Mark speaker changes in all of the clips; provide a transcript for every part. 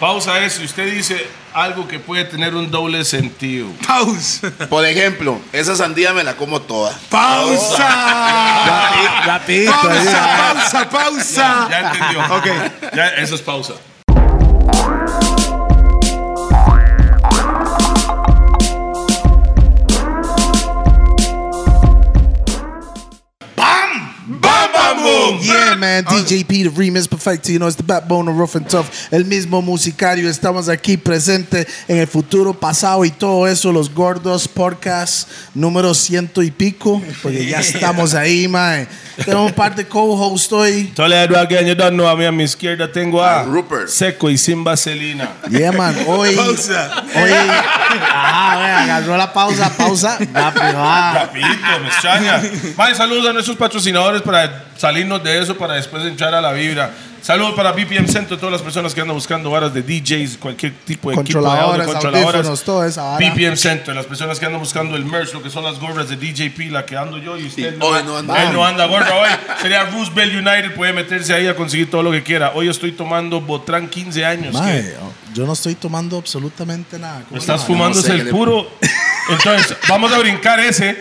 Speaker 1: Pausa es si usted dice algo que puede tener un doble sentido.
Speaker 2: Pausa.
Speaker 3: Por ejemplo, esa sandía me la como toda.
Speaker 2: Pausa.
Speaker 4: Rapidito.
Speaker 2: Pausa, pausa, pausa.
Speaker 1: Ya entendió.
Speaker 2: Ok.
Speaker 1: Ya, eso es pausa.
Speaker 2: ¡Bam, bam, boom!
Speaker 4: Yeah, man, DJP, the remix perfectino, es the backbone of Rough and Tough, el mismo musicario. Estamos aquí presente en el futuro, pasado y todo eso, los gordos podcast número ciento y pico, porque ya estamos ahí, man. Tenemos un par de co-hosts hoy.
Speaker 1: Toledo again, you don't know. A mí a mi izquierda tengo a
Speaker 3: A Rupert.
Speaker 1: Seco y sin vaselina.
Speaker 4: Yeah, man, hoy.
Speaker 2: Pausa.
Speaker 4: Hoy. Ah, vea, agarró la pausa, pausa. Rápido, ah.
Speaker 1: Rapidito, me extraña. Mae, saludos a nuestros patrocinadores para salirnos de eso, para después entrar a la vibra. Saludos para BPM Centro, todas las personas que andan buscando varas de DJs, cualquier tipo de equipo de audio,
Speaker 4: Controladores, audífonos, todo esa vara.
Speaker 1: BPM Center, las personas que andan buscando el merch, lo que son las gorras de DJP, la que ando yo y usted
Speaker 3: Y
Speaker 1: no,
Speaker 3: hoy no anda.
Speaker 1: él no anda gorra hoy. Sería Roosevelt United, puede meterse ahí a conseguir todo lo que quiera. Hoy estoy tomando Botran 15 años. que
Speaker 4: Mae, yo no estoy tomando absolutamente nada. ¿Cómo
Speaker 1: estás
Speaker 4: le va?
Speaker 1: fumándose
Speaker 3: sé qué
Speaker 1: el
Speaker 3: le-
Speaker 1: puro. Entonces, vamos a brincar ese.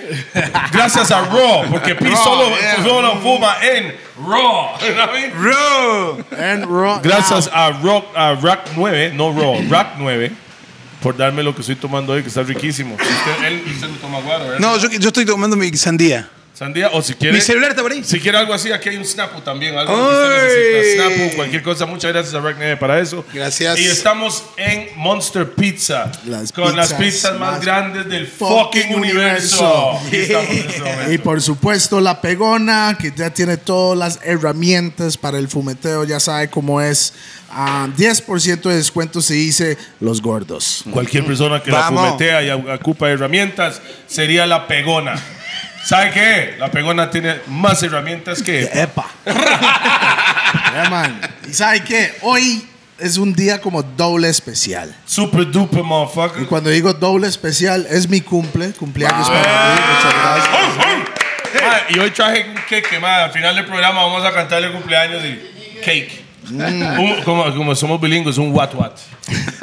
Speaker 1: Gracias a Raw, porque P solo, solo fuma en Raw. ¿sabes?
Speaker 2: Bro.
Speaker 4: And raw
Speaker 1: Gracias a Rock, a Rack 9, no Raw, Rack 9, por darme lo que estoy tomando hoy, que está riquísimo. Usted, él, usted no toma guaro, ¿verdad?
Speaker 2: No, yo, yo estoy tomando mi sandía.
Speaker 1: Sandía, o si quiere.
Speaker 2: Mi celular está por ahí.
Speaker 1: Si quiere algo así, aquí hay un Snapu también. Algo que usted
Speaker 2: ¡Ay!
Speaker 1: necesita. Snapu, cualquier cosa. Muchas gracias a Rack 9 para eso.
Speaker 3: Gracias.
Speaker 1: Y estamos en Monster Pizza.
Speaker 4: Las
Speaker 1: con las
Speaker 4: pizzas
Speaker 1: pizzas más
Speaker 4: más
Speaker 1: grandes del
Speaker 4: fucking
Speaker 1: fucking universo. Aquí estamos en este momento.
Speaker 4: Y por supuesto la pegona, que ya tiene todas las herramientas para el fumeteo, ya sabe cómo es. A 10% de descuento se dice los gordos.
Speaker 1: Cualquier persona que
Speaker 2: Vamos.
Speaker 1: la fumetea y ocupa herramientas sería la pegona. ¿Sabe qué? La pegona tiene más herramientas que.
Speaker 4: Epa. Yeah, man. ¿Y sabe qué? Hoy es un día como doble especial.
Speaker 1: Super duper,
Speaker 4: Y
Speaker 1: motherfucker.
Speaker 4: cuando digo doble especial, es mi cumple, cumpleaños para mí. Muchas gracias.
Speaker 1: Ah, y hoy traje un cake, ma. Al final del programa vamos a cantarle cumpleaños y cake. Un- como, como somos bilingües, un what what.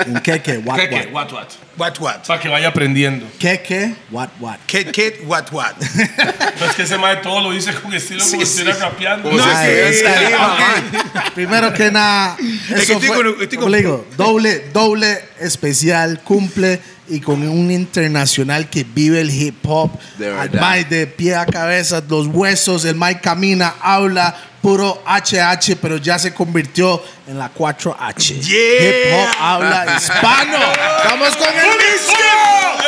Speaker 4: Un queque, what,
Speaker 1: Cake, what
Speaker 4: what.
Speaker 1: what.
Speaker 2: What, what?
Speaker 1: Para que vaya aprendiendo.
Speaker 4: Queque, what, what.
Speaker 2: Kid, kid, what, what?
Speaker 1: Pero es que ese mae todo lo dice con estilo como si estuviera rapeando.
Speaker 3: Como
Speaker 2: No,
Speaker 3: si
Speaker 2: es que-
Speaker 3: estuvieras-
Speaker 2: está bien,
Speaker 4: Primero que nada,
Speaker 2: que
Speaker 4: eso
Speaker 2: estoy
Speaker 4: fue-
Speaker 2: con- estoy con-
Speaker 4: como le digo, doble, doble especial, cumple y con un internacional que vive el hip hop.
Speaker 3: De
Speaker 4: Al
Speaker 3: verdad.
Speaker 4: Mike de pie a cabeza, los huesos, el Mike camina, habla, puro HH, pero ya se convirtió en la 4H.
Speaker 2: Yeah.
Speaker 4: Hip hop habla hispano. Estamos con el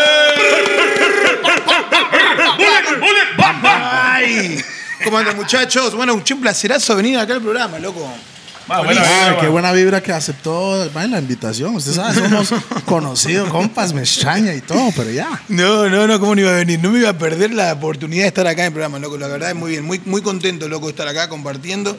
Speaker 2: Ay. ¿Cómo andan, muchachos? Bueno, un placerazo venir acá al programa, loco.
Speaker 1: Ma, buena
Speaker 4: Ah,
Speaker 1: vibra,
Speaker 4: qué
Speaker 1: ma.
Speaker 4: buena vibra que aceptó mae, la invitación. Usted sabe, somos conocidos, compas, me extraña y todo, pero ya.
Speaker 2: No, no, no, ¿cómo no iba a venir? No me iba a perder la oportunidad de estar acá en el programa, loco. La verdad es muy bien, muy, muy contento, loco, de estar acá compartiendo.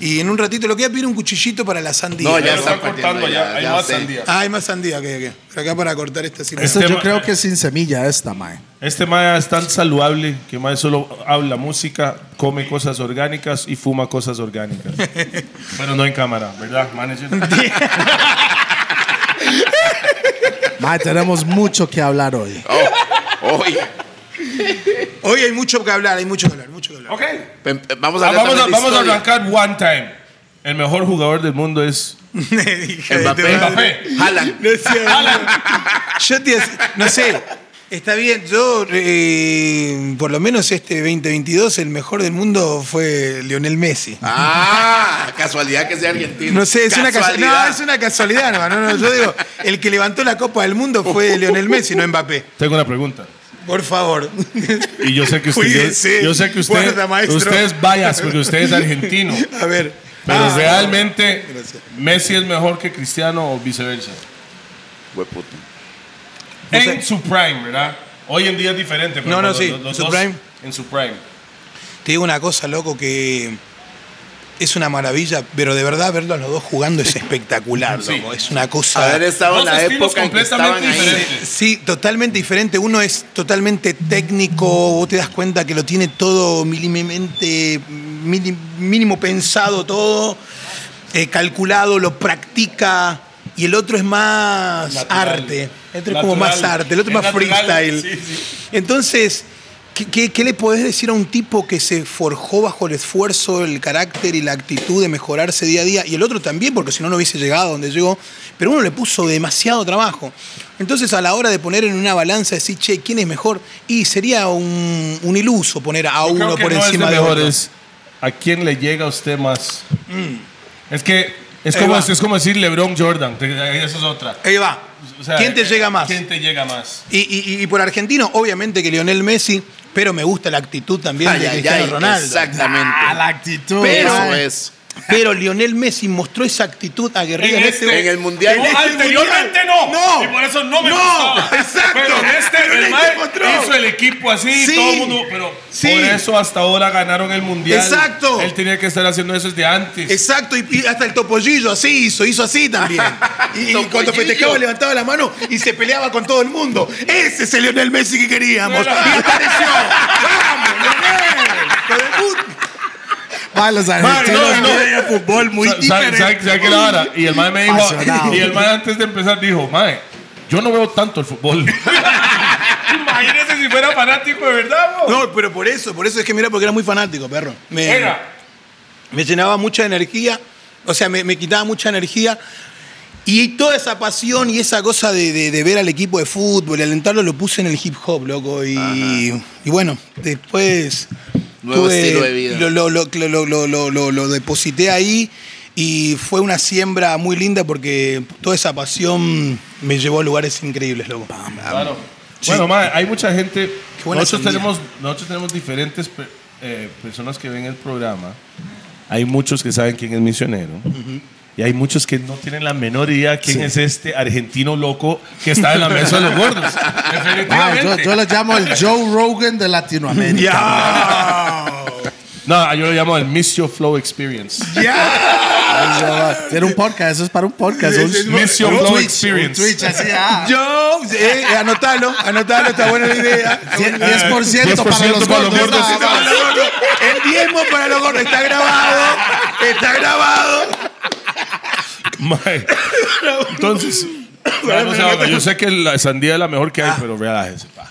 Speaker 2: Y en un ratito lo que voy a pedir un cuchillito para la sandía.
Speaker 3: No,
Speaker 1: Ya
Speaker 3: ya
Speaker 1: lo
Speaker 3: está
Speaker 1: están cortando
Speaker 3: partiendo,
Speaker 1: ya.
Speaker 3: ya,
Speaker 1: Hay
Speaker 3: ya
Speaker 1: más
Speaker 3: sé.
Speaker 1: sandía.
Speaker 2: Ah, hay más sandía, ok, ok. Pero acá para cortar esta sirena.
Speaker 4: Esto
Speaker 1: Este
Speaker 4: yo
Speaker 1: ma-
Speaker 4: creo que es sin semilla esta, mae.
Speaker 1: Este mae es tan saludable que mae solo habla música, come cosas orgánicas y fuma cosas orgánicas. Pero no en cámara, ¿verdad, manager?
Speaker 4: Mae, tenemos mucho que hablar hoy.
Speaker 3: Oh, hoy.
Speaker 2: Hoy hay mucho que hablar, hay mucho que hablar, mucho que hablar.
Speaker 1: ok.
Speaker 3: Pem- eh, Vamos a
Speaker 1: Ah,
Speaker 3: hablar
Speaker 1: vamos, a,
Speaker 3: también de
Speaker 1: vamos a
Speaker 3: historia.
Speaker 1: arrancar one time. El mejor jugador del mundo es
Speaker 2: Dije,
Speaker 3: Mbappé.
Speaker 2: "Te madre".
Speaker 1: Mbappé.
Speaker 3: Haaland.
Speaker 2: No sé, yo te, no sé, está bien, yo eh, por lo menos este 2022 el mejor del mundo fue Lionel Messi.
Speaker 3: Ah, casualidad que sea argentino.
Speaker 2: No sé, es una casualidad.
Speaker 3: Casualidad.
Speaker 2: No, es una casualidad, no, no, no, yo digo, el que levantó la Copa del Mundo fue Lionel Messi, no Mbappé.
Speaker 1: Tengo una pregunta.
Speaker 2: Por favor.
Speaker 1: Y yo sé que usted,
Speaker 2: Cuídense.
Speaker 1: yo sé que usted,
Speaker 2: Guarda, maestro.
Speaker 1: usted es bias porque usted es argentino.
Speaker 2: A ver.
Speaker 1: Pero
Speaker 2: Ah,
Speaker 1: realmente
Speaker 2: Gracias.
Speaker 1: Messi es mejor que Cristiano o viceversa.
Speaker 3: Hueputa.
Speaker 1: En su prime, ¿verdad? Hoy en día es diferente. Pero
Speaker 2: No, no,
Speaker 1: cuando
Speaker 2: sí,
Speaker 1: los- los
Speaker 2: su
Speaker 1: dos
Speaker 2: prime.
Speaker 1: En su prime.
Speaker 2: Te digo una cosa, loco, que es una maravilla, pero de verdad verlo a los dos jugando es espectacular,
Speaker 1: Sí.
Speaker 2: loco. Es una cosa.
Speaker 3: Haber estado en
Speaker 1: Ah, Dos
Speaker 3: la
Speaker 1: estilos
Speaker 3: época en que estaban
Speaker 1: completamente
Speaker 3: ahí.
Speaker 1: diferentes.
Speaker 2: Sí, totalmente diferente. Uno es totalmente técnico, vos te das cuenta que lo tiene todo mínimamente, mini- mínimo pensado todo, eh, calculado, lo practica. y el otro es más
Speaker 1: Natural.
Speaker 2: arte. El otro es como
Speaker 1: Natural.
Speaker 2: más arte, el otro es
Speaker 1: Es
Speaker 2: más
Speaker 1: natural,
Speaker 2: freestyle.
Speaker 1: sí, sí.
Speaker 2: Entonces, ¿qué, qué, qué le podés decir a un tipo que se forjó bajo el esfuerzo, el carácter y la actitud de mejorarse día a día? Y el otro también, porque si no, no hubiese llegado a donde llegó. Pero uno le puso demasiado trabajo. Entonces, a la hora de poner en una balanza, decir, che, ¿quién es mejor? Y sería un, un iluso poner a
Speaker 1: Yo creo
Speaker 2: uno
Speaker 1: que
Speaker 2: por
Speaker 1: no es de
Speaker 2: encima de
Speaker 1: mejor,
Speaker 2: otro. Mm.
Speaker 1: es a quién le llega a usted más. Es que es
Speaker 2: Ahí
Speaker 1: como,
Speaker 2: va.
Speaker 1: es como decir LeBron Jordan. te- Eso es otra.
Speaker 2: Ahí va.
Speaker 1: O sea,
Speaker 2: ¿Quién te
Speaker 1: eh,
Speaker 2: llega más?
Speaker 1: ¿Quién te llega más?
Speaker 2: Y, y- y por argentino, obviamente que Lionel Messi, pero me gusta la actitud también
Speaker 3: Ay,
Speaker 2: de
Speaker 3: ay,
Speaker 2: Cristiano
Speaker 3: ay,
Speaker 2: Ronaldo.
Speaker 3: Exactamente.
Speaker 4: Ah, la actitud.
Speaker 3: Pero
Speaker 4: mae.
Speaker 3: es.
Speaker 2: Pero Lionel Messi mostró esa actitud aguerrida en, este.
Speaker 3: en el Mundial.
Speaker 1: No,
Speaker 3: En este
Speaker 1: anteriormente
Speaker 2: Mundial.
Speaker 1: no.
Speaker 2: No.
Speaker 1: Y por eso no me
Speaker 2: No,
Speaker 1: gustaba.
Speaker 2: exacto.
Speaker 1: Pero en este,
Speaker 2: Pero en
Speaker 1: el
Speaker 2: este
Speaker 1: mae
Speaker 2: encontró.
Speaker 1: hizo el equipo así,
Speaker 2: Sí.
Speaker 1: todo el mundo. Pero
Speaker 2: Sí.
Speaker 1: por eso hasta ahora ganaron el mundial.
Speaker 2: Exacto.
Speaker 1: Él tenía que estar haciendo eso desde antes.
Speaker 2: Exacto, y, y hasta el topollillo así hizo, hizo así también. Y, y cuando
Speaker 3: Topollillo.
Speaker 2: festejaba levantaba la mano y se peleaba con todo el mundo. Ese es el Lionel Messi que queríamos.
Speaker 1: Bueno.
Speaker 2: Y apareció. ¡Vamos, Lionel! hijo de puta!
Speaker 4: Mae, los argentinos
Speaker 1: no, no.
Speaker 4: juegan fútbol muy
Speaker 1: Sa- sa-
Speaker 4: diferente.
Speaker 1: sa- ¿Sabe qué la vara? Y el mae me dijo,
Speaker 4: Apasionado.
Speaker 1: y el mae antes de empezar dijo, mae, yo no veo tanto el fútbol. Imagínese si fuera fanático de verdad, bro.
Speaker 2: No, pero por eso, por eso es que mira, porque era muy fanático, perro. Me-
Speaker 1: Era.
Speaker 4: eh,
Speaker 2: me llenaba mucha energía, o sea, me, me quitaba mucha energía. Y toda esa pasión y esa cosa de, de- de ver al equipo de fútbol, y alentarlo, lo puse en el hip hop, loco. Y, y bueno, después.
Speaker 3: Nuevo estilo de vida.
Speaker 2: Lo, lo- lo- lo- lo- lo- lo- lo deposité ahí y fue una siembra muy linda porque toda esa pasión me llevó a lugares increíbles, loco.
Speaker 1: Claro.
Speaker 2: Sí.
Speaker 1: Bueno, mae, hay mucha gente.
Speaker 2: buena
Speaker 1: Nosotros
Speaker 2: sandía.
Speaker 1: tenemos, nosotros tenemos diferentes per- eh, personas que ven el programa. Hay muchos que saben quién es misionero. Y hay muchos que no tienen la menor idea quién es este argentino loco que está en la mesa de los gordos.
Speaker 4: Mae, Ah, yo,
Speaker 1: Definitivamente.
Speaker 4: yo lo llamo el Joe Rogan de Latinoamérica.
Speaker 2: ¡Ya!
Speaker 1: No, yo lo llamo el Misio Flow Experience.
Speaker 4: Ay, ya va. Tiene un podcast, eso Pues es para un podcast. Un,
Speaker 1: es Mission
Speaker 4: un
Speaker 1: Blow
Speaker 4: Twitch,
Speaker 1: Experience.
Speaker 4: un Twitch, así, ah.
Speaker 2: Yo, eh, eh, anotalo, anotalo, está buena la idea.
Speaker 4: Die-
Speaker 1: Eh,
Speaker 4: 10%
Speaker 1: 10%
Speaker 4: para los
Speaker 1: para los
Speaker 4: gordos.
Speaker 1: gordos.
Speaker 4: nada más.
Speaker 2: El diezmo para los gordos está grabado. Está grabado.
Speaker 1: Mae. Entonces, ya no se haga. yo sé que la sandía es la mejor que hay,
Speaker 4: Ah.
Speaker 1: pero relájese. pa.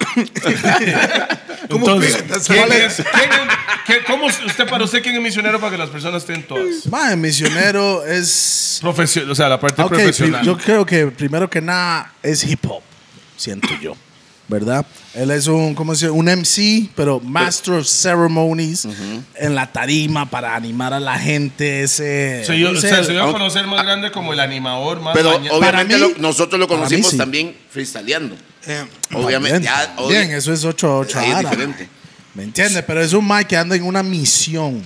Speaker 1: Entonces,
Speaker 2: pega esta
Speaker 1: ¿quién
Speaker 2: sandía?
Speaker 1: es, quién es- qué- ¿cómo usted, para usted, quién es misionero para que las personas estén todas?
Speaker 4: Mae, misionero es.
Speaker 1: Profesio- o sea, la parte
Speaker 4: Ok,
Speaker 1: profesional.
Speaker 4: pri- yo creo que primero que nada es hip hop, siento yo, ¿verdad? Él es un, ¿cómo se llama? Un MC, pero Master of Ceremonies en la tarima para animar a la gente. Ese,
Speaker 1: Sí, yo- o
Speaker 4: ese-
Speaker 1: sea, se iba a conocer
Speaker 4: Ah.
Speaker 1: más grande como el animador más
Speaker 3: Pero
Speaker 1: maña-
Speaker 3: obviamente
Speaker 4: mí-
Speaker 3: lo- nosotros lo
Speaker 4: para mí
Speaker 3: conocimos
Speaker 4: sí.
Speaker 3: también freestyleando.
Speaker 4: Bien,
Speaker 2: Eh,
Speaker 3: Obviamente. ya, obvi-
Speaker 4: bien, eso es 8 8
Speaker 3: ahí es
Speaker 4: horas.
Speaker 3: diferente.
Speaker 4: ¿Me entiendes? Pero es un Mike que anda en una misión.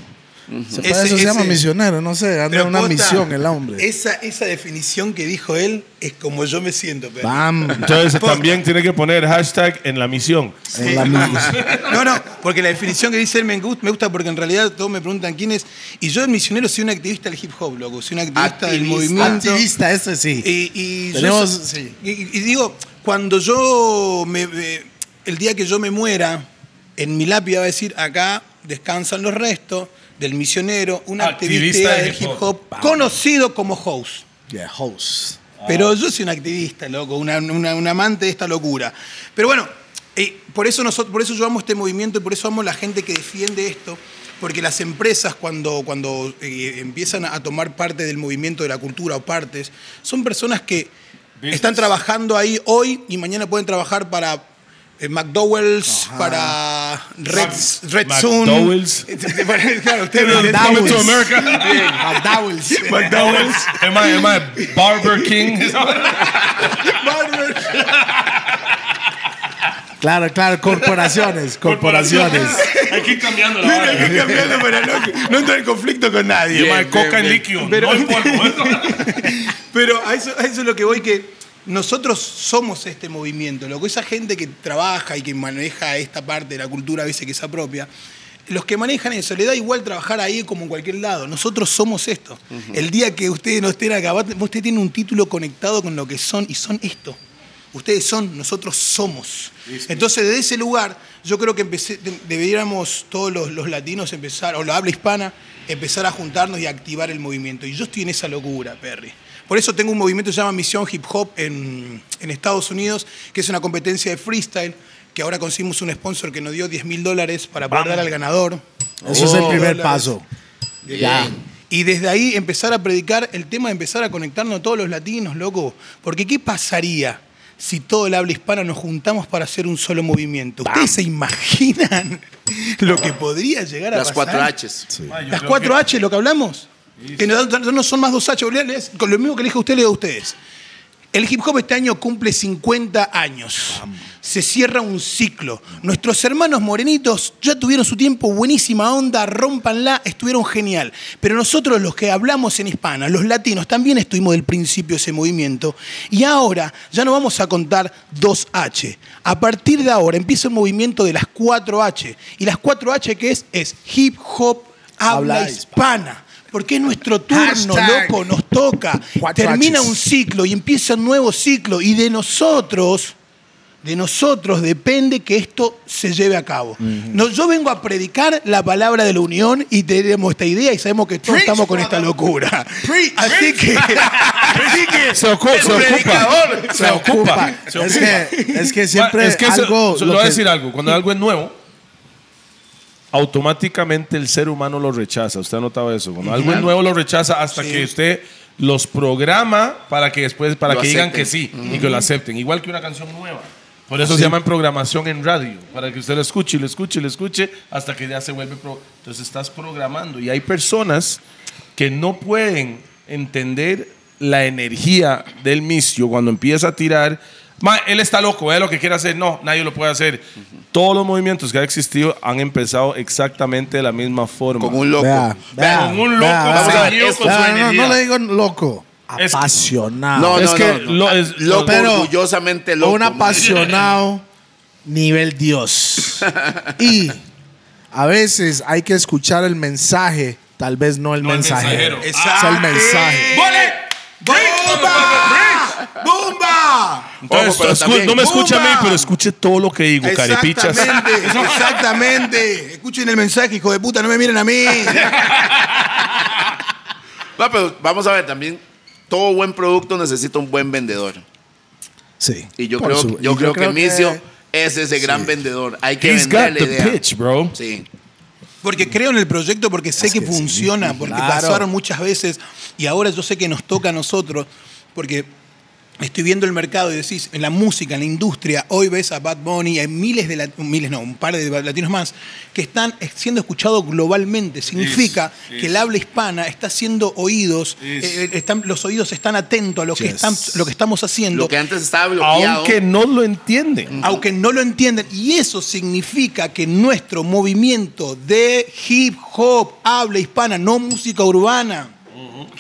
Speaker 4: Se puede-
Speaker 2: Ese-
Speaker 4: eso se llama
Speaker 2: ese-
Speaker 4: misionero, no sé, anda en una misión el hombre.
Speaker 2: Esa, esa definición que dijo él es como yo me siento, Pedro.
Speaker 4: Bam.
Speaker 1: Entonces,
Speaker 4: Pues,
Speaker 1: también tiene que poner hashtag en la misión.
Speaker 4: en la misión.
Speaker 2: No, no, porque la definición que dice él me gusta, me gusta porque en realidad todos me preguntan quién es. Y yo, el misionero, soy un activista del hip hop, loco. Soy un activista del
Speaker 3: Activista.
Speaker 2: movimiento.
Speaker 4: Activista, ese sí.
Speaker 2: Y, y yo
Speaker 4: Tenemos-
Speaker 2: so-
Speaker 4: sí.
Speaker 2: y- y digo, cuando yo me, me- el día que yo me muera, en mi lápida va a decir acá descansan los restos del misionero, un
Speaker 1: Activista
Speaker 2: activista,
Speaker 1: de
Speaker 2: del
Speaker 1: hip
Speaker 2: hip
Speaker 1: hop.
Speaker 2: hop, conocido como host.
Speaker 4: Yeah, host.
Speaker 1: Ah.
Speaker 2: Pero yo soy un activista, loco, una- una- un amante de esta locura. Pero bueno, eh, por, eso nosotros, por eso yo amo este movimiento y por eso amo la gente que defiende esto, porque las empresas cuando, cuando eh, empiezan a tomar parte del movimiento de la cultura o partes, son personas que
Speaker 1: Business.
Speaker 2: están trabajando ahí hoy y mañana pueden trabajar para... eh, McDowell's para Red, Red Sun.
Speaker 1: McDowell's.
Speaker 2: claro, ustedes me entienden.
Speaker 1: Coming to America.
Speaker 4: McDowell's.
Speaker 1: McDowell's. Am I, am I Barber King?
Speaker 4: Claro, claro, corporaciones, corporaciones.
Speaker 1: Hay que ir cambiando la
Speaker 2: Mira,
Speaker 1: vara.
Speaker 2: hay que cambiarlo para no, no entrar en conflicto con nadie.
Speaker 1: Y más coca en
Speaker 3: bien.
Speaker 1: líquido, no
Speaker 2: Pero-
Speaker 1: en polvo. ¿eh?
Speaker 2: Pero a eso, a eso es lo que voy, que nosotros somos este movimiento. Lo que esa gente que trabaja y que maneja esta parte de la cultura a veces que es propia, los que manejan eso, le da igual trabajar ahí como en cualquier lado. Nosotros somos esto. El día que ustedes no estén acá, va- ustedes tienen un título conectado con lo que son y son esto. Ustedes son, nosotros somos. Entonces, desde ese lugar, yo creo que empecé- de- deberíamos todos los, los latinos empezar, o la habla hispana, empezar a juntarnos y a activar el movimiento. Y yo estoy en esa locura, Perry. Por eso tengo un movimiento que se llama Misión Hip Hop en, en Estados Unidos, que es una competencia de freestyle, que ahora conseguimos un sponsor que nos dio 10 mil dólares para poder
Speaker 1: Vamos.
Speaker 2: dar al ganador.
Speaker 4: Eso
Speaker 1: Oh,
Speaker 4: es el primer
Speaker 2: Dólares.
Speaker 4: paso. Ya.
Speaker 2: Y desde ahí empezar a predicar el tema de empezar a conectarnos todos los latinos, loco. Porque ¿qué pasaría si todo el habla hispana nos juntamos para hacer un solo movimiento? ¿Ustedes se imaginan lo que podría llegar a
Speaker 3: Las
Speaker 2: pasar?
Speaker 3: 4 H's.
Speaker 1: Ma, yo
Speaker 2: Las
Speaker 1: creo
Speaker 2: 4
Speaker 1: que-
Speaker 2: H, lo que hablamos. Que no, no- no son más dos H, boludo, es con lo mismo que le dije a usted, le digo a ustedes. El hip hop este año cumple 50 años. Se cierra un ciclo. Nuestros hermanos morenitos ya tuvieron su tiempo, buenísima onda, rompanla, estuvieron genial. Pero nosotros los que hablamos en hispana, los latinos, también estuvimos del principio ese movimiento. Y ahora ya no vamos a contar 2H. A partir de ahora empieza el movimiento de las 4H. ¿Y las 4H qué es? Es hip hop, habla,
Speaker 4: Habla hispana.
Speaker 2: hispana. Porque es nuestro turno,
Speaker 4: Hashtag.
Speaker 2: loco, nos toca.
Speaker 4: Cuatro
Speaker 2: Termina
Speaker 4: Hs.
Speaker 2: un ciclo y empieza un nuevo ciclo. Y de nosotros, de nosotros depende que esto se lleve a cabo. No, yo vengo a predicar la palabra de la unión y tenemos esta idea y sabemos que todos
Speaker 4: Preach,
Speaker 2: estamos con esta
Speaker 4: brother.
Speaker 2: locura.
Speaker 4: Preach,
Speaker 2: Así que, así que
Speaker 1: Se ocu- se ocupa. Se ocupa. Se
Speaker 4: Es
Speaker 1: ocupa. Ah,
Speaker 4: que, es que siempre
Speaker 1: Es que eso-
Speaker 4: algo...
Speaker 1: so-
Speaker 4: lo
Speaker 1: le voy a
Speaker 4: que-
Speaker 1: decir algo. Cuando algo es nuevo, automáticamente el ser humano lo rechaza. Usted ha notado eso. Cuando algo es nuevo lo rechaza hasta que usted los programa para que después, para
Speaker 3: Lo
Speaker 1: que digan
Speaker 3: acepten.
Speaker 1: que sí y que lo acepten. Igual que una canción nueva. Por eso se llaman programación en radio, para que usted lo escuche y lo escuche y lo escuche hasta que ya se vuelve pro. Entonces estás programando y hay personas que no pueden entender la energía del misio cuando empieza a tirar. Ma, él está loco, es lo que quiere hacer. No, nadie lo puede hacer. Todos los movimientos que han existido han empezado exactamente de la misma forma.
Speaker 3: Con un loco.
Speaker 4: Vea, vea,
Speaker 1: Con un loco
Speaker 4: vea,
Speaker 3: vamos a ver,
Speaker 1: seguido con
Speaker 3: esto-
Speaker 1: su
Speaker 4: vea, no,
Speaker 1: energía.
Speaker 4: no le digo loco.
Speaker 1: Es-
Speaker 4: Apasionado.
Speaker 3: No,
Speaker 1: Es
Speaker 3: no,
Speaker 1: que
Speaker 3: no, no.
Speaker 1: lo- es-
Speaker 3: loco,
Speaker 4: pero-
Speaker 3: orgullosamente loco.
Speaker 4: un
Speaker 3: man.
Speaker 4: apasionado nivel Dios. y a veces hay que escuchar el mensaje, tal vez no el
Speaker 1: No el
Speaker 4: mensajero.
Speaker 1: mensajero. Ah,
Speaker 4: O sea, el mensaje.
Speaker 1: ¡Vole!
Speaker 2: ¡Bomba! ¡Bomba!
Speaker 1: Entonces,
Speaker 3: Ojo, pero
Speaker 1: escu-
Speaker 3: también-
Speaker 1: no me escucha a mí,
Speaker 2: ¡Bomba!
Speaker 1: pero escuche todo lo que digo, carepichas.
Speaker 2: Exactamente, exactamente. Escuchen el mensaje, hijo de puta, no me miren a mí.
Speaker 3: No, pero vamos a ver también. Todo buen producto necesita un buen vendedor.
Speaker 4: Sí.
Speaker 3: Y yo
Speaker 4: Por
Speaker 3: creo,
Speaker 4: su-
Speaker 3: yo,
Speaker 4: y
Speaker 3: creo, que Micio es ese gran vendedor. Hay que
Speaker 1: He's got
Speaker 3: venderle
Speaker 1: the
Speaker 3: idea.
Speaker 1: pitch, bro.
Speaker 3: Sí.
Speaker 2: Porque creo en el proyecto, porque sé
Speaker 4: Es
Speaker 2: que,
Speaker 4: que sí,
Speaker 2: funciona, porque
Speaker 4: claro.
Speaker 2: pasaron muchas veces y ahora yo sé que nos toca a nosotros, porque estoy viendo el mercado y decís, en la música, en la industria, hoy ves a Bad Bunny, hay miles de latinos, miles no, un par de latinos más, que están siendo escuchados globalmente. Significa
Speaker 1: Yes,
Speaker 2: que el
Speaker 1: yes.
Speaker 2: habla hispana está siendo oídos,
Speaker 1: Yes.
Speaker 2: eh, están, los oídos están atentos a lo, que
Speaker 4: Yes.
Speaker 2: están, lo que estamos haciendo.
Speaker 3: Lo que antes estaba bloqueado.
Speaker 1: Aunque no lo entienden.
Speaker 2: aunque no lo entienden. Y eso significa que nuestro movimiento de hip hop, habla hispana, no música urbana,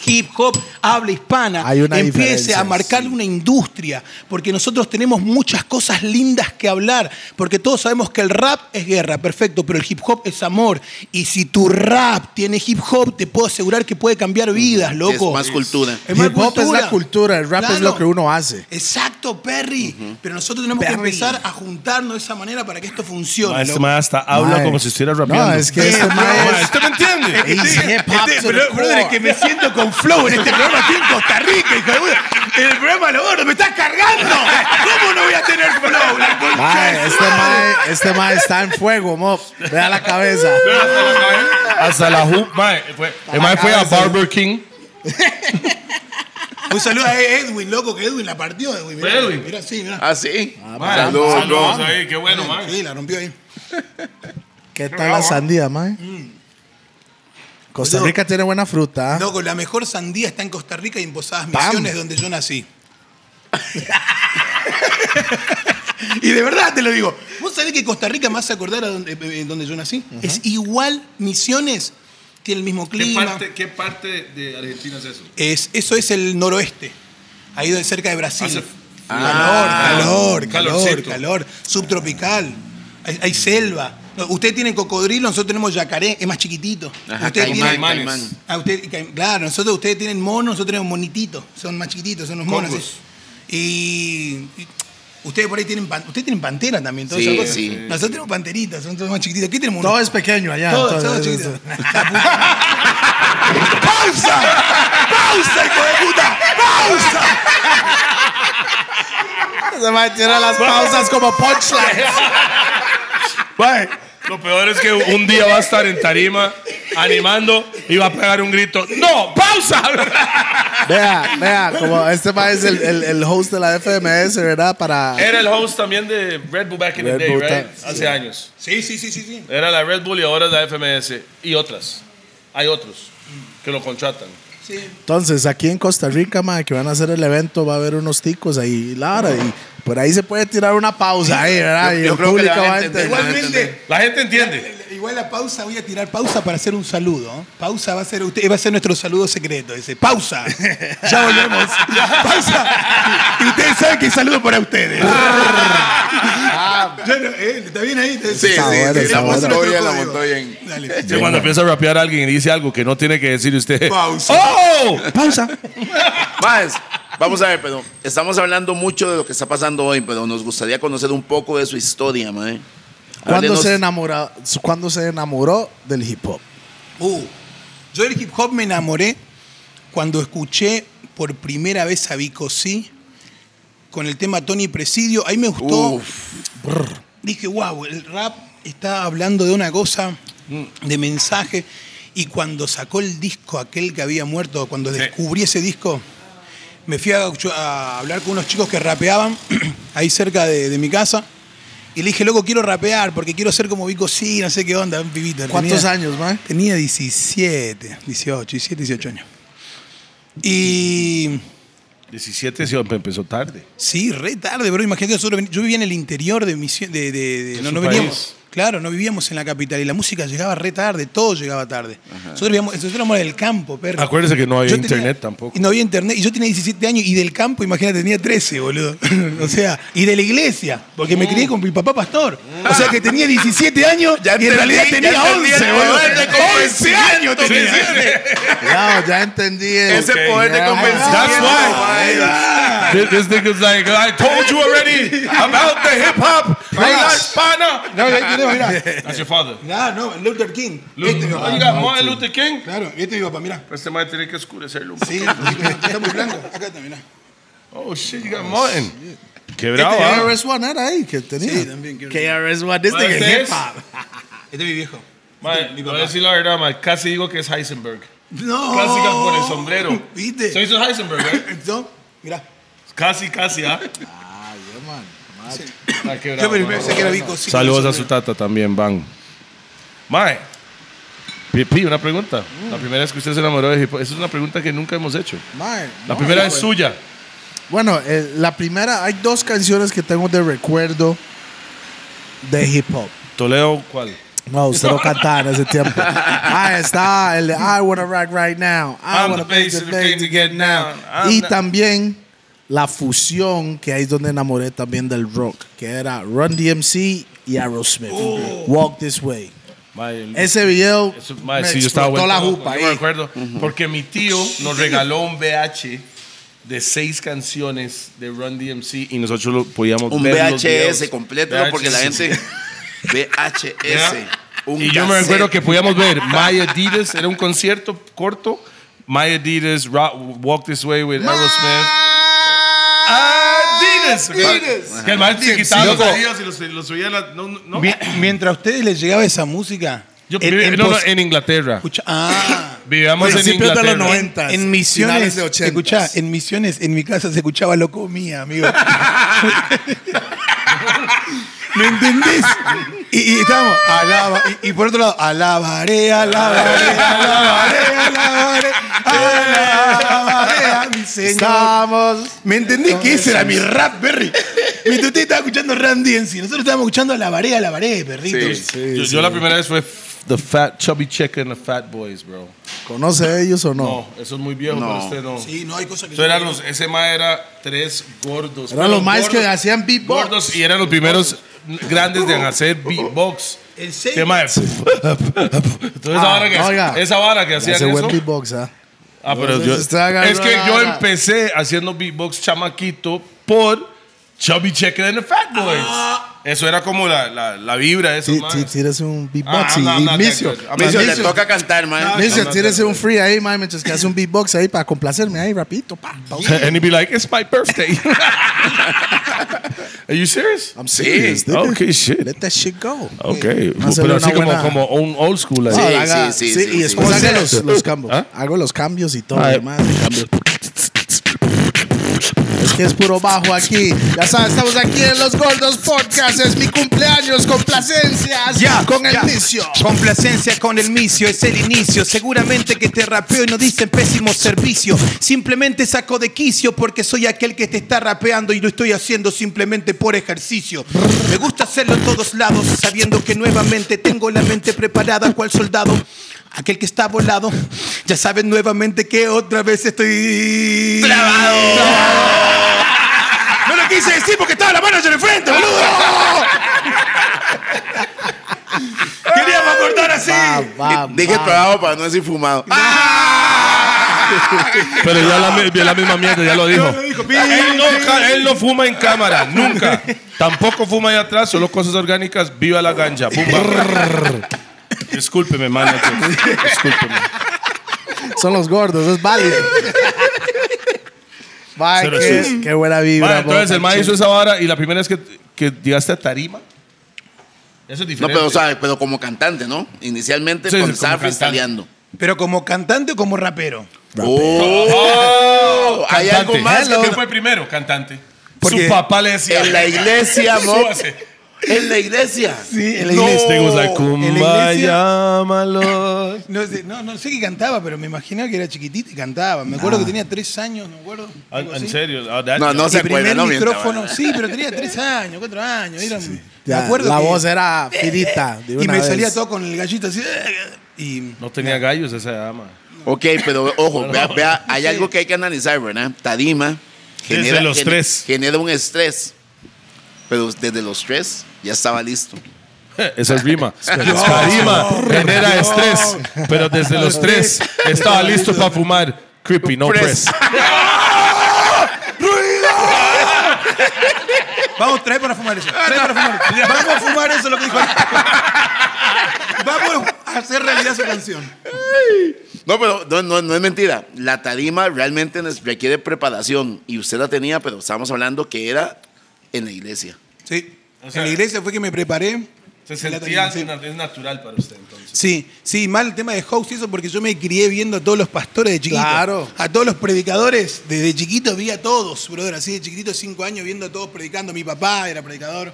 Speaker 2: hip hop, habla hispana,
Speaker 4: Hay una
Speaker 2: empiece
Speaker 4: diferencia,
Speaker 2: a marcar
Speaker 4: sí.
Speaker 2: una industria, porque nosotros tenemos muchas cosas lindas que hablar, porque todos sabemos que el rap es guerra, perfecto, pero el hip hop es amor. Y si tu rap tiene hip hop, te puedo asegurar que puede cambiar vidas, loco.
Speaker 3: más cultura.
Speaker 2: Es más
Speaker 4: Hip hop es la cultura, el rap es lo que uno hace.
Speaker 2: Exacto, Perry. Pero nosotros tenemos que
Speaker 4: Perry.
Speaker 2: empezar a juntarnos de esa manera para que esto funcione.
Speaker 1: Ma, Este
Speaker 2: loco.
Speaker 1: man hasta habla
Speaker 4: Mae.
Speaker 1: como si estuviera
Speaker 4: No,
Speaker 1: rapeando.
Speaker 4: es que este
Speaker 1: Ma,
Speaker 4: mae es-
Speaker 1: ¿Usted me entiende?
Speaker 4: He's hip hop
Speaker 2: Este,
Speaker 4: to the
Speaker 2: bro- brother, es
Speaker 4: core.
Speaker 2: que me siento con flow en este programa aquí en Costa Rica, hijo de puta. En el programa Lo Gordo, me estás cargando. ¿Cómo no voy a tener flow? La concha
Speaker 4: Mae,
Speaker 2: de su
Speaker 4: este
Speaker 2: madre.
Speaker 4: mae, este mae está en fuego, mop. Vea la cabeza.
Speaker 1: Hasta la hoop. Mae, fue, el mae fue a Barber King.
Speaker 2: Un saludo a Edwin, loco, que Edwin la partió. Edwin, mirá,
Speaker 1: Edwin.
Speaker 2: mirá, sí, mirá.
Speaker 3: Ah, sí.
Speaker 1: Mae,
Speaker 3: Saludos, bro.
Speaker 1: ahí, qué bueno, mae.
Speaker 2: Sí, la rompió ahí.
Speaker 4: ¿Qué tal la sandía, mae? Costa
Speaker 2: Boludo.
Speaker 4: Rica tiene buena fruta. ¿ah?
Speaker 2: Loco, la mejor sandía está en Costa Rica y en Posadas
Speaker 4: Pam.
Speaker 2: Misiones, donde yo nací. y de verdad te lo digo. ¿Vos sabés que Costa Rica más se acordar a donde, eh, eh, donde yo nací? Es igual Misiones, tiene el mismo clima.
Speaker 1: ¿Qué parte de Argentina es eso?
Speaker 2: Es, eso es el noroeste, ahí donde- cerca de Brasil.
Speaker 1: Hace-
Speaker 3: Ah,
Speaker 2: calor, calor, calor,
Speaker 1: calorcito.
Speaker 2: calor. Subtropical. Hay, hay selva. No, Ustedes tienen cocodrilo, nosotros tenemos yacaré, es más chiquitito.
Speaker 3: Ajá,
Speaker 2: Ustedes
Speaker 3: caimán,
Speaker 2: tienen-
Speaker 3: caimán.
Speaker 2: Ah, usted- ca- claro, nosotros ustedes tienen monos, nosotros tenemos monititos, son más chiquititos, son los monos.
Speaker 1: Congos.
Speaker 2: sí. Y, y Ustedes por ahí tienen, pan- ustedes tienen pantera también, todas esas
Speaker 3: Sí,
Speaker 2: cosas.
Speaker 3: sí.
Speaker 2: Nosotros tenemos panteritas, son todos más chiquititos. ¿Qué tenemos?
Speaker 4: Todo es pequeño allá.
Speaker 2: Todo,
Speaker 4: entonces,
Speaker 2: todo chiquito.
Speaker 4: es-
Speaker 2: La puta. ¡Pausa! ¡Pausa, hijo de puta! ¡Pausa!
Speaker 4: Se va a tirar las pausas como punchlines.
Speaker 1: Mae, Lo peor es que un día va a estar en tarima animando y va a pegar un grito. ¡No! ¡Pausa!
Speaker 4: Vea, vea, como este ma es el, el, el host de la FMS, ¿verdad? Para.
Speaker 1: Era el host también de Red Bull back in
Speaker 4: Red
Speaker 1: the day,
Speaker 4: Bull,
Speaker 1: right?
Speaker 4: ta-
Speaker 1: Hace años.
Speaker 2: Sí, sí, sí, sí, sí.
Speaker 1: Era la Red Bull y ahora es la FMS. Y otras. Hay otros que lo contratan.
Speaker 2: sí.
Speaker 4: Entonces, aquí en Costa Rica, ma, que van a hacer el evento, va a haber unos ticos ahí, Lara, y por ahí se puede tirar una pausa ahí, ¿verdad?
Speaker 3: Yo-
Speaker 4: y
Speaker 3: yo
Speaker 4: el
Speaker 3: creo que
Speaker 4: público
Speaker 3: la
Speaker 4: va a
Speaker 3: gente
Speaker 4: entender.
Speaker 3: igual-
Speaker 2: Igualmente,
Speaker 1: La gente entiende.
Speaker 2: igual la pausa, voy a tirar pausa para hacer un saludo. ¿eh? Pausa va a ser usted, va a ser nuestro saludo secreto. Dice, pausa. Ya volvemos. pausa. Y ustedes saben que saludo para ustedes. Ya no, eh, ¿Está bien ahí?
Speaker 3: Ah. Sí,
Speaker 4: Está
Speaker 3: sí,
Speaker 4: bueno,
Speaker 3: sí,
Speaker 4: está
Speaker 3: la
Speaker 4: bueno.
Speaker 3: Montoya, la
Speaker 2: Código.
Speaker 3: Montoya. en-
Speaker 2: Dale.
Speaker 1: Sí, cuando empieza a rapear a alguien y dice algo que no tiene que decir usted.
Speaker 2: Pausa.
Speaker 1: ¡Oh!
Speaker 4: Pausa.
Speaker 3: Más, vamos a ver, pero estamos hablando mucho de lo que está pasando hoy, pero nos gustaría conocer un poco de su historia, mae.
Speaker 4: ¿Cuándo
Speaker 3: Háblenos-
Speaker 4: se, enamora, ¿Cuándo se enamoró del hip hop?
Speaker 2: Uh, yo del hip hop me enamoré cuando escuché por primera vez a Vico C con el tema Tony Presidio. Ahí me gustó.
Speaker 3: Uf,
Speaker 2: Dije, wow, el rap está hablando de una cosa, de mensaje. Y cuando sacó el disco aquel que había muerto, cuando descubrí ese disco, me fui a, a hablar con unos chicos que rapeaban ahí cerca de, de mi casa. Y le dije, loco, quiero rapear porque quiero ser como Vico C, no sé qué onda, un pibito.
Speaker 4: ¿Cuántos
Speaker 2: Tenía-
Speaker 4: años, ma?
Speaker 2: Tenía 17, 18, 17, 18 años. Y
Speaker 1: 17 sí, empezó tarde.
Speaker 2: sí, re tarde, bro. Imagínate, nosotros veni- yo vivía en el interior de mi ci- de, de- de-
Speaker 1: De
Speaker 2: no,
Speaker 1: su
Speaker 2: no veníamos.
Speaker 1: país.
Speaker 2: Claro, no vivíamos en la capital y la música llegaba re tarde, todo llegaba tarde. Nosotros, vivíamos, nosotros éramos del campo, perro.
Speaker 1: Acuérdese que no Ah, había
Speaker 2: Yo tenía-
Speaker 1: internet tampoco.
Speaker 2: y No había internet. Y yo tenía 17 años y del campo, imagínate, tenía 13, boludo. o sea, y de la iglesia, porque
Speaker 3: Mm.
Speaker 2: me crié con mi papá pastor. O sea que tenía 17 años
Speaker 3: Ya
Speaker 2: y en
Speaker 3: entendí,
Speaker 2: realidad
Speaker 3: ya
Speaker 2: tenía
Speaker 3: entendí el
Speaker 2: 11, boludo.
Speaker 3: poder de convencimiento
Speaker 2: 11 años
Speaker 3: que
Speaker 2: tenía.
Speaker 3: tiene.
Speaker 4: Ya, ya entendí. el-
Speaker 3: Ese poder de
Speaker 4: Ya.
Speaker 3: convencimiento.
Speaker 1: That's why.
Speaker 3: mae.
Speaker 1: This, this nigga's like, I told you already about the hip hop.
Speaker 4: Relax.
Speaker 1: Pana.
Speaker 2: No, ahí tenemos, mirá.
Speaker 1: That's your father.
Speaker 2: Nah, no, Luther King.
Speaker 1: Luther,
Speaker 2: este es mi
Speaker 1: you
Speaker 2: papá.
Speaker 1: got Martin Luther King?
Speaker 2: Claro, este es mi papá, mirá.
Speaker 1: Este man tiene que oscurecerlo.
Speaker 2: Sí, está muy blanco. Acá está, mirá.
Speaker 1: Oh shit, you got Martin.
Speaker 2: Este
Speaker 1: Qué
Speaker 4: Oh,
Speaker 1: bravo, ¿ah?
Speaker 4: KRS-One era ahí que tenía.
Speaker 2: Sí, también, quiero-
Speaker 4: KRS-One, this
Speaker 1: Bueno,
Speaker 4: nigga
Speaker 1: este
Speaker 4: hip hop.
Speaker 2: Este es mi viejo.
Speaker 1: Man, voy a decir la verdad, man. Casi digo que es Heisenberg.
Speaker 2: No.
Speaker 1: Casi que por el sombrero.
Speaker 2: ¿Viste?
Speaker 1: Se hizo Heisenberg, ¿eh?
Speaker 2: Entonces, mirá.
Speaker 1: Casi, casi, ¿ah?
Speaker 4: Ah, yeah, man.
Speaker 1: Ah, qué bravo,
Speaker 2: Yo me
Speaker 1: man.
Speaker 2: pensé que era Vico. sí,
Speaker 1: Saludos a
Speaker 2: sí.
Speaker 1: su tata también, Van. Mae. Pipi, una pregunta. La primera vez que usted se enamoró de hip hop. Esa es una pregunta que nunca hemos hecho.
Speaker 4: Man,
Speaker 1: La
Speaker 4: no,
Speaker 1: primera
Speaker 4: yo-
Speaker 2: pues.
Speaker 1: es suya.
Speaker 4: Bueno, eh, la primera, hay dos canciones que tengo de recuerdo de hip hop.
Speaker 1: Toledo, ¿cuál?
Speaker 4: No, usted lo cantaba en ese tiempo. Ah, está el de I wanna rock right now. I
Speaker 1: I'm
Speaker 4: wanna
Speaker 1: the
Speaker 4: play
Speaker 1: bass
Speaker 4: the
Speaker 1: of the game
Speaker 4: bass
Speaker 1: to get now. I'm
Speaker 4: Y
Speaker 1: the-
Speaker 4: también la fusión, que ahí es donde enamoré también del rock, que era Run DMC y Aerosmith.
Speaker 1: Oh.
Speaker 4: Walk This Way.
Speaker 1: Mae, el-
Speaker 4: Ese video
Speaker 1: eso, mae,
Speaker 4: me
Speaker 1: sí, yo estaba vuelto
Speaker 4: explotó la
Speaker 1: loco,
Speaker 4: jupa.
Speaker 1: yo me
Speaker 4: ahí.
Speaker 1: acuerdo. Porque mi tío nos regaló un VH de seis canciones de Run DMC y nosotros lo podíamos
Speaker 3: Un
Speaker 1: ver los
Speaker 3: VHS
Speaker 1: videos.
Speaker 3: completo,
Speaker 1: VHS.
Speaker 3: porque la gente. VHS.
Speaker 1: Ya.
Speaker 3: Un
Speaker 1: y yo me
Speaker 3: cassette.
Speaker 1: recuerdo que podíamos ver My Adidas, era un concierto corto. My Adidas, Rock- Walk This Way with Aerosmith. Adidas. Que el maestro quitaba los
Speaker 2: Loco.
Speaker 1: Adidas y los, los subía. a la- no, no, no.
Speaker 2: Mi- Mientras a ustedes les llegaba esa música.
Speaker 1: Yo
Speaker 2: en-
Speaker 1: vivi-
Speaker 2: en
Speaker 1: no, no,
Speaker 2: pos-
Speaker 1: en Inglaterra.
Speaker 2: escucha- ah.
Speaker 1: Vivíamos en
Speaker 4: Principios de los
Speaker 1: Inglaterra.
Speaker 4: 90.
Speaker 2: En
Speaker 4: finales
Speaker 2: misiones,
Speaker 4: de 80s.
Speaker 2: escuchá, en misiones, en mi casa se escuchaba loco mía, amigo. ¿Me entendés? Y, y estábamos, alaba, y, y por otro lado, alabaré, alabaré, alabaré, alabaré, alabaré a mi Señor.
Speaker 4: Estamos.
Speaker 2: ¿Me entendés que ese era mi rap, Perry? Mientras usted estaba escuchando Randy en sí, nosotros estábamos escuchando alabaré, alabaré, perritos.
Speaker 3: Sí.
Speaker 1: yo, yo la primera vez fue f- The Fat Chubby Checker and the Fat Boys, bro.
Speaker 4: ¿Conoce a ellos o no?
Speaker 1: No, eso es muy viejo
Speaker 3: No.
Speaker 1: para usted, no.
Speaker 2: Sí, no hay cosas que
Speaker 1: Eso eran los- ese ma era tres gordos.
Speaker 4: Eran
Speaker 1: Pero
Speaker 4: los más que
Speaker 1: gordos-
Speaker 4: hacían beatbox.
Speaker 1: Gordos y eran los primeros grandes de hacer beatbox.
Speaker 2: ¿En serio?
Speaker 1: ¿Qué más? Entonces, esa,
Speaker 4: Ah,
Speaker 1: vara que,
Speaker 4: oiga.
Speaker 1: esa vara que hacían
Speaker 4: Hace buen
Speaker 1: eso.
Speaker 4: beatbox, ¿ah?
Speaker 1: Ah, pero
Speaker 4: Entonces,
Speaker 1: yo,
Speaker 4: usted agarró
Speaker 1: es que
Speaker 4: la
Speaker 1: yo
Speaker 4: vara.
Speaker 1: empecé haciendo beatbox chamaquito por Chubby Checker and the Fat Boys.
Speaker 4: Ah.
Speaker 1: Eso era como la, la, la vibra de esos
Speaker 4: Tí- tí-
Speaker 1: manes.
Speaker 4: Tírese un
Speaker 1: Ah,
Speaker 4: beatbox y-
Speaker 1: no, no,
Speaker 4: y
Speaker 1: no,
Speaker 4: Micio.
Speaker 1: no, no, no.
Speaker 3: Micio,
Speaker 1: Ah,
Speaker 3: le
Speaker 1: Micio.
Speaker 3: toca cantar, man.
Speaker 4: Micio,
Speaker 1: no, no,
Speaker 4: tírese
Speaker 1: no,
Speaker 4: un free ahí, mae, mientras que hace un beatbox ahí para complacerme ahí rapidito. Pa, pa.
Speaker 1: And he'd be like, it's my birthday. Are you serious?
Speaker 4: I'm serious.
Speaker 1: Sí.
Speaker 4: nigga.
Speaker 1: Okay, shit.
Speaker 4: Let that shit go. Eh,
Speaker 1: Ok.
Speaker 4: Hacerle
Speaker 1: Pero
Speaker 4: una
Speaker 1: así como,
Speaker 4: buena-
Speaker 1: como un old school. ahí.
Speaker 4: Ah,
Speaker 3: Sí,
Speaker 4: haga-
Speaker 3: sí, sí, sí,
Speaker 4: Y
Speaker 3: sí.
Speaker 4: después
Speaker 3: O
Speaker 4: Pues haga
Speaker 3: sea-
Speaker 4: los, los cambios.
Speaker 1: ¿Ah?
Speaker 4: Hago los cambios y todo
Speaker 1: Ah,
Speaker 4: lo demás. Es que es puro bajo aquí. Ya sabes, estamos aquí en Los Gordos Podcast. Es mi cumpleaños. Complacencias.
Speaker 2: Ya,
Speaker 4: con el
Speaker 2: ya.
Speaker 4: vicio.
Speaker 2: Complacencia con el micio, es el inicio. Seguramente que te rapeo y no dicen pésimo servicio. Simplemente saco de quicio porque soy aquel que te está rapeando y lo estoy haciendo simplemente por ejercicio. Me gusta hacerlo en todos lados, sabiendo que nuevamente tengo la mente preparada cual soldado. Aquel que está volado, ya saben nuevamente que otra vez estoy... ¡Trabado! No lo quise decir porque estaba la manager enfrente, boludo. Queríamos cortar así.
Speaker 4: Va, va,
Speaker 3: Dije
Speaker 4: va.
Speaker 3: probado para no decir fumado. Ah,
Speaker 1: Pero ya la, mi- la misma mierda, ya lo dijo. Él no, ca- él no fuma en cámara, nunca. Tampoco fuma ahí atrás, solo cosas orgánicas. Viva la ganja. Pum, va. Discúlpeme, manager. Discúlpeme.
Speaker 4: Son los gordos. Es válido. Mae,
Speaker 1: Pero
Speaker 4: qué,
Speaker 1: sí.
Speaker 4: qué buena vibra.
Speaker 1: Vale, Ah, entonces
Speaker 4: boca,
Speaker 1: el man hizo
Speaker 4: chico.
Speaker 1: esa vara y la primera vez que, que llegaste a Tarima. Eso es
Speaker 3: no,
Speaker 1: diferente.
Speaker 3: pero, ¿sabes? Pero como cantante, ¿no? Inicialmente
Speaker 1: Sí, sí,
Speaker 3: cuando
Speaker 1: como
Speaker 3: estaba
Speaker 1: cantante.
Speaker 3: freestyleando.
Speaker 2: Pero como cantante o como rapero.
Speaker 3: ¡Oh! Hay algo más. que-
Speaker 1: ¿Qué fue primero? Cantante.
Speaker 2: Porque
Speaker 1: Su papá le decía.
Speaker 3: En la iglesia, amor.
Speaker 1: Súbase.
Speaker 3: En la iglesia.
Speaker 2: Sí, en
Speaker 1: Thing was like,
Speaker 2: En la iglesia.
Speaker 1: "Kumbaya, my lord".
Speaker 2: No sé, no, no sé qué cantaba, pero me imaginaba que era chiquitita y cantaba. Me
Speaker 4: Ah.
Speaker 2: acuerdo que tenía tres años, no me acuerdo.
Speaker 1: Ah,
Speaker 2: algo
Speaker 1: ¿En
Speaker 2: así.
Speaker 1: serio? Ah, that-
Speaker 3: No, no
Speaker 2: Mi
Speaker 3: se acuerda,
Speaker 2: primer
Speaker 3: no mienta,
Speaker 2: micrófono,
Speaker 3: ¿verdad?
Speaker 2: sí, pero tenía tres años, cuatro años. era-
Speaker 4: Ya,
Speaker 2: me acuerdo
Speaker 4: la
Speaker 2: que-
Speaker 4: voz era finita. de
Speaker 2: Y
Speaker 4: una
Speaker 2: me
Speaker 4: vez.
Speaker 2: salía todo con el gallito así. eh, Y
Speaker 1: No tenía gallos esa dama.
Speaker 3: Ok, pero ojo, vea, vea, hay algo que hay que analizar, ¿verdad? Tadima
Speaker 1: Desde los
Speaker 3: gene-
Speaker 1: tres.
Speaker 3: genera un estrés. Pero desde los tres ya estaba listo.
Speaker 1: Esa es rima. Tarima genera estrés, pero desde los tres estaba listo para fumar. Creepy, no press.
Speaker 3: Press.
Speaker 2: vamos, trae para fumar eso. Trae para fumar eso. Vamos a fumar eso, lo que dijo. Vamos a hacer realidad su canción.
Speaker 3: No, pero no, no, no es mentira. La tarima realmente nos requiere preparación. Y usted la tenía, pero estábamos hablando que era en la iglesia.
Speaker 2: Sí.
Speaker 1: O sea-
Speaker 2: en la iglesia fue que me preparé.
Speaker 1: Se
Speaker 2: sentía-
Speaker 1: es natural para usted entonces.
Speaker 2: Sí, sí, mal el tema de host y eso porque yo me crié viendo a todos los pastores de chiquito.
Speaker 4: Claro.
Speaker 2: A todos los predicadores. Desde chiquito vi a todos, brother. Así de chiquito, cinco años, viendo a todos predicando. Mi papá era predicador.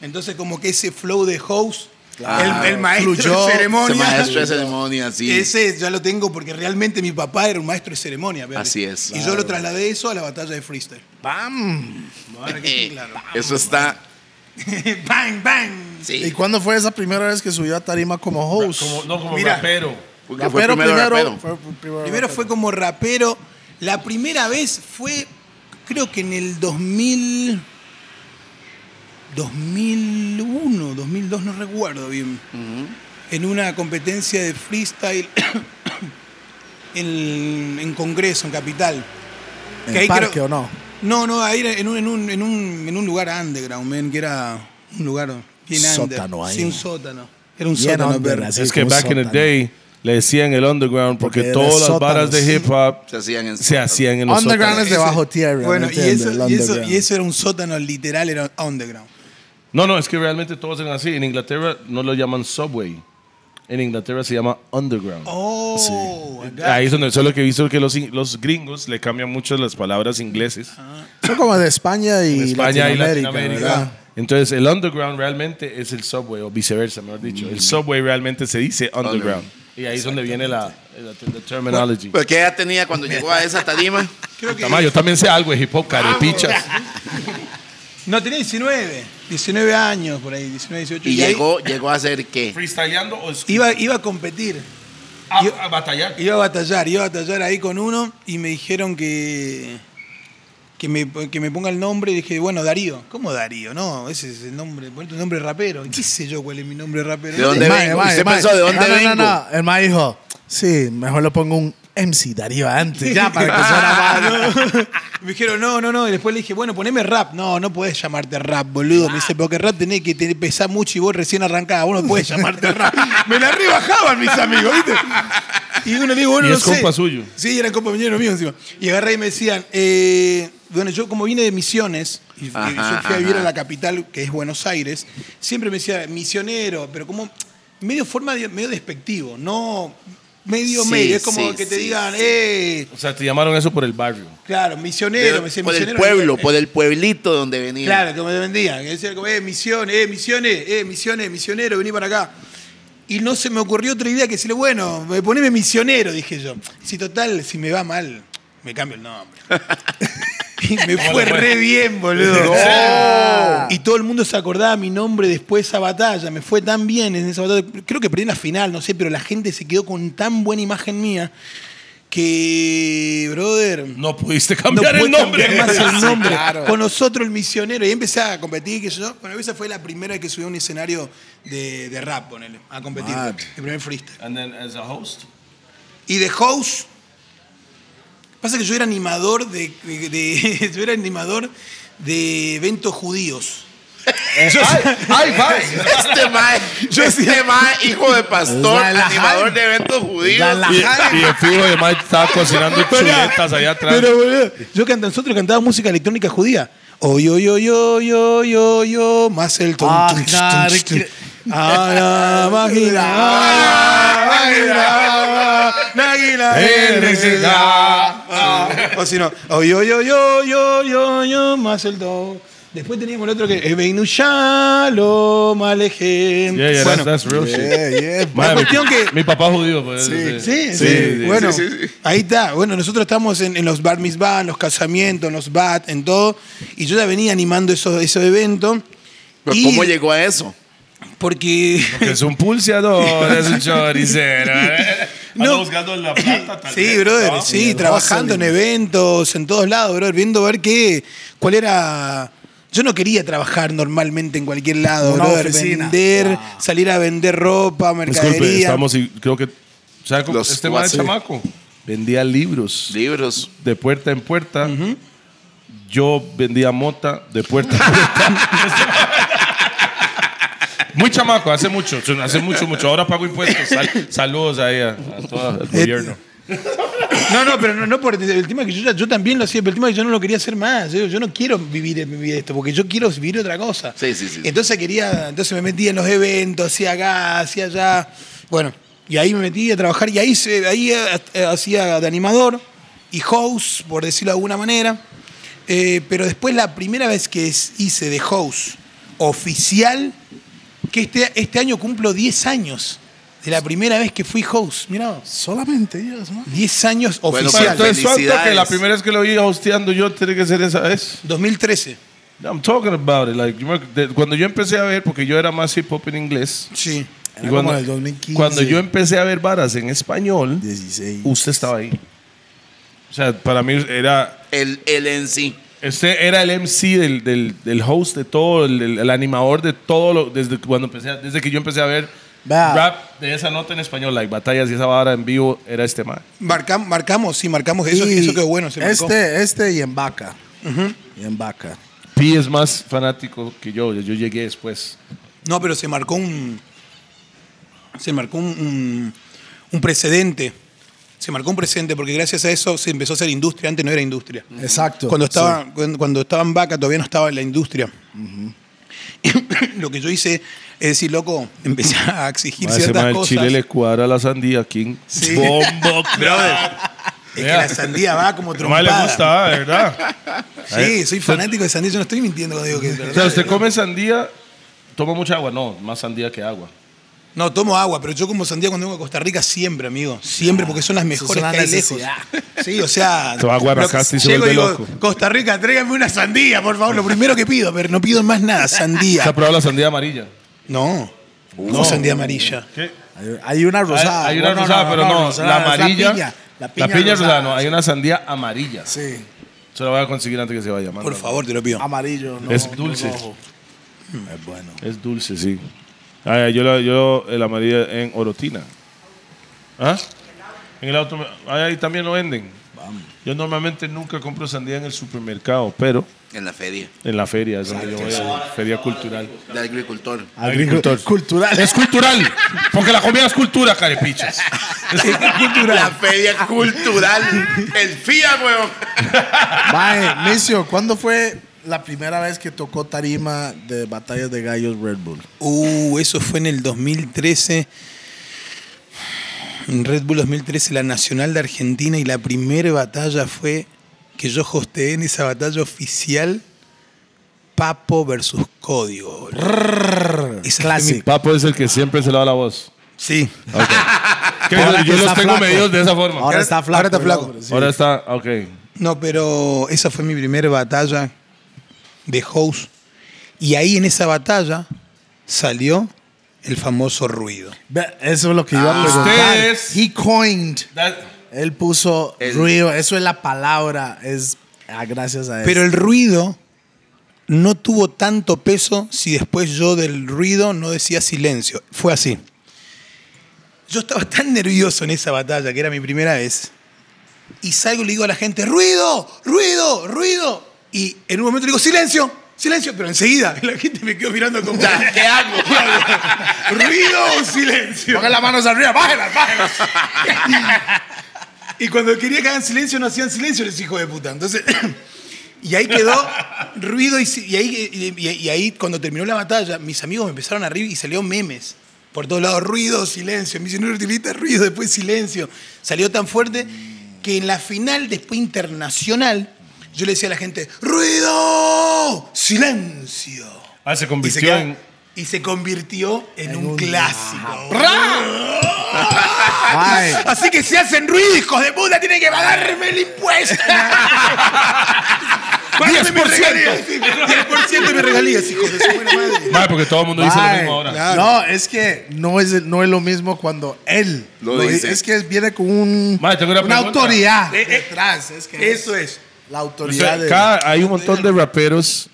Speaker 2: Entonces, como que ese flow de host, el, el maestro
Speaker 4: Fluyó,
Speaker 2: de
Speaker 3: Ese
Speaker 2: ceremonia.
Speaker 3: maestro de ceremonia, sí. Eh,
Speaker 2: Ese ya lo tengo porque realmente mi papá era un maestro de ceremonia. ¿verdad?
Speaker 3: Así es.
Speaker 2: Y yo lo trasladé eso a la batalla de freestyle.
Speaker 4: ¡Bam!
Speaker 2: Para que esté
Speaker 3: Eh,
Speaker 2: claro.
Speaker 3: Eso está.
Speaker 2: bang, bang.
Speaker 4: ¿Y
Speaker 3: Sí.
Speaker 4: cuándo fue esa primera vez que subió a tarima como host?
Speaker 1: no como
Speaker 2: Mira.
Speaker 1: rapero.
Speaker 3: Porque fue
Speaker 4: Rapero
Speaker 3: primero,
Speaker 4: primero.
Speaker 3: rapero.
Speaker 4: fue primero
Speaker 2: Primero
Speaker 4: rapero.
Speaker 2: fue como rapero. La primera vez fue, creo que en el 2000. 2001, 2002, no recuerdo bien. En una competencia de freestyle en, en Congreso, en Capital.
Speaker 4: ¿En
Speaker 2: que ahí
Speaker 4: parque
Speaker 2: creo-
Speaker 4: o no?
Speaker 2: No, no, ahí era en un, en un, en un, en un lugar underground, man, que era un lugar bien under.
Speaker 4: Sótano ahí.
Speaker 2: Sí, un sótano. Era un
Speaker 4: Bien
Speaker 2: sótano,
Speaker 4: under,
Speaker 2: perro.
Speaker 4: así. Sí,
Speaker 1: Es que
Speaker 4: como
Speaker 1: back in the
Speaker 4: sótano.
Speaker 1: day le decían el underground porque,
Speaker 4: Porque era
Speaker 1: todas las varas
Speaker 4: sótanos.
Speaker 1: de hip hop
Speaker 3: Se hacían en
Speaker 1: se hacían en los
Speaker 4: Underground es
Speaker 1: sótanos.
Speaker 4: de
Speaker 2: Ese-
Speaker 4: bajo tierra.
Speaker 2: Bueno,
Speaker 4: ¿me
Speaker 2: y
Speaker 4: entiendes?
Speaker 2: eso,
Speaker 4: El
Speaker 2: y, eso,
Speaker 4: underground.
Speaker 2: y eso era un sótano, literal, era underground.
Speaker 1: No, no, es que realmente todos eran así. En Inglaterra no lo llaman subway. En Inglaterra se llama underground.
Speaker 2: Oh, acá.
Speaker 1: Ahí es donde solo que he visto que los, in- los gringos le cambian mucho las palabras ingleses.
Speaker 2: Ah.
Speaker 4: Son como de España y
Speaker 1: España y
Speaker 4: Latinoamérica.
Speaker 1: Latinoamérica.
Speaker 4: ¿verdad?
Speaker 1: Entonces, el underground realmente es el subway, o viceversa, mejor dicho.
Speaker 2: Mm.
Speaker 1: El subway realmente se dice underground. Y ahí es donde viene la, la, la terminology.
Speaker 2: Pues,
Speaker 3: ¿Pero Pues, qué edad tenía cuando llegó a esa tarima?
Speaker 2: creo que.
Speaker 1: Tama, yo también sé algo de hip hop, carepichas.
Speaker 2: No, tenía 19. 19 años por ahí, 19, 18.
Speaker 3: Y,
Speaker 2: ahí
Speaker 3: llegó, llegó a hacer qué?
Speaker 1: Freestyleando o
Speaker 2: Iba, iba a competir,
Speaker 1: a, batallar.
Speaker 2: iba a batallar, iba a batallar ahí con uno y me dijeron que. Que me, que me ponga el nombre y dije, bueno, Darío. ¿Cómo Darío? No, ese es el nombre, ponete un nombre rapero. ¿Qué sé yo cuál es mi nombre rapero?
Speaker 3: ¿De dónde
Speaker 4: El mae,
Speaker 3: vengo?
Speaker 4: el mae,
Speaker 3: Usted
Speaker 4: el mae.
Speaker 3: pensó, ¿de dónde
Speaker 4: no, no,
Speaker 3: vengo?
Speaker 4: No, no, El mae dijo, sí, mejor le pongo un MC Darío antes, ya, para que suene más.
Speaker 2: Me dijeron, no, no, no. Y después le dije, bueno, poneme rap. No, no podés llamarte rap, boludo. Me dice, porque rap tenés que te pesar mucho y vos recién arrancás. Vos no podés llamarte rap. Me la rebajaban mis amigos, ¿viste? Y uno le digo, bueno,
Speaker 1: Y
Speaker 2: no
Speaker 1: es compa
Speaker 2: sé.
Speaker 1: suyo.
Speaker 2: Sí, eran compañeros míos encima. Y agarré y me decían, eh, bueno, yo como vine de Misiones, y y
Speaker 3: Ajá,
Speaker 2: yo fui a vivir
Speaker 3: ajá.
Speaker 2: a la capital, que es Buenos Aires, siempre me decía misionero, pero como medio forma, de- medio despectivo, no medio
Speaker 3: Sí,
Speaker 2: medio. Es como
Speaker 3: sí,
Speaker 2: que te
Speaker 3: sí,
Speaker 2: digan,
Speaker 3: sí.
Speaker 2: eh,
Speaker 1: O sea, te llamaron eso por el barrio.
Speaker 2: claro, misionero, me decía
Speaker 3: por el
Speaker 2: misionero.
Speaker 3: pueblo,
Speaker 2: eh,
Speaker 3: por el pueblito donde venía.
Speaker 2: Claro, que me vendían. Que decía, como, eh, misiones, eh, misiones, eh, misiones, misionero, vení para acá. Y no se me ocurrió otra idea que decirle, bueno, me- poneme misionero, dije yo. Si total, si me va mal, me cambio el nombre. y me fue
Speaker 1: le fue?
Speaker 2: re bien, boludo.
Speaker 1: ¡Oh!
Speaker 4: Ah.
Speaker 2: Y todo el mundo se acordaba mi nombre después de esa batalla. Me fue tan bien en esa batalla. Creo que perdí en la final, no sé, pero la gente se quedó con tan buena imagen mía que, brother.
Speaker 1: No pudiste
Speaker 2: No
Speaker 1: cambiar el
Speaker 2: puede
Speaker 1: nombre.
Speaker 2: cambiar más el
Speaker 4: Sí,
Speaker 2: nombre.
Speaker 4: claro.
Speaker 2: Con nosotros el misionero. Y empecé a competir, que yo. Bueno, esa fue la primera que subí a un escenario de, de rap, ponele, a competir.
Speaker 4: Mad.
Speaker 2: El primer freestyle.
Speaker 1: And then as a host.
Speaker 2: Y de house. Pasa que yo era animador de. de- de- yo era animador de eventos judíos. Eh,
Speaker 3: Ay, mae, Este mae, este mae, hijo de pastor,
Speaker 4: Guadalajara.
Speaker 3: animador de eventos judíos.
Speaker 1: Y,
Speaker 4: Guadalajara.
Speaker 1: y el fijo de Mike estaba cocinando chuletas allá atrás.
Speaker 2: Pero, boludo, yo canta, nosotros cantaba música electrónica judía. Oy, oy, oy, oy, oy, oy, oy, más el ton,
Speaker 4: Ah,
Speaker 2: tun, tun,
Speaker 4: claro,
Speaker 2: tun, tun.
Speaker 4: que-
Speaker 2: Ah, la máquina, ah, la máquina,
Speaker 1: Eh,
Speaker 2: máquina, eh,
Speaker 1: Electricidad.
Speaker 2: ah. O si no, oy, oy, oy, oy, oy, oy, oy, más el do. Después teníamos el otro que Ebeinu Shalom Alejem.
Speaker 1: Yeah, yeah,
Speaker 2: Bueno,
Speaker 1: that's, that's real shit.
Speaker 4: Yeah, yeah.
Speaker 1: Madre,
Speaker 2: la cuestión
Speaker 1: mi,
Speaker 2: que-
Speaker 1: mi papá judío, pues. Sí,
Speaker 2: Sí, sí,
Speaker 1: sí,
Speaker 2: bueno,
Speaker 3: sí, sí, sí.
Speaker 2: ahí está. Bueno, nosotros estamos en, en los bar mitzvah, en los casamientos, en los bat, en todo. Y yo ya venía animando esos, esos eventos.
Speaker 3: Pero
Speaker 2: Y-
Speaker 3: ¿Cómo llegó a eso?
Speaker 2: Porque.
Speaker 1: Que es un pulseador, es un choricero. ¿eh? Ando
Speaker 2: No.
Speaker 1: buscando la plata, tal
Speaker 2: Sí,
Speaker 1: vez,
Speaker 2: brother,
Speaker 1: ¿no?
Speaker 2: sí,
Speaker 4: Mierda.
Speaker 2: trabajando en eventos, en todos lados, brother, viendo ver qué. ¿Cuál era.? Yo no quería trabajar normalmente en cualquier lado,
Speaker 4: Una
Speaker 2: brother.
Speaker 4: oficina.
Speaker 2: Vender,
Speaker 4: Ah.
Speaker 2: salir a vender ropa, mercadería.
Speaker 1: Disculpe, estamos y creo que. ¿Sabe cómo
Speaker 3: Los-
Speaker 1: este mal
Speaker 3: sí.
Speaker 1: chamaco? Vendía libros
Speaker 3: Libros.
Speaker 1: de puerta en puerta. Yo vendía mota de puerta en puerta. Muy chamaco, hace mucho, hace mucho, mucho. Ahora pago impuestos. Sal- saludos ahí a, a todo
Speaker 4: Eh,
Speaker 1: el gobierno.
Speaker 2: No, no, pero no, no por el tema que yo, ya- yo también lo hacía, pero el tema que yo no lo quería hacer más. Yo, yo no quiero vivir mi vida esto, porque yo quiero vivir otra cosa.
Speaker 3: Sí, sí, sí.
Speaker 2: Entonces quería, entonces me metí en los eventos, hacía acá, hacía allá. Bueno, y ahí me metí a trabajar y ahí, se- ahí eh, eh, hacía de animador y host, por decirlo de alguna manera. Eh, pero después la primera vez que es- hice de host oficial, que este, este año cumplo 10 años de la primera vez que fui host. Mirá, vos,
Speaker 4: Solamente ellos, man.
Speaker 2: 10 años
Speaker 3: Bueno,
Speaker 1: Pero
Speaker 2: oficial.
Speaker 3: Oficial.
Speaker 1: entonces suelta que la
Speaker 3: Felicidades.
Speaker 1: primera vez que lo vi hosteando yo tiene que ser esa vez.
Speaker 2: 2013.
Speaker 1: I'm talking about it. Like, you know, de- cuando yo empecé a ver, porque yo era más hip hop en inglés.
Speaker 2: Sí.
Speaker 4: Era
Speaker 1: y cuando,
Speaker 4: como el 2015.
Speaker 1: cuando yo empecé a ver varas en español,
Speaker 4: 16.
Speaker 1: usted estaba ahí. O sea, para mí era.
Speaker 3: El, el en sí.
Speaker 1: Usted Este era el MC del, del- del host de todo, el, el- el animador de todo, lo- desde, cuando empecé, a- desde que yo empecé a ver
Speaker 4: Va.
Speaker 1: rap de esa nota en español, like batallas y esa vara en vivo, era este man.
Speaker 2: Marcam- marcamos, sí, marcamos. Eso,
Speaker 4: Y
Speaker 2: eso que bueno, se marcó.
Speaker 4: este, este y en vaca. Y en vaca.
Speaker 1: P es más fanático que yo, yo llegué después.
Speaker 2: No, pero se marcó un. Se marcó un, un, un precedente. Se marcó un precedente porque gracias a eso se empezó a hacer industria. Antes no era industria.
Speaker 4: Exacto.
Speaker 2: Cuando estaba, cuando, cuando estaba en vaca todavía no estaba en la industria. Lo que yo hice es decir, loco, empecé a exigir
Speaker 1: Mae, ese mae,
Speaker 2: ciertas
Speaker 1: el
Speaker 2: cosas.
Speaker 1: Chile le cuadra la sandía, King.
Speaker 2: Sí.
Speaker 1: Bombo,
Speaker 2: Es que la sandía va como
Speaker 1: Mae, le
Speaker 2: trompada.
Speaker 1: gusta, de ¿verdad?
Speaker 2: Sí, soy fanático de sandía. Yo no estoy mintiendo cuando digo que es
Speaker 1: O
Speaker 2: verdad.
Speaker 1: sea, usted come sandía, toma mucha agua. No, más sandía que agua.
Speaker 2: No, tomo agua, pero yo como sandía cuando vengo a Costa Rica siempre, amigo. Siempre, porque son las mejores
Speaker 4: una
Speaker 2: que hay lejos.
Speaker 4: necesidad.
Speaker 2: Sí, o sea.
Speaker 1: Tu agua de
Speaker 2: lo-
Speaker 1: acá sí se
Speaker 2: llego y
Speaker 1: vuelve loco.
Speaker 2: digo, Costa Rica, tráigame una sandía, por favor. Lo primero que pido, pero no pido más nada,
Speaker 1: ¿Se ha
Speaker 2: sandía.
Speaker 1: probado la sandía amarilla?
Speaker 2: No.
Speaker 1: uh.
Speaker 2: No, sandía amarilla.
Speaker 1: ¿Qué?
Speaker 4: Hay, hay una rosada.
Speaker 1: Hay, hay una
Speaker 4: Bueno,
Speaker 1: rosada, pero no,
Speaker 4: rosada,
Speaker 1: la
Speaker 4: es
Speaker 1: amarilla.
Speaker 4: La piña, la piña
Speaker 1: rosada, no. Hay una sandía amarilla.
Speaker 4: Sí,
Speaker 1: Se la voy a conseguir antes que se vaya.
Speaker 2: Por
Speaker 1: mándala.
Speaker 2: favor, te lo pido.
Speaker 4: amarillo. No,
Speaker 1: Es
Speaker 4: no
Speaker 1: dulce.
Speaker 4: rojo. Es bueno.
Speaker 1: Es dulce, sí. Ah, yo, la, yo el amarilla en Orotina. ¿Ah? En el auto. Ahí también lo venden. Yo normalmente nunca compro sandía en el supermercado, pero
Speaker 3: en la feria
Speaker 1: en la feria, es donde yo voy a la feria cultural.
Speaker 3: de agricultor.
Speaker 1: Agricultor.
Speaker 4: Cultural.
Speaker 1: Es cultural, porque la comida es cultura, carepichas.
Speaker 3: La feria cultural. El FIA, weón.
Speaker 4: Mae, Micio, ¿cuándo fue la primera vez que tocó tarima de batallas de gallos Red Bull?
Speaker 2: Uh, eso fue en el 2013. En Red Bull 2013, la Nacional de Argentina, y la primera batalla fue que yo hosteé en esa batalla oficial Papo versus Código. boludo. Esa
Speaker 4: Ah,
Speaker 2: fue mi-
Speaker 1: Papo es el que siempre se lava la voz.
Speaker 2: Sí.
Speaker 1: Que
Speaker 4: Ahora
Speaker 1: yo-
Speaker 4: que
Speaker 1: yo los
Speaker 4: está
Speaker 1: tengo
Speaker 4: flaco.
Speaker 1: medidos de esa forma.
Speaker 4: Ahora está flaco.
Speaker 2: Ahora está
Speaker 4: el
Speaker 2: flaco.
Speaker 4: hombre, sí.
Speaker 1: Ahora está, ok.
Speaker 2: No, pero esa fue mi primera batalla de house. Y ahí en esa batalla salió el famoso ruido.
Speaker 4: Ve, Eso es lo que yo iba a
Speaker 1: Ah,
Speaker 4: preguntar.
Speaker 1: ustedes-
Speaker 4: He coined. Él puso
Speaker 3: El-
Speaker 4: ruido. Eso es la palabra. Es ah, gracias a él.
Speaker 2: Pero el ruido no tuvo tanto peso si después yo del ruido no decía silencio. Fue así. Yo estaba tan nervioso en esa batalla, que era mi primera vez, y salgo y le digo a la gente, ruido, ruido, ruido. Y en un momento le digo, silencio, silencio, pero enseguida la gente me quedó mirando como, ¿qué hago? ruido o silencio.
Speaker 4: Pongan las manos arriba, bájenlas, bájenlas.
Speaker 2: Y cuando quería que hagan silencio, no hacían silencio los hijos de puta. Entonces, y ahí quedó ruido. Y, si- y ahí, y- y- y ahí, cuando terminó la batalla, mis amigos me empezaron a reír y salieron memes. Por todos lados, ruido, silencio. Me dicen, no utilita ruido, después silencio. Salió tan fuerte que en la final, después internacional, yo le decía a la gente, ruido, silencio.
Speaker 1: Ah, se
Speaker 2: Y se,
Speaker 1: convirtió
Speaker 2: queda-
Speaker 1: en.
Speaker 2: y se convirtió en, un,
Speaker 4: un-
Speaker 2: clásico.
Speaker 4: Mae,
Speaker 2: Así que si hacen ruido, hijos de puta, tienen que pagarme el impuesto. Págame mis
Speaker 1: 10%.
Speaker 2: regalías, sí, 10% de mis regalías, hijos de su buena madre.
Speaker 1: Mae, porque todo el mundo dice lo
Speaker 4: mae.
Speaker 1: mismo ahora.
Speaker 2: Claro.
Speaker 4: No, es que no es, no es lo mismo cuando él
Speaker 3: Lo dice.
Speaker 4: Es que viene con un,
Speaker 1: Mae, tengo una pregunta.
Speaker 4: autoridad
Speaker 2: Eh, eh,
Speaker 4: detrás. Es que
Speaker 2: Eso es.
Speaker 4: La
Speaker 1: O sea,
Speaker 4: autoridad de-
Speaker 1: cada- hay un montón de raperos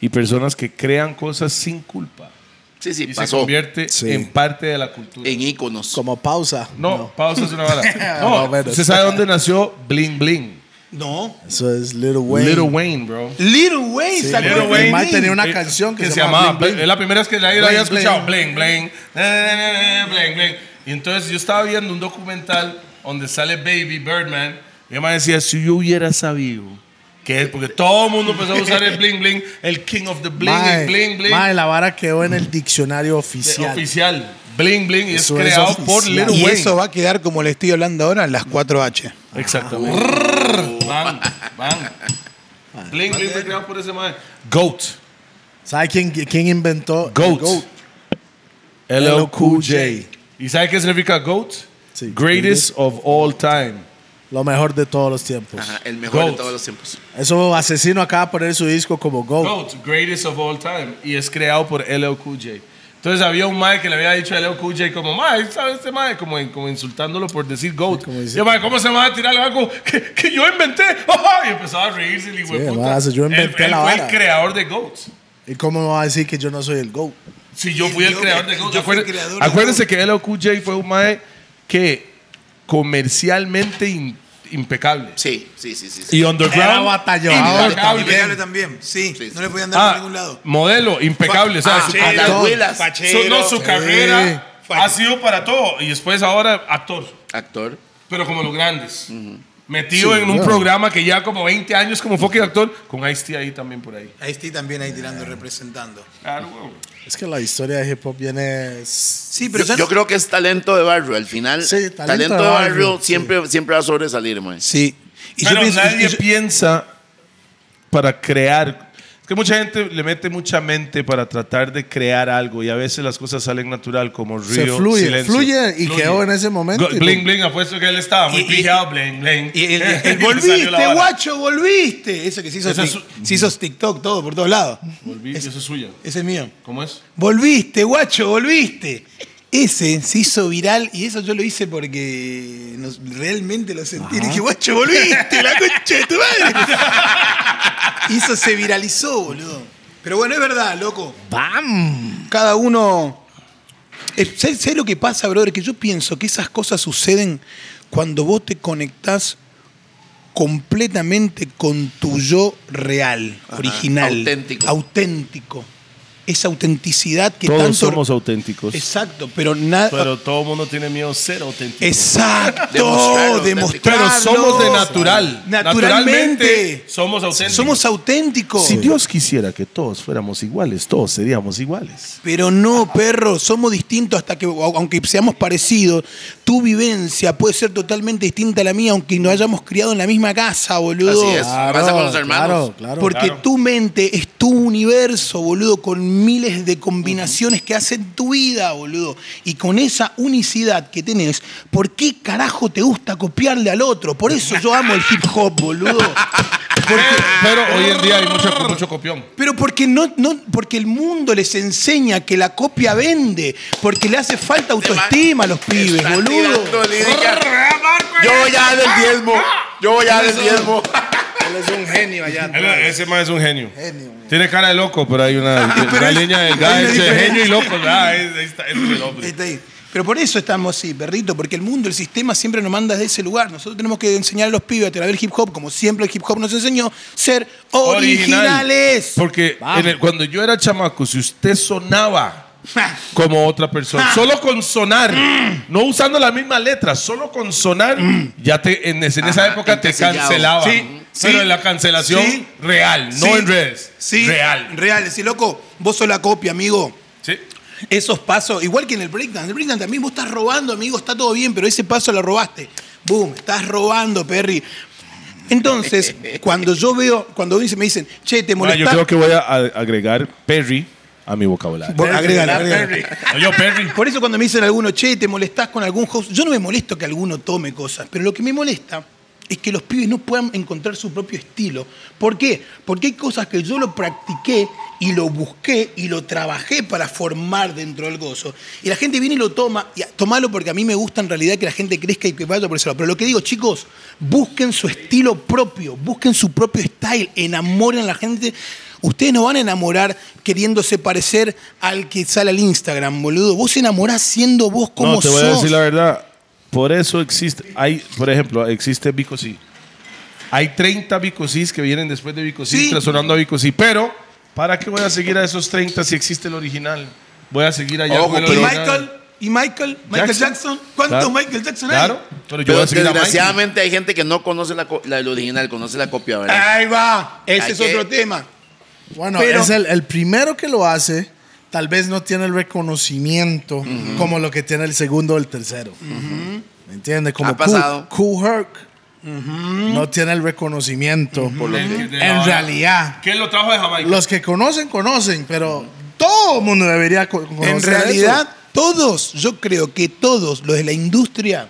Speaker 1: y personas que crean cosas sin culpa
Speaker 3: Sí, sí,
Speaker 1: y se
Speaker 3: pasó.
Speaker 1: convierte
Speaker 4: Sí.
Speaker 1: en parte de la cultura.
Speaker 3: En íconos.
Speaker 4: como pausa.
Speaker 1: No, pausa es una vara.
Speaker 4: Más o
Speaker 1: No,
Speaker 4: menos.
Speaker 1: ¿usted sabe dónde nació Bling Bling?
Speaker 2: No.
Speaker 4: Eso es Little Wayne.
Speaker 1: Little Wayne, bro.
Speaker 2: Little Wayne
Speaker 4: Sí,
Speaker 2: sacó
Speaker 4: Little
Speaker 2: el
Speaker 4: Wayne.
Speaker 2: Wayne.
Speaker 4: tenía una
Speaker 1: Eh,
Speaker 4: canción que se
Speaker 1: se,
Speaker 4: llamaba
Speaker 1: llamaba
Speaker 4: Bling
Speaker 1: Bling-
Speaker 4: Bling.
Speaker 1: Es la primera vez que nadie lo
Speaker 4: Bling
Speaker 1: había escuchado. Bling, bling. eh, Bling, bling. Y entonces yo estaba viendo un documental donde sale Baby Birdman. Y me decía, si yo hubiera sabido que es, porque todo el mundo empezó a usar el bling, bling, el king of the bling,
Speaker 4: Mae,
Speaker 1: el bling, bling.
Speaker 4: mae, la vara quedó en el diccionario oficial.
Speaker 1: Oficial. Bling, bling. Y es
Speaker 4: Eso es
Speaker 1: creado
Speaker 4: oficial.
Speaker 1: por Little
Speaker 2: Y
Speaker 1: Wayne.
Speaker 2: eso va a quedar como le estoy hablando ahora, las 4H.
Speaker 1: Exactamente. Bang, bang. Bling, bling fue creado por ese man. Goat.
Speaker 4: ¿Sabe quién, quién inventó? el
Speaker 1: Goat.
Speaker 4: Goat?
Speaker 1: LL Cool
Speaker 4: J.
Speaker 1: J. ¿Y sabe qué significa GOAT?
Speaker 4: Sí.
Speaker 1: Greatest of all time.
Speaker 4: Lo mejor de todos los tiempos.
Speaker 3: Ajá, el mejor de
Speaker 1: Goat.
Speaker 3: todos los tiempos.
Speaker 4: Eso asesino acaba de poner su disco como Goat.
Speaker 1: GOAT, greatest of all time. Y es creado por LL Cool J. Entonces había un mae que le había dicho a LL Cool J como, mae, ¿sabes este mae? Como, como insultándolo por decir GOAT.
Speaker 4: como dice-
Speaker 1: yo, mae, ¿cómo se me va a tirar algo que, que yo inventé? y empezaba a reírse y le
Speaker 4: Sí,
Speaker 1: dije, puta.
Speaker 4: mae, si yo inventé
Speaker 1: él,
Speaker 4: la
Speaker 1: él fue
Speaker 4: vara.
Speaker 1: el creador de GOAT.
Speaker 4: ¿Y cómo va a decir que yo no soy el Goat?
Speaker 1: Si yo
Speaker 2: Y
Speaker 1: fui el
Speaker 2: yo-
Speaker 1: creador de GOAT.
Speaker 2: yo fui el
Speaker 1: Acuérdense-
Speaker 2: creador de
Speaker 1: acuérdense que LL Cool J fue un mae que comercialmente in- impecable.
Speaker 3: Sí, sí, sí, sí. sí.
Speaker 1: Y underground.
Speaker 4: Era batallón.
Speaker 1: impecable.
Speaker 2: Impecable también, sí.
Speaker 3: Sí, sí.
Speaker 2: No le podían dar
Speaker 1: Ah,
Speaker 2: por ningún lado. Ah,
Speaker 1: modelo, impecable. o sea, su,
Speaker 3: a las
Speaker 4: Actor.
Speaker 3: abuelas.
Speaker 1: su- no, su carrera ha sido para todo. Y después ahora actor,
Speaker 3: Actor.
Speaker 1: pero como los grandes. Metido
Speaker 4: Sí,
Speaker 1: en un
Speaker 4: claro.
Speaker 1: programa que ya como 20 años como fucking actor, con Ice-T ahí también por ahí.
Speaker 2: Ahí estoy también ahí tirando, representando.
Speaker 1: Claro, güey.
Speaker 4: Es que la historia de hip hop viene. es-
Speaker 2: Sí, pero
Speaker 3: Yo,
Speaker 2: ya...
Speaker 3: yo creo que es talento de barrio. Al final,
Speaker 4: Sí,
Speaker 3: talento, de barrio, siempre, siempre va a sobresalir, man.
Speaker 2: Sí. Y
Speaker 1: Pero
Speaker 2: yo pienso,
Speaker 1: nadie
Speaker 2: y yo-
Speaker 1: piensa para crear. Es que mucha gente le mete mucha mente para tratar de crear algo y a veces las cosas salen natural como
Speaker 4: Se
Speaker 1: río,
Speaker 4: fluye,
Speaker 1: silencio.
Speaker 4: fluye y quedó en ese momento
Speaker 1: Go-
Speaker 4: y
Speaker 1: bling
Speaker 4: lo-
Speaker 1: bling, apuesto que él estaba muy
Speaker 2: Y- y-
Speaker 1: pillado, bling bling.
Speaker 2: Y
Speaker 1: Y
Speaker 2: el, el- el
Speaker 1: le salió la
Speaker 2: volviste,
Speaker 1: vara.
Speaker 2: guacho, volviste. Eso que se hizo,
Speaker 1: Esa es
Speaker 2: tic-
Speaker 1: su-
Speaker 2: se hizo TikTok todo por todos lados.
Speaker 1: Volví, y eso es suya.
Speaker 2: Ese es mío.
Speaker 1: ¿Cómo es?
Speaker 2: Volviste, guacho, volviste. Ese se hizo viral y eso yo lo hice porque nos- realmente lo sentí. Y dije, guacho, volviste, la concha de tu madre. y eso se viralizó, boludo. Pero bueno, es verdad, loco.
Speaker 4: ¡Bam!
Speaker 2: Cada uno. Eh, ¿Sabes sabes lo que pasa, brother? Que yo pienso que esas cosas suceden cuando vos te conectás completamente con tu yo real, original.
Speaker 3: auténtico.
Speaker 2: Auténtico. Esa autenticidad que
Speaker 5: Todos
Speaker 2: tanto.
Speaker 5: somos auténticos.
Speaker 2: Exacto, pero nada.
Speaker 5: pero todo el mundo tiene miedo a ser auténtico.
Speaker 2: Exacto,
Speaker 3: Demostrarlo,
Speaker 2: demostrarlo.
Speaker 5: pero somos de natural.
Speaker 2: Naturalmente.
Speaker 5: Naturalmente somos auténticos.
Speaker 2: Somos auténticos.
Speaker 5: si Dios quisiera que todos fuéramos iguales, todos seríamos iguales.
Speaker 2: Pero no, perro, somos distintos hasta que, au- aunque seamos parecidos, tu vivencia puede ser totalmente distinta a la mía, aunque nos hayamos criado en la misma casa, boludo.
Speaker 3: Así es. Pasa con los hermanos.
Speaker 4: Claro, claro.
Speaker 2: Porque
Speaker 5: Claro.
Speaker 2: tu mente es tu universo, boludo, con miles de combinaciones que hacen tu vida, boludo. Y con esa unicidad que tenés, ¿por qué carajo te gusta copiarle al otro? Por eso yo amo el hip hop, boludo. Porque-
Speaker 5: Pero hoy en día hay mucho, mucho copión.
Speaker 2: pero porque no, no, porque el mundo les enseña que la copia vende, porque le hace falta autoestima a los pibes,
Speaker 3: Está
Speaker 2: boludo.
Speaker 3: tirando lírica. Yo voy a dar el diezmo. Yo voy a dar el diezmo.
Speaker 4: Él es un genio allá.
Speaker 5: Él- Ese man es un genio.
Speaker 4: Genio.
Speaker 5: Tiene cara de loco, pero hay una, una línea delgada
Speaker 2: hay una
Speaker 5: entre
Speaker 2: diferencia.
Speaker 5: genio y loco. ¿verdad? Es- ahí está, ese es el hombre.
Speaker 2: Está ahí. Pero por eso estamos así, perrito, porque el mundo, el sistema siempre nos manda desde ese lugar. Nosotros tenemos que enseñar a los pibes a través del hip hop, como siempre el hip hop nos enseñó, ser
Speaker 5: Original.
Speaker 2: originales.
Speaker 5: Porque
Speaker 4: Vamos.
Speaker 5: en el- cuando yo era chamaco, si usted sonaba como otra persona, solo con sonar,
Speaker 2: Mm.
Speaker 5: no usando la misma letra, solo con sonar, ya te en, en esa
Speaker 3: Ajá,
Speaker 5: época te
Speaker 3: encasillado.
Speaker 5: cancelaban.
Speaker 2: Sí, sí.
Speaker 5: pero en la cancelación
Speaker 2: Sí.
Speaker 5: real,
Speaker 2: Sí.
Speaker 5: no en redes.
Speaker 2: Sí,
Speaker 5: Real.
Speaker 2: Real, decir, loco, vos sos la copia, amigo.
Speaker 5: Sí.
Speaker 2: Esos pasos, igual que en el breakdance. El breakdance también vos estás robando, amigo, está todo bien, pero ese paso lo robaste. Boom, estás robando, Perry. Entonces, cuando yo veo, cuando dice- me dicen, che, te
Speaker 5: Bueno, yo
Speaker 2: molesta.
Speaker 5: creo que voy a a- agregar Perry a mi vocabulario.
Speaker 2: Vos agregale, agregale.
Speaker 5: No, yo Perry.
Speaker 2: Por eso cuando me dicen alguno, che, te molestás con algún host, yo no me molesto que alguno tome cosas, pero lo que me molesta es que los pibes no puedan encontrar su propio estilo. ¿Por qué? Porque hay cosas que yo lo practiqué y lo busqué y lo trabajé para formar dentro del gozo. Y la gente viene y lo toma, y a- tomalo porque a mí me gusta en realidad que la gente crezca y que vaya por ese lado. Pero lo que digo, chicos, busquen su estilo propio, busquen su propio style, enamoren a la gente. Ustedes no van a enamorar queriéndose parecer al que sale al Instagram, boludo. Vos enamorás siendo vos como
Speaker 5: No, te
Speaker 2: sos.
Speaker 5: voy a decir la verdad. Por eso existe, hay, por ejemplo, existe Bicosí. Hay 30 Bicosís que vienen después de Bicosí,
Speaker 2: Sí.
Speaker 5: trastornando a Bicosí. Pero, ¿para qué voy a seguir a esos 30 si existe el original? Voy a seguir allá
Speaker 3: Ojo,
Speaker 5: con el
Speaker 2: y
Speaker 3: pero-
Speaker 5: original.
Speaker 2: Michael, y Michael, Michael Jackson. ¿Cuántos
Speaker 5: Claro.
Speaker 2: Michael Jackson hay?
Speaker 5: Claro, pero yo
Speaker 3: Pero
Speaker 5: voy a seguir a Michael.
Speaker 3: desgraciadamente hay gente que no conoce la, co- la del original, conoce la copia, ¿verdad?
Speaker 2: Ahí va. Ese
Speaker 3: Hay
Speaker 2: es
Speaker 3: que-
Speaker 2: otro tema.
Speaker 4: Bueno,
Speaker 2: Pero-
Speaker 4: es el, el primero que lo hace, tal vez no tiene el reconocimiento como lo que tiene el segundo o el tercero. ¿Me entiendes? Como
Speaker 3: Ha pasado.
Speaker 4: Kool- Kool Herc no tiene el reconocimiento.
Speaker 5: El- de la
Speaker 4: En
Speaker 5: hora.
Speaker 4: realidad,
Speaker 5: ¿Quién lo trajo de Jamaica?
Speaker 4: los que conocen, conocen, pero todo el mundo debería co- conocer
Speaker 2: En realidad, todos, yo creo que todos los de la industria,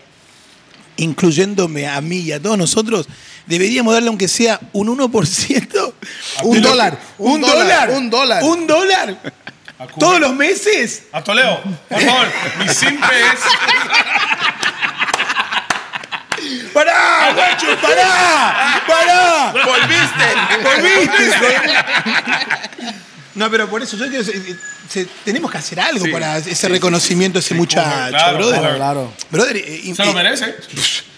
Speaker 2: incluyéndome a mí y a todos nosotros, deberíamos darle aunque sea un 1%.
Speaker 4: Un
Speaker 2: de lo-
Speaker 4: dólar,
Speaker 2: Un,
Speaker 4: un
Speaker 2: dólar.
Speaker 4: dólar, un dólar.
Speaker 2: Un dólar.
Speaker 5: A Cuba.
Speaker 2: Todos los meses.
Speaker 5: A Toledo, por favor, mi simple es.
Speaker 2: ¡Pará, guacho! ¡Pará! ¡Pará!
Speaker 3: ¡Volviste!
Speaker 2: ¿Volviste? No, pero por eso yo creo que se- se- tenemos que hacer algo para ese reconocimiento a ese muchacho,
Speaker 5: claro,
Speaker 2: brother.
Speaker 4: Claro, claro.
Speaker 2: Brother, eh, eh,
Speaker 5: Se lo merece.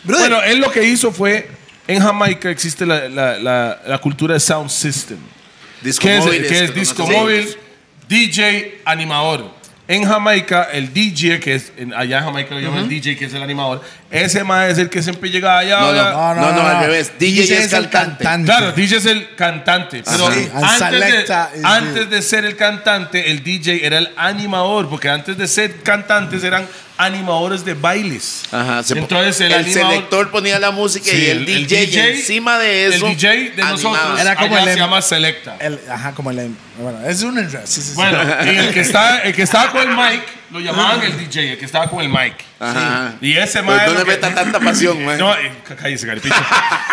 Speaker 2: Brother.
Speaker 5: Bueno, él lo que hizo fue. En Jamaica existe la, la- la- la cultura de sound system.
Speaker 3: Disco
Speaker 5: ¿Qué es,
Speaker 3: móviles,
Speaker 5: qué es
Speaker 3: que
Speaker 5: disco
Speaker 3: conocen.
Speaker 5: móvil? DJ animador. En Jamaica, el DJ, que es en- allá en Jamaica lo llaman el DJ, que es el animador, ese más es el que siempre llega allá.
Speaker 3: No,
Speaker 5: allá.
Speaker 3: No, no, al revés. DJ es
Speaker 4: el
Speaker 3: cantante.
Speaker 5: Claro, DJ es el cantante.
Speaker 3: Ah,
Speaker 5: Pero
Speaker 4: Sí, and
Speaker 5: antes,
Speaker 4: selecta eh,
Speaker 5: de,
Speaker 4: is
Speaker 5: antes de ser el cantante, el DJ era el animador, porque antes de ser cantantes eran animadores de bailes.
Speaker 3: Ajá, se po-
Speaker 5: Entonces el,
Speaker 3: el,
Speaker 5: animador-
Speaker 3: selector ponía la música
Speaker 5: Sí,
Speaker 3: y el, DJ, encima de eso.
Speaker 5: El DJ de
Speaker 3: animaba.
Speaker 5: nosotros
Speaker 4: Era como
Speaker 5: allá
Speaker 4: el
Speaker 5: se
Speaker 4: em-
Speaker 5: llama Selecta.
Speaker 4: El- ajá, como el. Bueno, es un enredo. sí, sí, sí.
Speaker 5: Bueno, y el que, está, el que estaba con el mic, lo llamaban el DJ, el que estaba con el mic.
Speaker 3: Ajá.
Speaker 5: Y ese
Speaker 3: Pero
Speaker 5: mae
Speaker 3: Pues no
Speaker 5: lo
Speaker 3: le
Speaker 5: que-
Speaker 3: meta tanta pasión, man.
Speaker 5: No, eh, c- cállese, caripicho.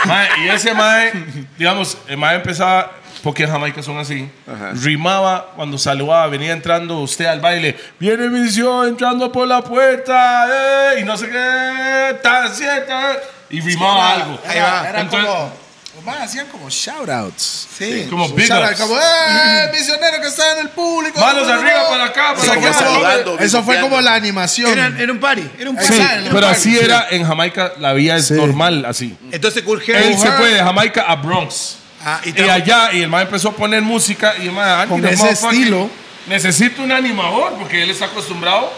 Speaker 5: Mae, y ese mae, digamos, el mae empezaba, porque en Jamaica son así, rimaba cuando saludaba, venía entrando usted al baile, viene misión entrando por la puerta, eh, y no sé qué, ta, si, ta", y rimaba algo.
Speaker 4: Era, era
Speaker 5: Entonces,
Speaker 4: como. Los más hacían como shoutouts.
Speaker 2: Sí.
Speaker 5: Como big
Speaker 4: Shout out,
Speaker 5: ups.
Speaker 4: como, ¡eh, misionero que está en el público!
Speaker 5: Manos arriba para acá,
Speaker 4: Sí,
Speaker 5: para
Speaker 3: como
Speaker 4: ya,
Speaker 5: allá.
Speaker 3: saludando,
Speaker 4: Eso fue
Speaker 3: pisteando.
Speaker 4: como la animación.
Speaker 2: Era, era un party, era un party.
Speaker 5: Sí,
Speaker 4: Exacto.
Speaker 5: pero así era en Jamaica, la vida es
Speaker 4: Sí.
Speaker 5: normal, así.
Speaker 2: Entonces Kurgen
Speaker 5: Él se fue de Jamaica a Bronx.
Speaker 2: Ah, y
Speaker 5: Y
Speaker 2: trajo-
Speaker 5: allá, y el man empezó a poner música y el man, "Ah,
Speaker 4: Con
Speaker 5: mira,
Speaker 4: ese
Speaker 5: motherfucker,
Speaker 4: estilo".
Speaker 5: Necesito un animador porque él está acostumbrado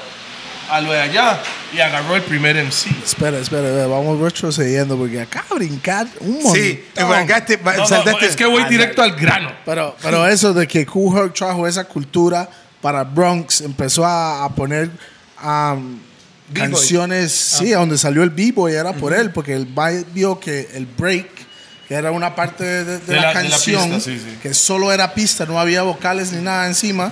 Speaker 5: a lo de allá. Y agarró el primer MC.
Speaker 4: Espera, espera, espera, vamos retrocediendo porque acá brincar un montón.
Speaker 2: Sí, te bancaste, ba-
Speaker 5: No, no,
Speaker 2: saltaste.
Speaker 4: este
Speaker 5: es que voy
Speaker 2: Ah,
Speaker 5: directo al grano.
Speaker 4: Pero, pero eso de que Kool Herc trajo esa cultura para Bronx, empezó a, a poner um,
Speaker 2: B-boy.
Speaker 4: canciones,
Speaker 5: Ah.
Speaker 4: sí, a donde salió el b-boy era por él, porque el baile vio que el break, que era una parte de, de- de
Speaker 5: la-
Speaker 4: la,
Speaker 5: de la
Speaker 4: canción,
Speaker 5: pista, sí, sí.
Speaker 4: que solo era pista, no había vocales ni nada encima,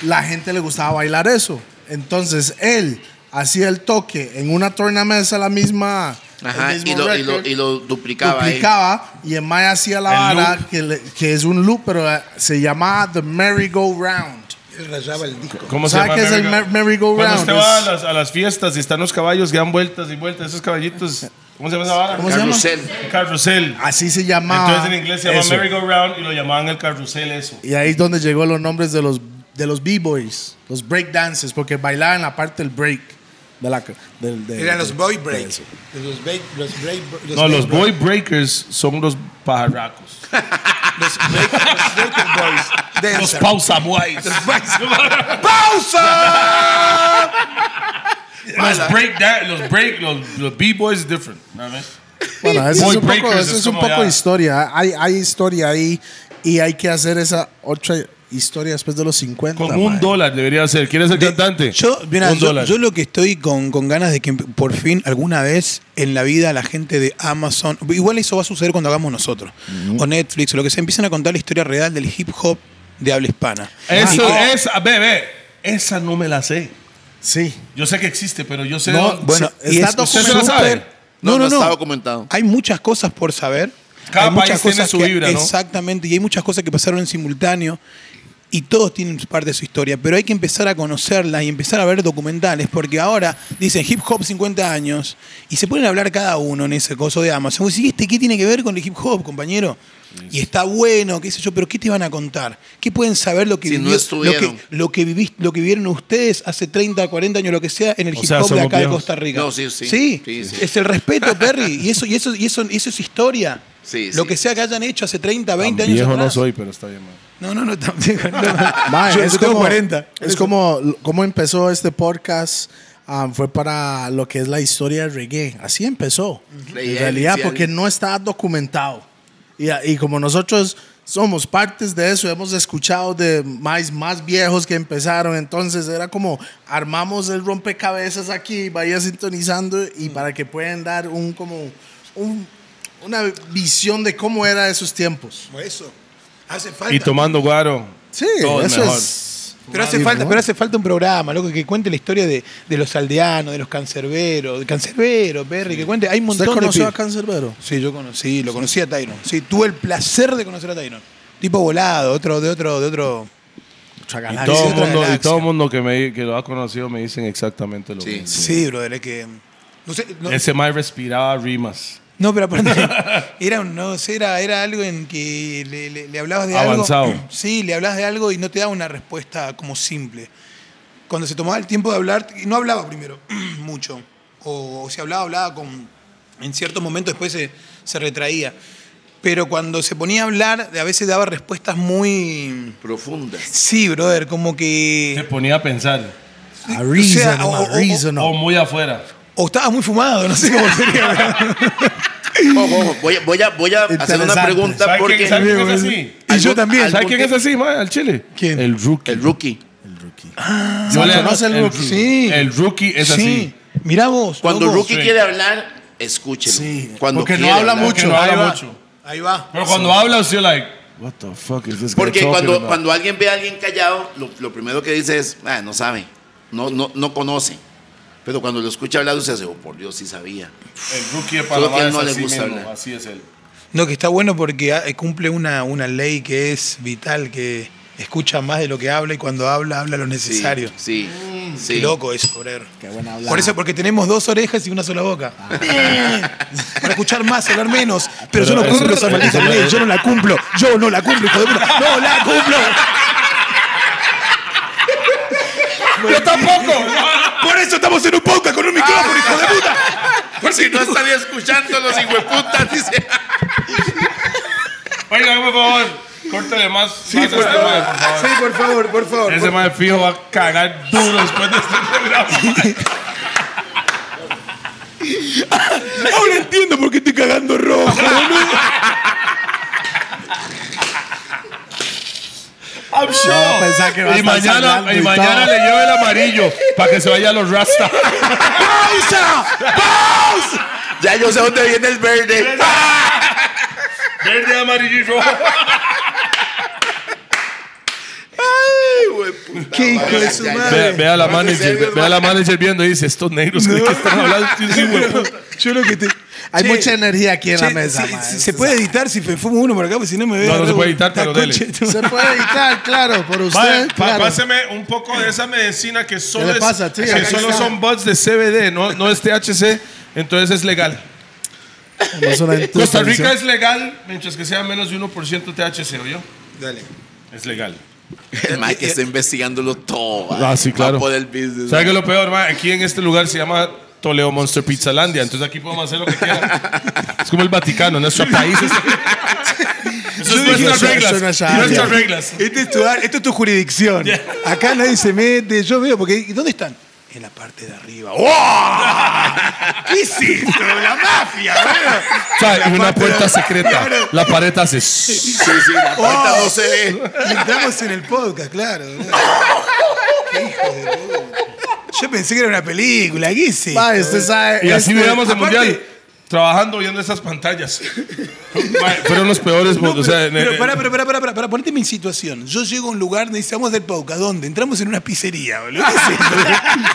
Speaker 4: la gente le gustaba bailar eso. Entonces él hacía el toque en una tornamesa, la misma. el
Speaker 3: Ajá,
Speaker 4: mismo
Speaker 3: y lo, y lo-
Speaker 4: record
Speaker 3: y lo duplicaba. ahí.
Speaker 4: duplicaba y en Maya hacía la
Speaker 5: El
Speaker 4: vara
Speaker 5: loop.
Speaker 4: que, le- que es un loop pero eh, se llamaba the merry go round
Speaker 2: Él rayaba el disco.
Speaker 5: ¿Cómo
Speaker 4: ¿Sabe qué es el
Speaker 5: merry-go-round?
Speaker 4: mer- merry-go-round?
Speaker 5: Cuando usted va a
Speaker 4: Es-
Speaker 5: las, a las fiestas y están los caballos que dan vueltas y vueltas, esos caballitos, ¿cómo se llama esa vara?
Speaker 4: ¿Cómo se llama?
Speaker 3: Carrusel.
Speaker 5: Carrusel.
Speaker 4: así se llamaba
Speaker 5: Entonces en inglés se llama
Speaker 4: eso.
Speaker 5: merry-go-round y lo llamaban el carrusel eso.
Speaker 4: y ahí es donde llegó los nombres de los de los b-boys los break dances porque bailaban la parte del break de la del- de-
Speaker 2: Eran
Speaker 4: de-
Speaker 2: los boy
Speaker 4: de
Speaker 2: breaks.
Speaker 4: eso.
Speaker 2: Los break, los break, los
Speaker 5: No,
Speaker 2: break
Speaker 5: los boy breakers son los pajarracos.
Speaker 2: Los break, los breaker boys.
Speaker 5: Los
Speaker 2: Dancer.
Speaker 5: pausamuais.
Speaker 2: ¡Pausa!
Speaker 5: los break da- los break, los, los b-boys es different. ¿no ves?
Speaker 4: Bueno, eso
Speaker 5: Boy
Speaker 4: es un poco,
Speaker 5: breakers
Speaker 4: eso
Speaker 5: es
Speaker 4: es un
Speaker 5: como
Speaker 4: poco
Speaker 5: ya-
Speaker 4: historia. Hay, hay historia ahí y hay que hacer esa otra historia después de los 50.
Speaker 5: Con un
Speaker 4: mae.
Speaker 5: dólar debería ser. ¿Quieres ser cantante?
Speaker 2: Yo, mira,
Speaker 5: un
Speaker 2: yo,
Speaker 5: dólar.
Speaker 2: yo lo que estoy con, con ganas de que por fin alguna vez en la vida la gente de Amazon, igual eso va a suceder cuando hagamos nosotros,
Speaker 5: Mm.
Speaker 2: o Netflix, o lo que sea, empiecen a contar la historia real del hip hop de habla hispana.
Speaker 5: Eso
Speaker 2: Y que-
Speaker 5: es, ah, bebé. Esa no me la sé.
Speaker 4: Sí.
Speaker 5: Yo sé que existe, pero yo sé.
Speaker 4: No,
Speaker 5: dónde-
Speaker 2: Bueno,
Speaker 4: Se-
Speaker 2: y
Speaker 4: está
Speaker 2: es
Speaker 5: ¿Usted se la
Speaker 2: súper-
Speaker 5: sabe?
Speaker 3: No, no está documentado.
Speaker 2: Hay muchas cosas por saber.
Speaker 5: Cada
Speaker 2: hay muchas
Speaker 5: país tiene su
Speaker 2: que-
Speaker 5: vibra, ¿no?
Speaker 2: Exactamente, y hay muchas cosas que pasaron en simultáneo y todos tienen parte de su historia, pero hay que empezar a conocerla y empezar a ver documentales, porque ahora dicen hip hop 50 años y se ponen a hablar cada uno en ese coso de Amazon. Vos decís, ¿este qué tiene que ver con el hip hop, compañero? Y está bueno, qué sé yo, pero ¿qué te van a contar? ¿Qué pueden saber lo que,
Speaker 3: Si no
Speaker 2: vivió- lo que,
Speaker 3: estuvieron.
Speaker 2: lo que vivis- lo que vivieron ustedes hace 30, 40 años, lo que sea, en el
Speaker 5: O
Speaker 2: hip
Speaker 5: sea,
Speaker 2: hop de
Speaker 5: somos
Speaker 2: acá de
Speaker 5: viejos.
Speaker 2: Costa Rica?
Speaker 3: No, sí, sí.
Speaker 2: Sí,
Speaker 3: Sí, sí.
Speaker 2: es el respeto, Perry, y eso, y eso, y eso, eso es historia.
Speaker 3: Sí,
Speaker 2: lo
Speaker 3: sí.
Speaker 2: que sea que hayan hecho hace 30, 20
Speaker 5: Tan
Speaker 2: años.
Speaker 5: viejo no
Speaker 2: atrás.
Speaker 5: soy, pero está bien. man.
Speaker 2: No, no, no, tampoco, no.
Speaker 4: Mae,
Speaker 2: yo,
Speaker 4: es
Speaker 2: yo tengo
Speaker 4: como-
Speaker 2: 40.
Speaker 4: Es como, como empezó este podcast. ah, fue para lo que es la historia del reggae. Así empezó.
Speaker 3: La
Speaker 4: En
Speaker 3: idea
Speaker 4: realidad,
Speaker 3: inicial.
Speaker 4: porque no está documentado. Y, ah, y como nosotros somos partes de eso, hemos escuchado de más, más viejos que empezaron. Entonces era como armamos el rompecabezas aquí, vaya sintonizando
Speaker 2: Mm.
Speaker 4: y para que puedan dar un como un- una visión de cómo era esos tiempos.
Speaker 2: Como eso. Hace falta.
Speaker 5: Y tomando guaro.
Speaker 4: Sí,
Speaker 5: Todo es
Speaker 4: eso
Speaker 5: mejor.
Speaker 4: es.
Speaker 2: pero hace
Speaker 4: Sí,
Speaker 2: falta,
Speaker 4: ¿no?
Speaker 2: pero hace falta un programa, loco, que cuente la historia de, de los aldeanos, de los cancerberos, de cancerbero, Perry, que cuente. Hay un
Speaker 4: ¿Usted
Speaker 2: montón de
Speaker 4: conoció a
Speaker 2: pibes.
Speaker 4: Cancerbero?
Speaker 2: Sí, yo conocí, lo conocí a Tyron. Sí, tuve el placer de conocer a Tyron. Tipo volado, otro, de otro, de otro.
Speaker 5: Y
Speaker 2: sí,
Speaker 5: todo
Speaker 2: otra
Speaker 5: mundo, y
Speaker 2: galaxia.
Speaker 5: todo mundo que, me, que lo ha conocido me dicen exactamente lo
Speaker 3: Sí.
Speaker 5: mismo.
Speaker 2: Sí, brother, es que. No sé, no-
Speaker 5: Ese man respiraba rimas.
Speaker 2: No, pero aparte era un- no sé, era, era algo en que le, le- le hablabas de algo.
Speaker 5: Avanzado.
Speaker 2: Sí, le hablabas de algo y no te daba una respuesta como simple. Cuando se tomaba el tiempo de hablar, y no hablaba primero mucho. O, si hablaba, hablaba con. En ciertos momentos después se, se retraía. Pero cuando se ponía a hablar, a veces daba respuestas muy.
Speaker 3: Profundas.
Speaker 2: Sí, brother, como
Speaker 5: Se
Speaker 2: que.
Speaker 5: ponía a pensar.
Speaker 4: A
Speaker 2: o
Speaker 4: reason,
Speaker 2: sea, o-
Speaker 4: a
Speaker 2: o- o-
Speaker 4: reason.
Speaker 5: O muy afuera.
Speaker 2: O estabas muy fumado, no sé cómo sería.
Speaker 3: Ojo, ojo, Oh, voy, a- voy a, voy a hacer una
Speaker 4: Interesante.
Speaker 3: pregunta
Speaker 5: ¿Sabe
Speaker 3: porque
Speaker 5: quién, sabe quién es así?
Speaker 2: y yo
Speaker 3: Algún-
Speaker 2: también.
Speaker 5: ¿Sabe
Speaker 3: algún-
Speaker 5: quién es así, man, al Chile?
Speaker 2: ¿Quién?
Speaker 5: El rookie.
Speaker 3: el rookie.
Speaker 5: Yo le-
Speaker 4: ¿Conoce el rookie?
Speaker 2: Sí.
Speaker 5: El rookie es así.
Speaker 2: Mirá vos.
Speaker 3: Cuando el
Speaker 2: loco.
Speaker 3: rookie quiere hablar, escúchelo.
Speaker 4: Sí,
Speaker 3: Cuando
Speaker 4: porque no
Speaker 3: quiere
Speaker 4: habla
Speaker 3: hablar.
Speaker 4: mucho.
Speaker 5: Que no
Speaker 4: ahí
Speaker 5: habla
Speaker 4: va.
Speaker 5: mucho.
Speaker 2: Ahí va.
Speaker 5: Pero cuando habla, usted like, what the fuck is this guy
Speaker 3: Porque
Speaker 5: talking
Speaker 3: cuando,
Speaker 5: about?
Speaker 3: cuando alguien ve a alguien callado, lo, lo primero que dice es, ah, no sabe, no, no, no conoce. Pero cuando lo escucha hablar, usted dice, oh, por Dios, sí sabía.
Speaker 5: El rookie de
Speaker 3: Solo que
Speaker 5: Panamá
Speaker 3: a él
Speaker 5: es
Speaker 3: no le
Speaker 5: así
Speaker 3: gusta
Speaker 5: mismo,
Speaker 3: hablar.
Speaker 5: así es él.
Speaker 2: No, que está bueno porque ah, eh, cumple una, una ley que es vital, que escucha más de lo que habla y cuando habla, habla lo
Speaker 3: Sí,
Speaker 2: necesario.
Speaker 3: Sí. Sí.
Speaker 2: Qué loco eso, brother.
Speaker 4: Qué buena hablada.
Speaker 2: Por eso, porque tenemos dos orejas y una sola boca.
Speaker 4: Ah.
Speaker 2: Para escuchar más, hablar menos. Pero, yo no
Speaker 5: Pero
Speaker 2: cumplo
Speaker 5: eso-
Speaker 2: esa maldita
Speaker 5: eso-
Speaker 2: ley. Yo no la cumplo. Yo no la cumplo, hijo de puta. No la cumplo. Yo tampoco. Por eso estamos en un podcast con un micrófono, hijo de puta.
Speaker 3: Por si no estaría escuchando los hijueputas, dice.
Speaker 5: Oiga, por favor, córtale más. este Sí,
Speaker 2: por favor. Sí, por favor, por favor.
Speaker 5: Ese man fijo va a cagar duro después de este programa.
Speaker 2: Ahora entiendo por qué estoy cagando rojo.
Speaker 5: I'm sure.
Speaker 4: No, pensaba que va a
Speaker 5: y
Speaker 4: estar
Speaker 5: mañana,
Speaker 4: sangrando
Speaker 5: y
Speaker 4: y
Speaker 5: mañana
Speaker 4: todo.
Speaker 5: le llevo el amarillo para que se vaya a los rasta.
Speaker 2: ¡Pausa! ¡Pausa!
Speaker 3: Ya yo sé dónde viene el verde.
Speaker 5: Verde, amarillo y rojo.
Speaker 2: ¡Qué hijo de su
Speaker 3: Ya, ya,
Speaker 2: madre!
Speaker 5: Ve, ve a la
Speaker 3: Vamos,
Speaker 5: manager,
Speaker 3: serios,
Speaker 5: ve, ve a la manager viendo y dice, estos negros que que están hablando. Sí, sí, güey, puta.
Speaker 2: Yo lo que te.
Speaker 4: Hay
Speaker 2: Che,
Speaker 4: mucha energía aquí en la
Speaker 2: che,
Speaker 4: mesa.
Speaker 2: se-
Speaker 4: mae.
Speaker 2: se, puede editar si me fumo uno por acá, porque si no me veo.
Speaker 5: No, no se puede editar, pero dele.
Speaker 4: Se puede editar, claro, por usted.
Speaker 5: Vale, pa-
Speaker 4: claro.
Speaker 5: Páseme un poco de esa medicina que solo,
Speaker 4: le
Speaker 5: es-
Speaker 4: pasa, tío?
Speaker 5: que
Speaker 4: Ahí
Speaker 5: solo
Speaker 4: está.
Speaker 5: son buds de CBD, no, no es THC, entonces es legal.
Speaker 4: No es una
Speaker 5: Costa Rica
Speaker 4: introducción.
Speaker 5: es legal mientras que sea menos de 1% THC, ¿oyó?
Speaker 2: Dale.
Speaker 5: Es legal.
Speaker 3: El Mike está investigándolo todo.
Speaker 5: Eh, Ah, sí, claro.
Speaker 3: Va por el business.
Speaker 5: ¿Sabes qué es lo peor, ma? Aquí en este lugar se llama Toleo Monster Pizzalandia, entonces aquí podemos hacer lo que quieran. es como el Vaticano, nuestro país. es- Eso es nuestras
Speaker 4: eso-
Speaker 5: reglas.
Speaker 4: eso no es área.
Speaker 5: Nuestras reglas.
Speaker 2: Este es tu, ar- esto es tu jurisdicción. Acá nadie se mete. Yo veo, porque. ¿y ¿Dónde están? En la parte de arriba. ¡Oh! ¿Qué es esto? ¡La mafia, boludo.
Speaker 5: O sea, una
Speaker 2: parte
Speaker 5: puerta
Speaker 2: de-
Speaker 5: secreta. La pared hace.
Speaker 3: Sí, sí,
Speaker 5: Oh.
Speaker 3: la puerta no se ve.
Speaker 2: Y entramos en el podcast, claro. boludo. Qué hijo de puta. Yo pensé que era una película. ¿Qué es esto?
Speaker 4: Mae, usted sabe.
Speaker 5: Y así
Speaker 4: este-
Speaker 5: veíamos el
Speaker 2: aparte-
Speaker 5: mundial. Trabajando viendo esas pantallas. Ma, Fueron los peores.
Speaker 2: No,
Speaker 5: o
Speaker 2: pero,
Speaker 5: sea, en-
Speaker 2: pero
Speaker 5: en-
Speaker 2: pará, pero pará, pará, pará, pará, ponete en mi situación. Yo llego a un lugar, necesitamos del podcast. ¿Dónde? Entramos en una pizzería, boludo. ¿Qué es esto, boludo?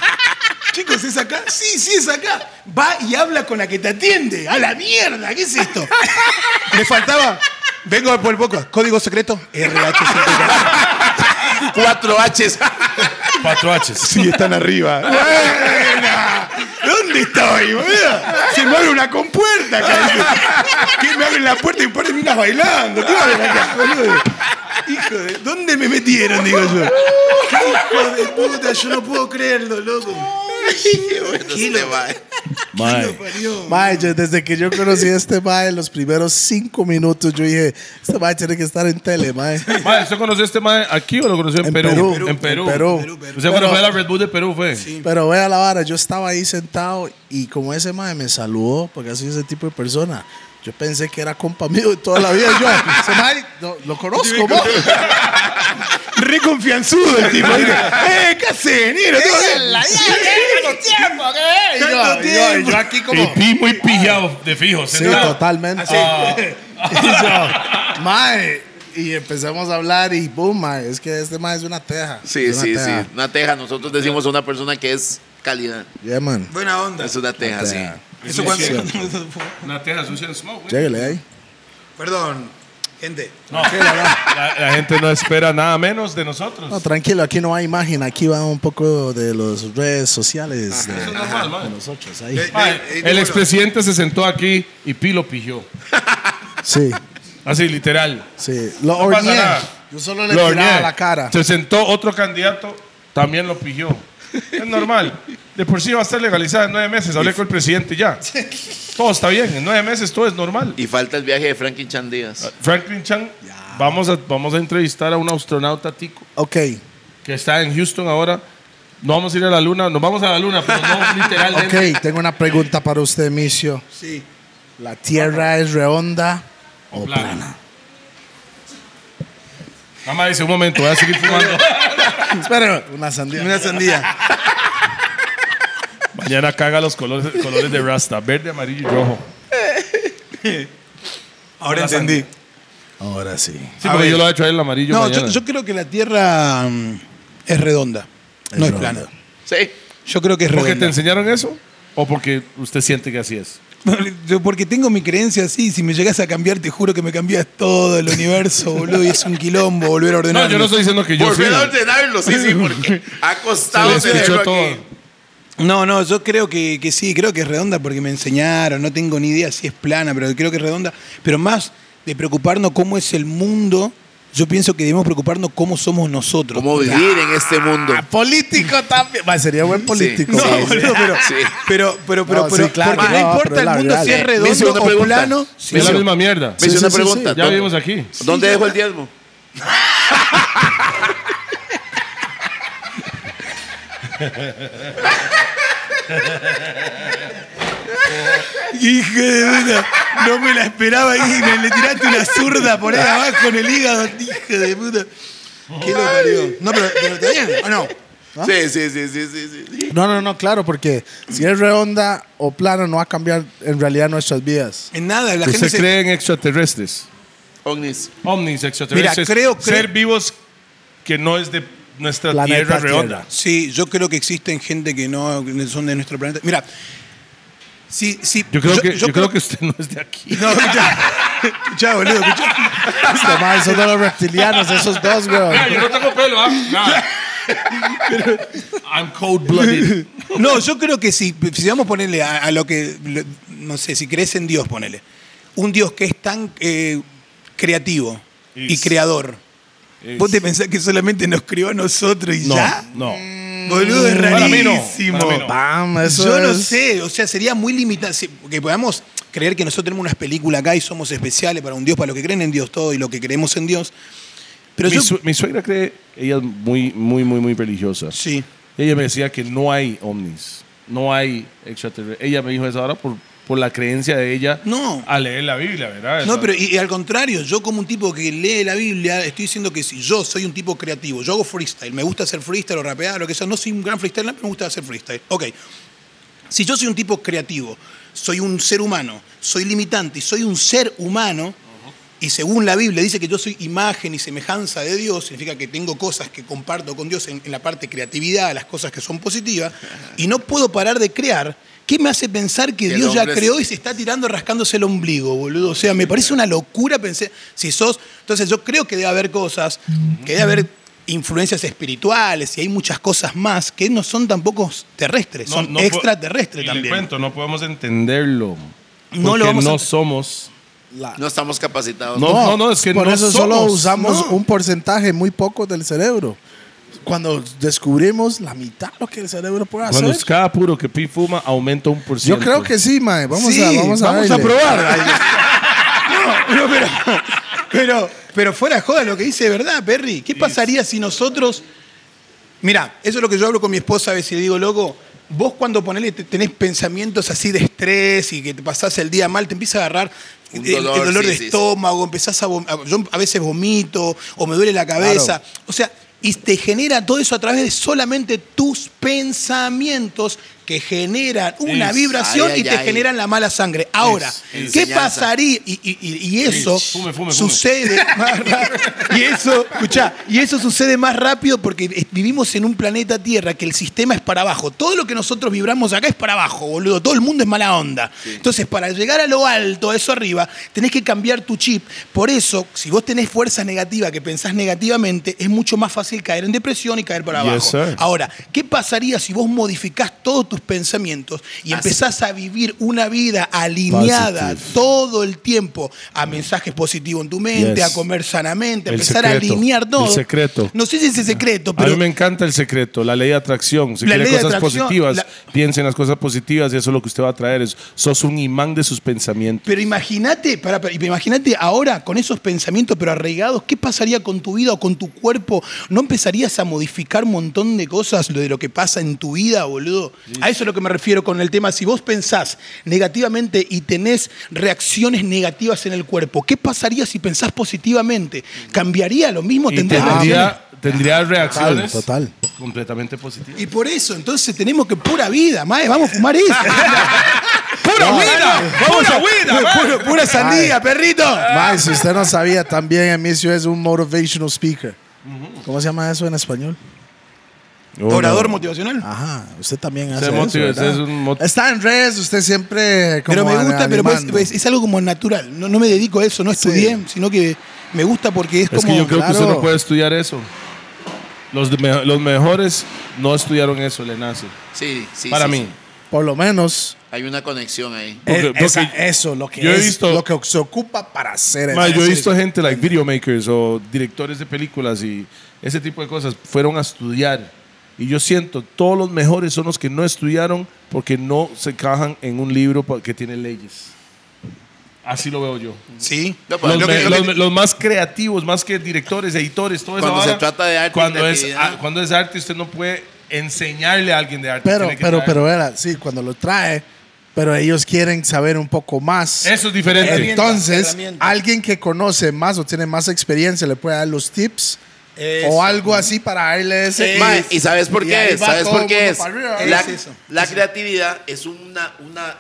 Speaker 2: Chicos, ¿es acá? Sí, sí, es acá. Va y habla con la que te atiende. ¡A la mierda! ¿Qué es esto? Me faltaba. Vengo por el podcast. Código secreto. RH.
Speaker 3: Cuatro H's.
Speaker 5: Cuatro H's.
Speaker 2: Sí, están arriba. ¡Buena! ¿Dónde estoy, boludo? Se me abre una compuerta acá. Que me abren la puerta y ponen minas bailando. ¿Qué abren acá, boludo? Hijo de... ¿Dónde me metieron, digo yo? ¿Qué hijo de puta? Yo no puedo creerlo, loco.
Speaker 3: Qué bueno este Mike.
Speaker 5: Mae.
Speaker 2: Parió.
Speaker 4: Mae, yo- desde que yo conocí a este mae, los primeros cinco minutos, yo dije, este mae tiene que estar en tele, mae.
Speaker 5: Mae, ¿usted conoció a este mae aquí o lo conoció en,
Speaker 4: En
Speaker 5: Perú?
Speaker 4: Perú.
Speaker 5: En Perú.
Speaker 4: En Perú.
Speaker 5: Usted cuando
Speaker 4: Pero-
Speaker 5: fue a la Red Bull de Perú fue.
Speaker 4: Pero vea la vara, yo estaba ahí sentado y como ese mae me saludó, porque así es ese tipo de persona, yo pensé que era compa mío de toda la vida. Yo, ese mae, lo, lo conozco, ¿no?
Speaker 2: Re confianzudo el tipo. dice, ¡Eh, qué hace, negro? ¿Todo bien?"
Speaker 4: Y yo-
Speaker 2: Tanto
Speaker 4: y yo- y
Speaker 2: tiempo.
Speaker 4: yo aquí
Speaker 5: Y
Speaker 4: como...
Speaker 5: pi muy pillado de fijo.
Speaker 4: Sí,
Speaker 5: sentado.
Speaker 4: totalmente.
Speaker 5: Ah,
Speaker 4: Y yo, mae, y empezamos a hablar y boom, mae, es que este mae es una teja.
Speaker 3: Sí,
Speaker 4: es una
Speaker 3: sí, sí.
Speaker 4: teja.
Speaker 3: Una teja. Nosotros decimos a una persona que es calidad.
Speaker 4: Yeah, man.
Speaker 2: Buena onda.
Speaker 3: Es una teja, sí.
Speaker 4: Teja.
Speaker 2: Eso cuando-
Speaker 4: Sí,
Speaker 5: una teja sucia en smoke. güey.
Speaker 4: Lléguele ahí.
Speaker 2: Perdón, gente.
Speaker 5: No, la, la gente no espera nada menos de nosotros.
Speaker 4: No, tranquilo, aquí no hay imagen, aquí va un poco de las redes sociales de,
Speaker 5: Eso es normal,
Speaker 4: de
Speaker 5: mae.
Speaker 4: nosotros. Ahí.
Speaker 2: Eh,
Speaker 5: Mae,
Speaker 2: eh,
Speaker 5: el
Speaker 2: bueno.
Speaker 5: expresidente se sentó aquí y pi lo pilló.
Speaker 4: Sí,
Speaker 5: Así, literal.
Speaker 4: sí. Lo
Speaker 5: No pasa
Speaker 4: horneé.
Speaker 5: nada.
Speaker 4: Yo solo le
Speaker 5: Lo
Speaker 4: tiraba
Speaker 5: ordené.
Speaker 4: la cara.
Speaker 5: Se sentó otro candidato, también lo pilló. Es normal. De por sí va a estar legalizada en nueve meses. Hablé con el presidente ya. Todo está bien. En nueve meses todo es normal.
Speaker 3: Y falta el viaje de Franklin Chandías.
Speaker 5: Ah. Franklin Chan, vamos a, vamos a entrevistar a un astronauta tico
Speaker 4: Ok,
Speaker 5: que está en Houston ahora. No vamos a ir a la luna, nos vamos a la luna, pero no literalmente.
Speaker 4: ok, tengo una pregunta para usted, Micio.
Speaker 2: Sí.
Speaker 4: ¿La tierra es redonda
Speaker 5: O
Speaker 4: o
Speaker 5: plana.
Speaker 4: plana?
Speaker 5: Mamá dice, un momento, voy a seguir fumando.
Speaker 4: Espera, una sandía.
Speaker 2: Una sandía.
Speaker 5: Mañana caga los colores, colores de Rasta, verde, amarillo y rojo.
Speaker 2: Ahora entendí.
Speaker 4: Ahora sí.
Speaker 5: Sí,
Speaker 2: A
Speaker 5: porque
Speaker 2: ver.
Speaker 5: yo lo voy a traer el amarillo
Speaker 2: No, yo,
Speaker 5: mañana.
Speaker 2: yo creo que la Tierra mm, es redonda. no es
Speaker 4: redonda.
Speaker 2: plana.
Speaker 3: Sí.
Speaker 2: Yo creo que es
Speaker 5: ¿Porque te
Speaker 2: redonda.
Speaker 5: enseñaron eso? ¿O porque usted siente que así es?
Speaker 2: Yo porque tengo mi creencia así, si me llegas a cambiar, te juro que me cambias todo el universo, boludo, y es un quilombo volver a ordenar.
Speaker 5: No, yo no estoy diciendo que yo
Speaker 3: Volver
Speaker 5: siga.
Speaker 3: a ordenarlo, sí, sí, porque ha
Speaker 5: Se
Speaker 3: costado
Speaker 5: le escuchó
Speaker 3: tenerlo aquí.
Speaker 5: todo.
Speaker 2: No, no, yo creo que, que sí, creo que es redonda porque me enseñaron, no tengo ni idea si es plana, pero creo que es redonda. Pero más de preocuparnos cómo es el mundo, yo pienso que debemos preocuparnos cómo somos nosotros.
Speaker 3: Cómo vivir en este mundo.
Speaker 5: Ah,
Speaker 4: Político también. Ma, sería buen político.
Speaker 3: Sí,
Speaker 2: No,
Speaker 4: güey.
Speaker 3: sí.
Speaker 2: boludo, pero,
Speaker 3: Sí.
Speaker 2: pero, pero, pero,
Speaker 4: No, sí,
Speaker 2: pero-
Speaker 4: claro.
Speaker 2: porque no
Speaker 4: No,
Speaker 2: importa
Speaker 4: pero la
Speaker 2: el mundo
Speaker 4: verdad,
Speaker 2: si
Speaker 4: eh.
Speaker 2: es
Speaker 4: Me
Speaker 3: hizo
Speaker 2: redondo
Speaker 3: una
Speaker 2: o
Speaker 3: pregunta.
Speaker 2: plano.
Speaker 3: Sí,
Speaker 2: Me
Speaker 5: Es la
Speaker 2: hizo-
Speaker 5: misma mierda.
Speaker 3: Me hizo
Speaker 4: Sí,
Speaker 3: una
Speaker 4: sí, sí,
Speaker 3: pregunta.
Speaker 4: sí.
Speaker 5: Ya
Speaker 3: ¿dó-
Speaker 5: vivimos aquí.
Speaker 3: ¿Dónde dejo el diezmo?
Speaker 2: Hijo de puta, no me la esperaba y me le tiraste una zurda por ahí abajo en el hígado, hijo de puta. Qué lo parió. No, pero, pero está bien, ¿o no?
Speaker 5: ¿Ah?
Speaker 3: Sí, sí, sí, sí, sí, sí.
Speaker 4: No, no, no, claro, porque si es redonda o plana, no va a cambiar en realidad nuestras vidas.
Speaker 2: En nada, la gente
Speaker 5: ¿Usted
Speaker 2: se...
Speaker 5: cree en extraterrestres?
Speaker 3: Ognis.
Speaker 5: Omnis extraterrestres.
Speaker 2: Mira, creo- creo-
Speaker 5: Ser vivos que no es de nuestra
Speaker 4: Planeta
Speaker 5: tierra
Speaker 4: Tierra.
Speaker 5: redonda.
Speaker 2: Sí, yo creo que existen gente que no que son de nuestro planeta. Mira, sí, sí,
Speaker 5: Yo creo, que, yo creo que usted no es de aquí.
Speaker 2: No, escuchá, escuchá, boludo, escuchá.
Speaker 4: Este, ma, son de los reptilianos, esos dos, güey.
Speaker 5: yo no tengo pelo, ¿ah? Nada. I'm cold-blooded.
Speaker 2: No, yo creo que si, si vamos a ponerle a, a lo que, lo- no sé, si crees en Dios, ponele. Un Dios que es tan eh, creativo y
Speaker 5: Is.
Speaker 2: creador.
Speaker 5: Is.
Speaker 2: ¿Vos te pensás que solamente nos crió a nosotros y
Speaker 5: No,
Speaker 2: ya?
Speaker 5: no.
Speaker 2: Boludo, es
Speaker 5: Para mí no,
Speaker 2: rarísimo.
Speaker 5: para mí no.
Speaker 4: Pam, eso
Speaker 2: Yo no
Speaker 4: es-
Speaker 2: sé, o sea, sería muy limitante si- que podamos creer que nosotros tenemos unas películas acá y somos especiales para un Dios, para los que creen en Dios todo y lo que creemos en Dios. Pero
Speaker 5: mi,
Speaker 2: yo...
Speaker 5: su- mi suegra cree, ella es muy, muy, muy, muy religiosa.
Speaker 2: Sí.
Speaker 5: Ella me decía que no hay ovnis, no hay extraterrestres. Ella me dijo eso ahora por, por la creencia de ella
Speaker 2: No.
Speaker 5: a leer la Biblia, ¿verdad?
Speaker 2: No,
Speaker 5: Esa-
Speaker 2: pero y, y al contrario, yo como un tipo que lee la Biblia, estoy diciendo que si yo soy un tipo creativo, yo hago freestyle, me gusta hacer freestyle o rapear, lo que sea, no soy un gran freestyle, pero me gusta hacer freestyle. Ok. Si yo soy un tipo creativo, soy un ser humano, soy limitante y soy un ser humano, y según la Biblia dice que yo soy imagen y semejanza de Dios, significa que tengo cosas que comparto con Dios en, en la parte creatividad, las cosas que son positivas, y no puedo parar de crear. ¿Qué me hace pensar que
Speaker 3: Que el
Speaker 2: Dios ya
Speaker 3: hombre es-
Speaker 2: creó y se está tirando rascándose el ombligo, boludo? O sea, me parece una locura pensar, si sos... Entonces yo creo que debe haber cosas, que debe haber influencias espirituales y hay muchas cosas más que no son tampoco terrestres,
Speaker 5: No,
Speaker 2: son
Speaker 5: no po-
Speaker 2: extraterrestres
Speaker 5: y le
Speaker 2: también.
Speaker 5: cuento, no podemos entenderlo.
Speaker 2: No lo
Speaker 5: porque
Speaker 2: vamos a
Speaker 5: no
Speaker 2: ent-
Speaker 5: somos.
Speaker 4: La-
Speaker 3: No estamos capacitados.
Speaker 5: No, no, no, es que
Speaker 4: por
Speaker 5: no
Speaker 4: eso solo
Speaker 5: somos,
Speaker 4: usamos
Speaker 5: no.
Speaker 4: un porcentaje muy poco del cerebro. Cuando descubrimos la mitad lo que el cerebro puede hacer.
Speaker 5: Cuando es cada puro que Pi fuma, aumenta un por
Speaker 4: Yo
Speaker 5: ciento.
Speaker 4: creo que sí, mae. Vamos
Speaker 2: Sí,
Speaker 4: a vamos a,
Speaker 2: vamos a
Speaker 4: darle.
Speaker 2: probar. no, no, pero, pero, pero fuera de joda lo que dice de verdad, Perry. ¿Qué pasaría si nosotros. Mirá, eso es lo que yo hablo con mi esposa a veces y le digo, loco, vos cuando ponele te- tenés pensamientos así de estrés y que te pasás el día mal, te empieza a agarrar.
Speaker 3: Un
Speaker 2: el- el,
Speaker 3: dolor,
Speaker 2: dolor
Speaker 3: sí,
Speaker 2: de
Speaker 3: sí, sí.
Speaker 2: estómago, empezás a, vom- a- yo a veces vomito o me duele la cabeza. O sea, y te genera todo eso a través de solamente tus pensamientos que generan una
Speaker 5: Es-
Speaker 2: vibración
Speaker 3: Ay,
Speaker 2: y
Speaker 3: ay,
Speaker 2: te
Speaker 3: ay.
Speaker 2: generan la mala sangre. Ahora,
Speaker 3: es
Speaker 2: ¿qué
Speaker 3: enseñanza.
Speaker 2: pasaría? Y, y- y- y eso
Speaker 5: Sí, fume, fume, fume.
Speaker 2: sucede más rápido. Y eso, escuchá, y eso sucede más rápido porque eh, vivimos en un planeta Tierra que el sistema es para abajo. Todo lo que nosotros vibramos acá es para abajo, boludo. Todo el mundo es mala onda. Entonces, para llegar a lo alto, a eso arriba, tenés que cambiar tu chip. Por eso, si vos tenés fuerza negativa, que pensás negativamente, es mucho más fácil caer en depresión y caer para
Speaker 5: Yes,
Speaker 2: abajo.
Speaker 5: sir.
Speaker 2: Ahora, ¿qué pasaría si vos modificás todos tus pensamientos y empezás a vivir una vida alineada
Speaker 5: Positive.
Speaker 2: todo el tiempo a mensajes positivos en tu mente,
Speaker 5: Yes.
Speaker 2: a comer sanamente, a
Speaker 5: El
Speaker 2: empezar
Speaker 5: secreto,
Speaker 2: a alinear
Speaker 5: el
Speaker 2: todo?
Speaker 5: secreto.
Speaker 2: No sé si es el secreto,
Speaker 5: A
Speaker 2: pero
Speaker 5: mí me encanta el secreto, la ley de atracción. Si
Speaker 2: La
Speaker 5: quiere
Speaker 2: ley de
Speaker 5: cosas
Speaker 2: atracción,
Speaker 5: positivas,
Speaker 2: la-
Speaker 5: piense en las cosas positivas y eso es lo que usted va a traer. Es, sos un imán de sus pensamientos.
Speaker 2: Pero imagínate, para, para- imagínate ahora con esos pensamientos pero arraigados, ¿qué pasaría con tu vida o con tu cuerpo? ¿No empezarías a modificar un montón de cosas lo de lo que pasa en tu vida, boludo? A eso es lo que me refiero con el tema. Si vos pensás negativamente y tenés reacciones negativas en el cuerpo, ¿qué pasaría si pensás positivamente? ¿Cambiaría lo mismo?
Speaker 5: Y
Speaker 2: ¿Tendrías reacciones?
Speaker 5: tendría, tendría reacciones
Speaker 4: total.
Speaker 5: completamente positivas.
Speaker 2: Y por eso, entonces tenemos que pura vida, mae, vamos a fumar eso.
Speaker 5: ¡Pura
Speaker 2: vida!
Speaker 5: ¡Pura
Speaker 2: Pura- pura sandía, perrito.
Speaker 4: Mae, si usted no sabía, también Emicio es un motivational speaker. ¿Cómo se llama eso en español?
Speaker 5: Oh,
Speaker 2: Orador
Speaker 5: no.
Speaker 2: motivacional.
Speaker 4: Ajá, usted también hace
Speaker 5: Ser motiva-
Speaker 4: eso, ¿verdad?
Speaker 5: es un mot-
Speaker 4: Está en redes, usted siempre como
Speaker 2: Pero me
Speaker 4: a-
Speaker 2: gusta, pero pues,
Speaker 4: animando.
Speaker 2: es, es algo como natural. No, no me dedico a eso, no
Speaker 4: Sí.
Speaker 2: estudié, sino que me gusta porque es,
Speaker 5: Es
Speaker 2: como.
Speaker 5: que yo creo que usted
Speaker 4: claro.
Speaker 5: no puede estudiar eso. Los, de- me- los mejores no estudiaron eso, le nace.
Speaker 3: Sí, sí.
Speaker 5: Para
Speaker 3: sí,
Speaker 5: mí.
Speaker 3: sí.
Speaker 4: por lo menos
Speaker 3: Hay una conexión ahí.
Speaker 5: Porque-
Speaker 4: eh, esa-
Speaker 5: porque
Speaker 4: eso lo que
Speaker 5: yo he
Speaker 4: es,
Speaker 5: visto-
Speaker 4: lo que se ocupa para hacer eso.
Speaker 5: Ma, yo he visto gente, like videomakers o directores de películas y ese tipo de cosas, fueron a estudiar. Y yo siento, todos los mejores son los que no estudiaron porque no se encajan en un libro pa- que tiene leyes. Así lo veo yo.
Speaker 2: Sí.
Speaker 3: No, pues,
Speaker 5: Los,
Speaker 3: lo que-
Speaker 5: me-
Speaker 3: lo que-
Speaker 5: los me- los más creativos, más que directores, editores, todo eso.
Speaker 3: Cuando se trata de arte y
Speaker 5: Cuando es,
Speaker 3: creatividad.
Speaker 5: a- cuando es arte, usted no puede enseñarle a alguien de arte.
Speaker 4: Pero,
Speaker 5: tiene que
Speaker 4: pero,
Speaker 5: traer-
Speaker 4: pero era, sí, cuando lo trae, pero ellos quieren saber un poco más.
Speaker 5: Eso es diferente.
Speaker 4: Entonces,
Speaker 2: herramientas.
Speaker 4: alguien que conoce más o tiene más experiencia le puede dar los tips
Speaker 2: Eso.
Speaker 4: o algo así para darle ese.
Speaker 3: Ma, ¿Y sabes por
Speaker 4: Y
Speaker 3: qué?
Speaker 4: ahí
Speaker 3: es?
Speaker 4: va
Speaker 3: ¿Sabes
Speaker 4: todo
Speaker 3: por
Speaker 4: el
Speaker 3: qué
Speaker 4: mundo
Speaker 3: es?
Speaker 4: para arriba, ¿eh?
Speaker 3: La,
Speaker 2: Es eso.
Speaker 3: la creatividad es una, una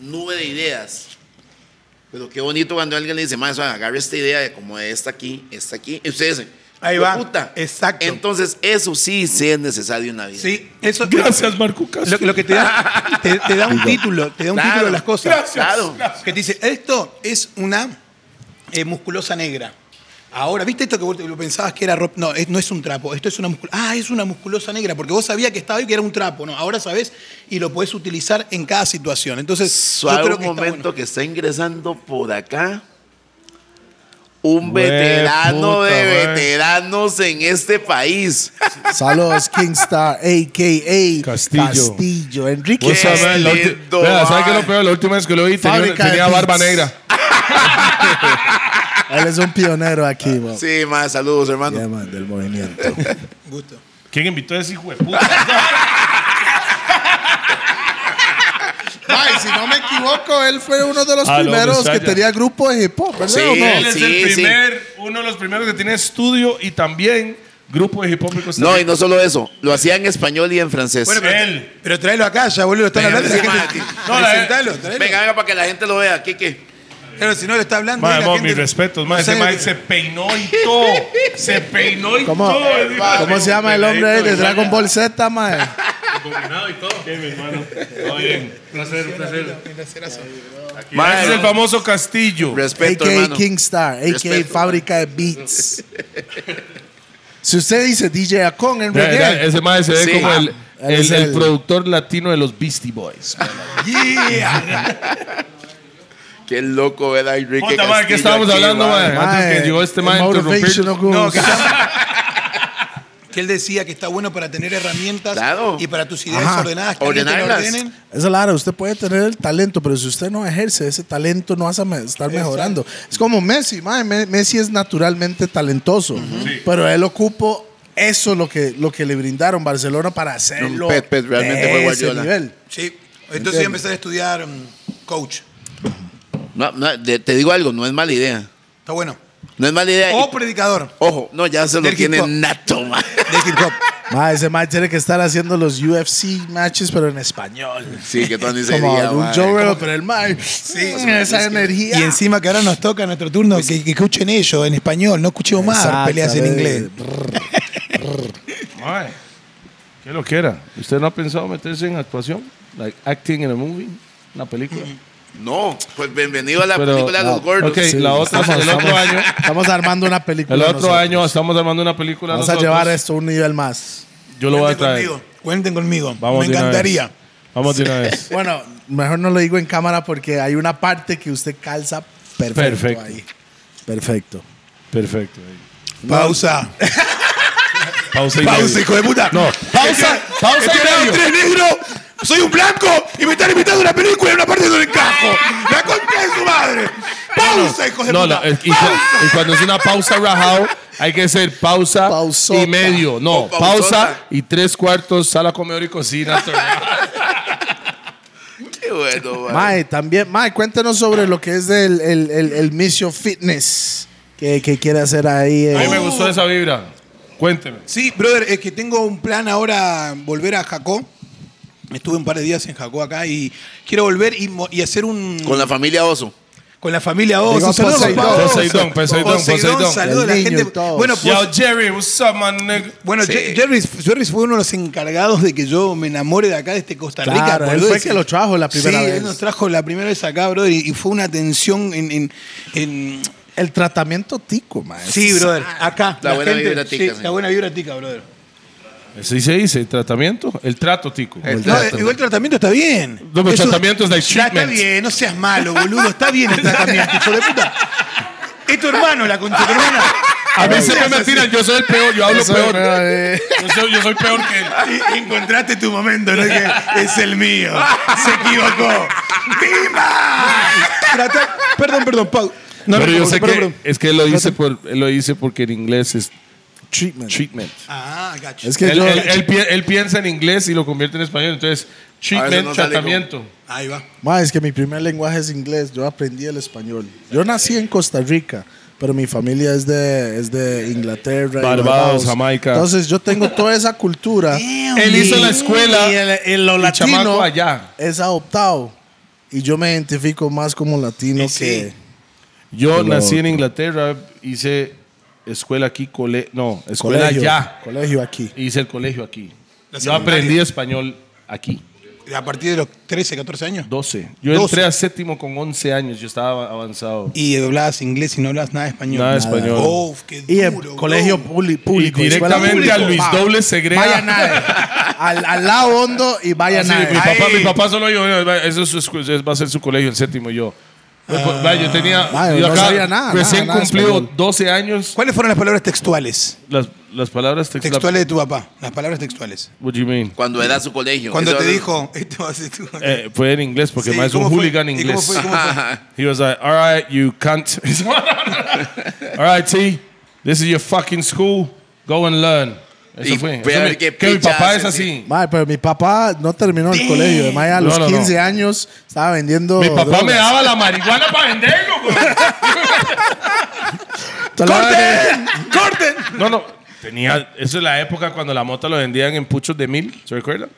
Speaker 3: nube de ideas. Pero qué bonito cuando alguien le dice, más agarre esta idea de como esta aquí, esta aquí. Y ustedes dicen,
Speaker 2: Ahí
Speaker 3: "Hijo de
Speaker 2: va, exacto.
Speaker 3: Entonces, eso sí, sí es necesario en la vida.
Speaker 2: Sí, eso.
Speaker 5: Gracias, Marco Castro.
Speaker 2: Lo, lo que te da, te, te da un título, te da un
Speaker 3: Claro.
Speaker 2: título de las cosas.
Speaker 3: Gracias, Claro.
Speaker 2: Que te dice, esto es una eh, musculosa negra. Ahora, ¿viste esto que vos te- lo pensabas que era ropa? No, es- no es un trapo, esto es una musculosa. Ah, es una musculosa negra, porque vos sabías que estaba ahí que era un trapo, ¿no? Ahora sabés y lo podés utilizar en cada situación. Entonces, yo
Speaker 3: Suave
Speaker 2: creo
Speaker 3: un
Speaker 2: que está
Speaker 3: momento
Speaker 2: bueno.
Speaker 3: que está ingresando por acá un
Speaker 5: Güey,
Speaker 3: veterano
Speaker 5: puta,
Speaker 3: de
Speaker 5: güey.
Speaker 3: veteranos en este país.
Speaker 4: Saludos, Kingstar, a.k.a.
Speaker 5: Castillo.
Speaker 4: Castillo. Enrique.
Speaker 5: Vos sabés,
Speaker 3: Qué
Speaker 5: la ulti-
Speaker 3: lindo,
Speaker 5: Vea, ¿sabe
Speaker 3: man.
Speaker 5: qué es lo peor? La última vez que lo vi tenía,
Speaker 4: Fábrica de
Speaker 5: tenía
Speaker 4: beats.
Speaker 5: barba negra.
Speaker 4: Él es un pionero aquí, bro.
Speaker 3: Ah, Sí, más saludos, hermano.
Speaker 4: Yeah, man, del movimiento.
Speaker 2: Gusto.
Speaker 5: ¿Quién invitó a ese hijo de puta?
Speaker 4: Ay, si no me equivoco, él fue uno de los
Speaker 5: Ah, lo
Speaker 4: primeros que
Speaker 5: Mestalla.
Speaker 4: tenía grupo de hip hop, ¿verdad?
Speaker 3: Sí,
Speaker 4: ¿O no?
Speaker 5: Él es
Speaker 3: Sí,
Speaker 5: el
Speaker 3: sí.
Speaker 5: primer, uno de los primeros que tiene estudio y también grupo de hip hop en Costa
Speaker 3: No, y
Speaker 5: Rica.
Speaker 3: no solo eso, lo hacía en español y en francés. Eh,
Speaker 2: Bueno, pero,
Speaker 5: Él.
Speaker 2: pero tráelo acá, ya boludo, están
Speaker 3: Venga,
Speaker 2: hablando. de
Speaker 3: encima
Speaker 2: gente-
Speaker 3: de ti.
Speaker 5: No, la-
Speaker 2: Presentalo, tráelo.
Speaker 3: Venga, venga para que la gente lo vea, Kike.
Speaker 2: Claro, si no lo está hablando.
Speaker 5: Madre,
Speaker 2: ahí la
Speaker 5: mo,
Speaker 2: gente-
Speaker 5: mis respetos, madre, ese
Speaker 2: Sí.
Speaker 5: madre se peinó y todo. se peinó y
Speaker 4: ¿Cómo,
Speaker 5: todo. Es
Speaker 4: ¿Cómo
Speaker 5: madre,
Speaker 4: se llama el hombre
Speaker 5: peinadito
Speaker 4: de
Speaker 5: y
Speaker 4: Dragon
Speaker 5: madre,
Speaker 4: Ball Z, mae?
Speaker 5: combinado y todo. Bien, mi hermano. Todo bien. Placer, placer.
Speaker 3: Madre,
Speaker 5: Ese es el famoso Castillo.
Speaker 3: eh, Respeto,
Speaker 4: A.K.A.
Speaker 3: hermano.
Speaker 4: Kingstar, A.K.A.
Speaker 3: Respeto.
Speaker 4: Fábrica de Beats. si usted dice DJ Akon en realidad.
Speaker 5: ese madre se ve
Speaker 3: Sí.
Speaker 5: como el,
Speaker 4: Ah, él es
Speaker 5: el- el
Speaker 4: el-
Speaker 5: productor latino de los Beastie Boys.
Speaker 3: Qué loco, ¿verdad? Enrique
Speaker 5: Puta, madre, ¿qué
Speaker 3: Castillo
Speaker 5: estábamos
Speaker 3: aquí,
Speaker 5: hablando,
Speaker 3: madre?
Speaker 5: madre? Antes que llegó este mae a interrumpir.
Speaker 4: Motivational Goons.
Speaker 2: No, que, que él decía que está bueno para tener herramientas
Speaker 3: Claro.
Speaker 2: y para tus ideas
Speaker 4: Ajá.
Speaker 2: ordenadas. Que alguien te lo
Speaker 3: Ordenarlas.
Speaker 2: ordenen.
Speaker 4: Esa Lara, usted puede tener el talento, pero si usted no ejerce ese talento, no vas a me- estar mejorando. Es como Messi, mae, Me- Messi es naturalmente talentoso, pero él ocupó eso lo que, lo que le brindaron Barcelona para hacerlo.
Speaker 3: Pep, Pep, realmente
Speaker 4: de
Speaker 3: fue
Speaker 4: ese
Speaker 3: Guardiola.
Speaker 4: nivel.
Speaker 2: Sí. Entonces voy a empezar a estudiar mm, coach.
Speaker 3: No, no, te, te digo algo, no es mala idea.
Speaker 2: Está bueno.
Speaker 3: No es mala idea.
Speaker 2: O
Speaker 3: Eh, Y-
Speaker 2: predicador
Speaker 3: ojo, no, ya se lo
Speaker 2: Del hip
Speaker 3: tiene
Speaker 2: hop.
Speaker 3: nato, madre.
Speaker 2: de hip hop.
Speaker 4: Mae, ese mae tiene que estar haciendo los UFC matches, pero en español.
Speaker 3: Sí, que todo ni se
Speaker 4: Como
Speaker 3: diga,
Speaker 4: un
Speaker 3: madre.
Speaker 4: Joe Rogan, pero el mae. esa energía.
Speaker 2: Y encima que ahora nos toca nuestro turno que, que escuchen ellos en español. No escuchemos más
Speaker 4: Exacto,
Speaker 2: peleas en
Speaker 4: eh,
Speaker 2: inglés.
Speaker 5: Mae, ¿qué lo que era? ¿Usted no ha pensado meterse en actuación? Like acting in a movie, una película.
Speaker 3: No, pues bienvenido a la
Speaker 5: Pero- ah,
Speaker 3: película de los gordos.
Speaker 5: Ok, la otra- el otro año.
Speaker 4: estamos armando una película.
Speaker 5: El otro
Speaker 4: nosotros.
Speaker 5: año estamos armando una película.
Speaker 4: Vamos
Speaker 5: nosotros.
Speaker 4: a llevar esto a un nivel más.
Speaker 5: Yo lo voy a
Speaker 2: Cuenten
Speaker 5: traer.
Speaker 2: conmigo. Cuenten conmigo.
Speaker 5: Vamos
Speaker 2: Me
Speaker 5: de una
Speaker 2: encantaría.
Speaker 5: vez. Vamos de una vez.
Speaker 4: Bueno, mejor no lo digo en cámara porque hay una parte que usted calza perfecto,
Speaker 5: Perfecto.
Speaker 4: ahí. Perfecto.
Speaker 5: Perfecto.
Speaker 2: Pausa.
Speaker 5: Pausa y
Speaker 2: Pausa,
Speaker 5: medio.
Speaker 2: hijo de puta.
Speaker 5: No, pausa, pausa
Speaker 2: Estoy
Speaker 5: y
Speaker 2: hablando
Speaker 5: medio.
Speaker 2: tres negros, soy un blanco y me están invitando a una película en una parte donde encajo. La concha de su madre. Pausa, hijo de
Speaker 5: No,
Speaker 2: puta.
Speaker 5: no, y, cu- y cuando es una pausa rajado, hay que ser pausa
Speaker 4: Pausota.
Speaker 5: y medio. No,
Speaker 3: O pausota.
Speaker 5: pausa y tres cuartos, sala, comedor y cocina.
Speaker 3: Qué bueno, madre.
Speaker 2: eh.
Speaker 4: Mae, también, Mae, cuéntenos sobre lo que es el, el, el, el Misio Fitness que, que quiere hacer ahí. eh.
Speaker 5: A mí me gustó esa vibra. Cuénteme.
Speaker 2: Sí, brother, es que tengo un plan ahora volver a Jacó. Estuve un par de días en Jacó acá y quiero volver y, mo- y hacer un.
Speaker 3: Con la familia Oso.
Speaker 2: con la familia Oz.
Speaker 4: Digo,
Speaker 2: Un saludo,
Speaker 4: Poseidón.
Speaker 2: papá Oz.
Speaker 5: Poseidón, Poseidón, Poseidón.
Speaker 2: saludo a la
Speaker 4: El niño
Speaker 2: gente.
Speaker 4: y todos.
Speaker 2: Bueno,
Speaker 5: Yo,
Speaker 2: pues,
Speaker 5: Jerry, what's up, my nigga?
Speaker 2: bueno Je- Jerry, Jerry fue uno de los encargados de que yo me enamore de acá, de este Costa Rica.
Speaker 4: Claro, él
Speaker 2: boludo.
Speaker 4: fue
Speaker 2: Ese-
Speaker 4: que lo trajo la primera
Speaker 2: sí,
Speaker 4: vez.
Speaker 2: él nos trajo la primera vez acá, brother, y, y fue una tensión en... en- en-
Speaker 4: El tratamiento tico, man.
Speaker 2: sí, brother,
Speaker 4: ah,
Speaker 2: acá.
Speaker 3: La buena vibra tica,
Speaker 2: sí,
Speaker 3: sí.
Speaker 2: La buena vibra tica, brother.
Speaker 5: Así se dice, el tratamiento, el trato, tico.
Speaker 3: El
Speaker 2: No,
Speaker 3: trato.
Speaker 2: igual el tratamiento está bien.
Speaker 5: No, pero el
Speaker 2: Eso-
Speaker 5: tratamiento es like
Speaker 2: Ya, Está
Speaker 5: treatment.
Speaker 2: bien, no seas malo, boludo. Está bien el tratamiento, hijo de puta. Es tu hermano, la concha de tu hermana.
Speaker 5: A mí siempre me tiran, yo soy el peor, yo hablo
Speaker 4: Eso,
Speaker 5: peor.
Speaker 4: no, eh.
Speaker 5: Yo soy, yo soy peor que él.
Speaker 2: Y- Encontraste tu momento, ¿no? Que es el mío. Se equivocó. ¡Bimba! Trata- Perdón, perdón, Pau. No, no,
Speaker 5: pero yo
Speaker 2: perdón,
Speaker 5: sé
Speaker 2: perdón,
Speaker 5: que
Speaker 2: perdón.
Speaker 5: es que él lo dice por, él lo dice porque en inglés es
Speaker 4: Treatment.
Speaker 5: treatment.
Speaker 2: Ah, gacho.
Speaker 4: Es que
Speaker 5: Él,
Speaker 4: yo.
Speaker 5: él- él pi- él piensa en inglés y lo convierte en español, entonces treatment,
Speaker 3: Ah, no sale
Speaker 5: tratamiento.
Speaker 2: Ahí va.
Speaker 4: Ma, es que mi primer lenguaje es inglés. Yo aprendí el español. Yo nací en Costa Rica, pero mi familia es de, es de Inglaterra. y
Speaker 5: Barbados, Jamaica.
Speaker 4: Entonces yo tengo toda esa cultura.
Speaker 5: Él hizo la escuela
Speaker 4: Y, el, el- lo
Speaker 5: y
Speaker 4: latino
Speaker 5: chamaco allá.
Speaker 4: es adoptado. Y yo me identifico más como latino
Speaker 2: Y sí.
Speaker 4: que.
Speaker 5: Yo
Speaker 4: Lo-
Speaker 5: nací en Inglaterra, hice escuela aquí, cole, no, escuela
Speaker 4: colegio,
Speaker 5: allá.
Speaker 4: Colegio aquí.
Speaker 5: Hice el colegio aquí.
Speaker 2: La
Speaker 5: Yo
Speaker 2: secundaria.
Speaker 5: aprendí español aquí.
Speaker 2: A partir de los 13, 14 años.
Speaker 5: 12. Yo
Speaker 2: 12.
Speaker 5: entré a séptimo con 11 años, yo estaba avanzado.
Speaker 2: Y hablabas inglés y no hablabas nada de español.
Speaker 5: Nada de español.
Speaker 2: Oh, qué duro,
Speaker 4: Y el colegio
Speaker 2: bro.
Speaker 4: publi- público.
Speaker 5: Y
Speaker 4: escuela
Speaker 5: directamente
Speaker 4: pública.
Speaker 5: a Luis
Speaker 4: Ma,
Speaker 5: Doble Segrea.
Speaker 4: Vaya nada. Al, al lado hondo y vaya
Speaker 5: Ah, Sí,
Speaker 4: nada.
Speaker 5: Ah. mi, papá,
Speaker 2: Ay.
Speaker 5: mi papá solo dijo, "Bueno, eso es su escu- eso va a ser su colegio, el séptimo y yo. Pues, pues, vaya, yo tenía,
Speaker 4: Ah, Vaya,
Speaker 5: yo
Speaker 4: no sabía nada,
Speaker 5: recién
Speaker 4: nada, nada
Speaker 5: cumplido
Speaker 4: español.
Speaker 5: 12 años,
Speaker 2: ¿Cuáles fueron las palabras textuales?
Speaker 5: las, las palabras text-
Speaker 2: Textuales de tu papá. Las palabras textuales.
Speaker 5: What do you mean?
Speaker 3: Cuando era su colegio.
Speaker 2: Cuando
Speaker 3: Eso
Speaker 2: te
Speaker 3: era-
Speaker 2: dijo, esto va a ser tu.
Speaker 5: Eh, fue en inglés, porque
Speaker 2: Sí,
Speaker 5: más es un
Speaker 2: ¿cómo fue?
Speaker 5: hooligan
Speaker 2: ¿Y
Speaker 5: inglés.
Speaker 2: cómo fue? ¿Cómo fue?
Speaker 5: He was like, all right, you cunt. all right, T, this is your fucking school. Go and learn. Eso
Speaker 3: Y
Speaker 5: fue. Eso
Speaker 3: ve a
Speaker 5: me-
Speaker 3: ver qué
Speaker 5: que mi
Speaker 3: picha
Speaker 5: papá
Speaker 3: hace,
Speaker 5: es así.
Speaker 4: Madre, pero mi papá no terminó el colegio. Además, ya a los
Speaker 5: No, no, no.
Speaker 4: 15 años estaba vendiendo.
Speaker 5: Mi papá
Speaker 4: drogas.
Speaker 5: me daba la marihuana para venderlo, güey.
Speaker 4: Te la venden.
Speaker 2: ¡Corten!
Speaker 5: No, no. Tenía, eso es la época cuando la mota lo vendían en puchos de mil, ¿se recuerda?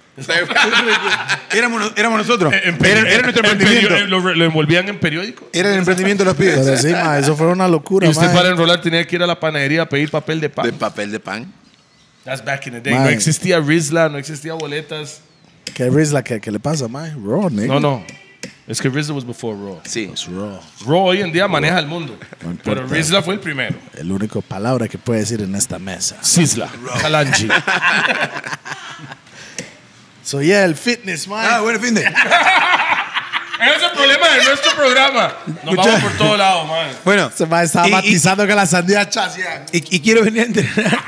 Speaker 2: Éramos, no- éramos nosotros.
Speaker 5: Eh, Era, nuestro
Speaker 2: emprendimiento.
Speaker 5: Lo, re- lo envolvían en periódico.
Speaker 2: Era el emprendimiento de los pibes.
Speaker 4: Pero sí, ma, eso fue una
Speaker 5: Y
Speaker 4: locura.
Speaker 5: usted
Speaker 4: ma.
Speaker 5: para enrolar tenía que ir a la panadería a pedir papel de pan.
Speaker 3: De papel de pan.
Speaker 5: That's back in the day. No
Speaker 4: Man.
Speaker 5: existía Rizla, no existía boletas.
Speaker 4: ¿Qué risla que, que le pasa, ma? Raw, nigga.
Speaker 5: No, no. Es que Rizla was before Raw.
Speaker 3: Sí.
Speaker 2: Pues,
Speaker 4: It's raw.
Speaker 5: Raw hoy en día maneja el mundo.
Speaker 4: importa.
Speaker 5: Pero Rizla fue el primero.
Speaker 4: El único palabra que puede decir en esta mesa.
Speaker 5: Sisla. Kalanji.
Speaker 4: So, yeah, el fitness, ma.
Speaker 2: Ah, bueno, fin de.
Speaker 5: Ese es el problema de nuestro programa. Nos vamos por todos lados, man.
Speaker 2: Bueno,
Speaker 4: Se ma estaba
Speaker 2: Y- y-
Speaker 4: matizando que la sandía chas, yeah.
Speaker 2: y, y quiero venir a entrenar.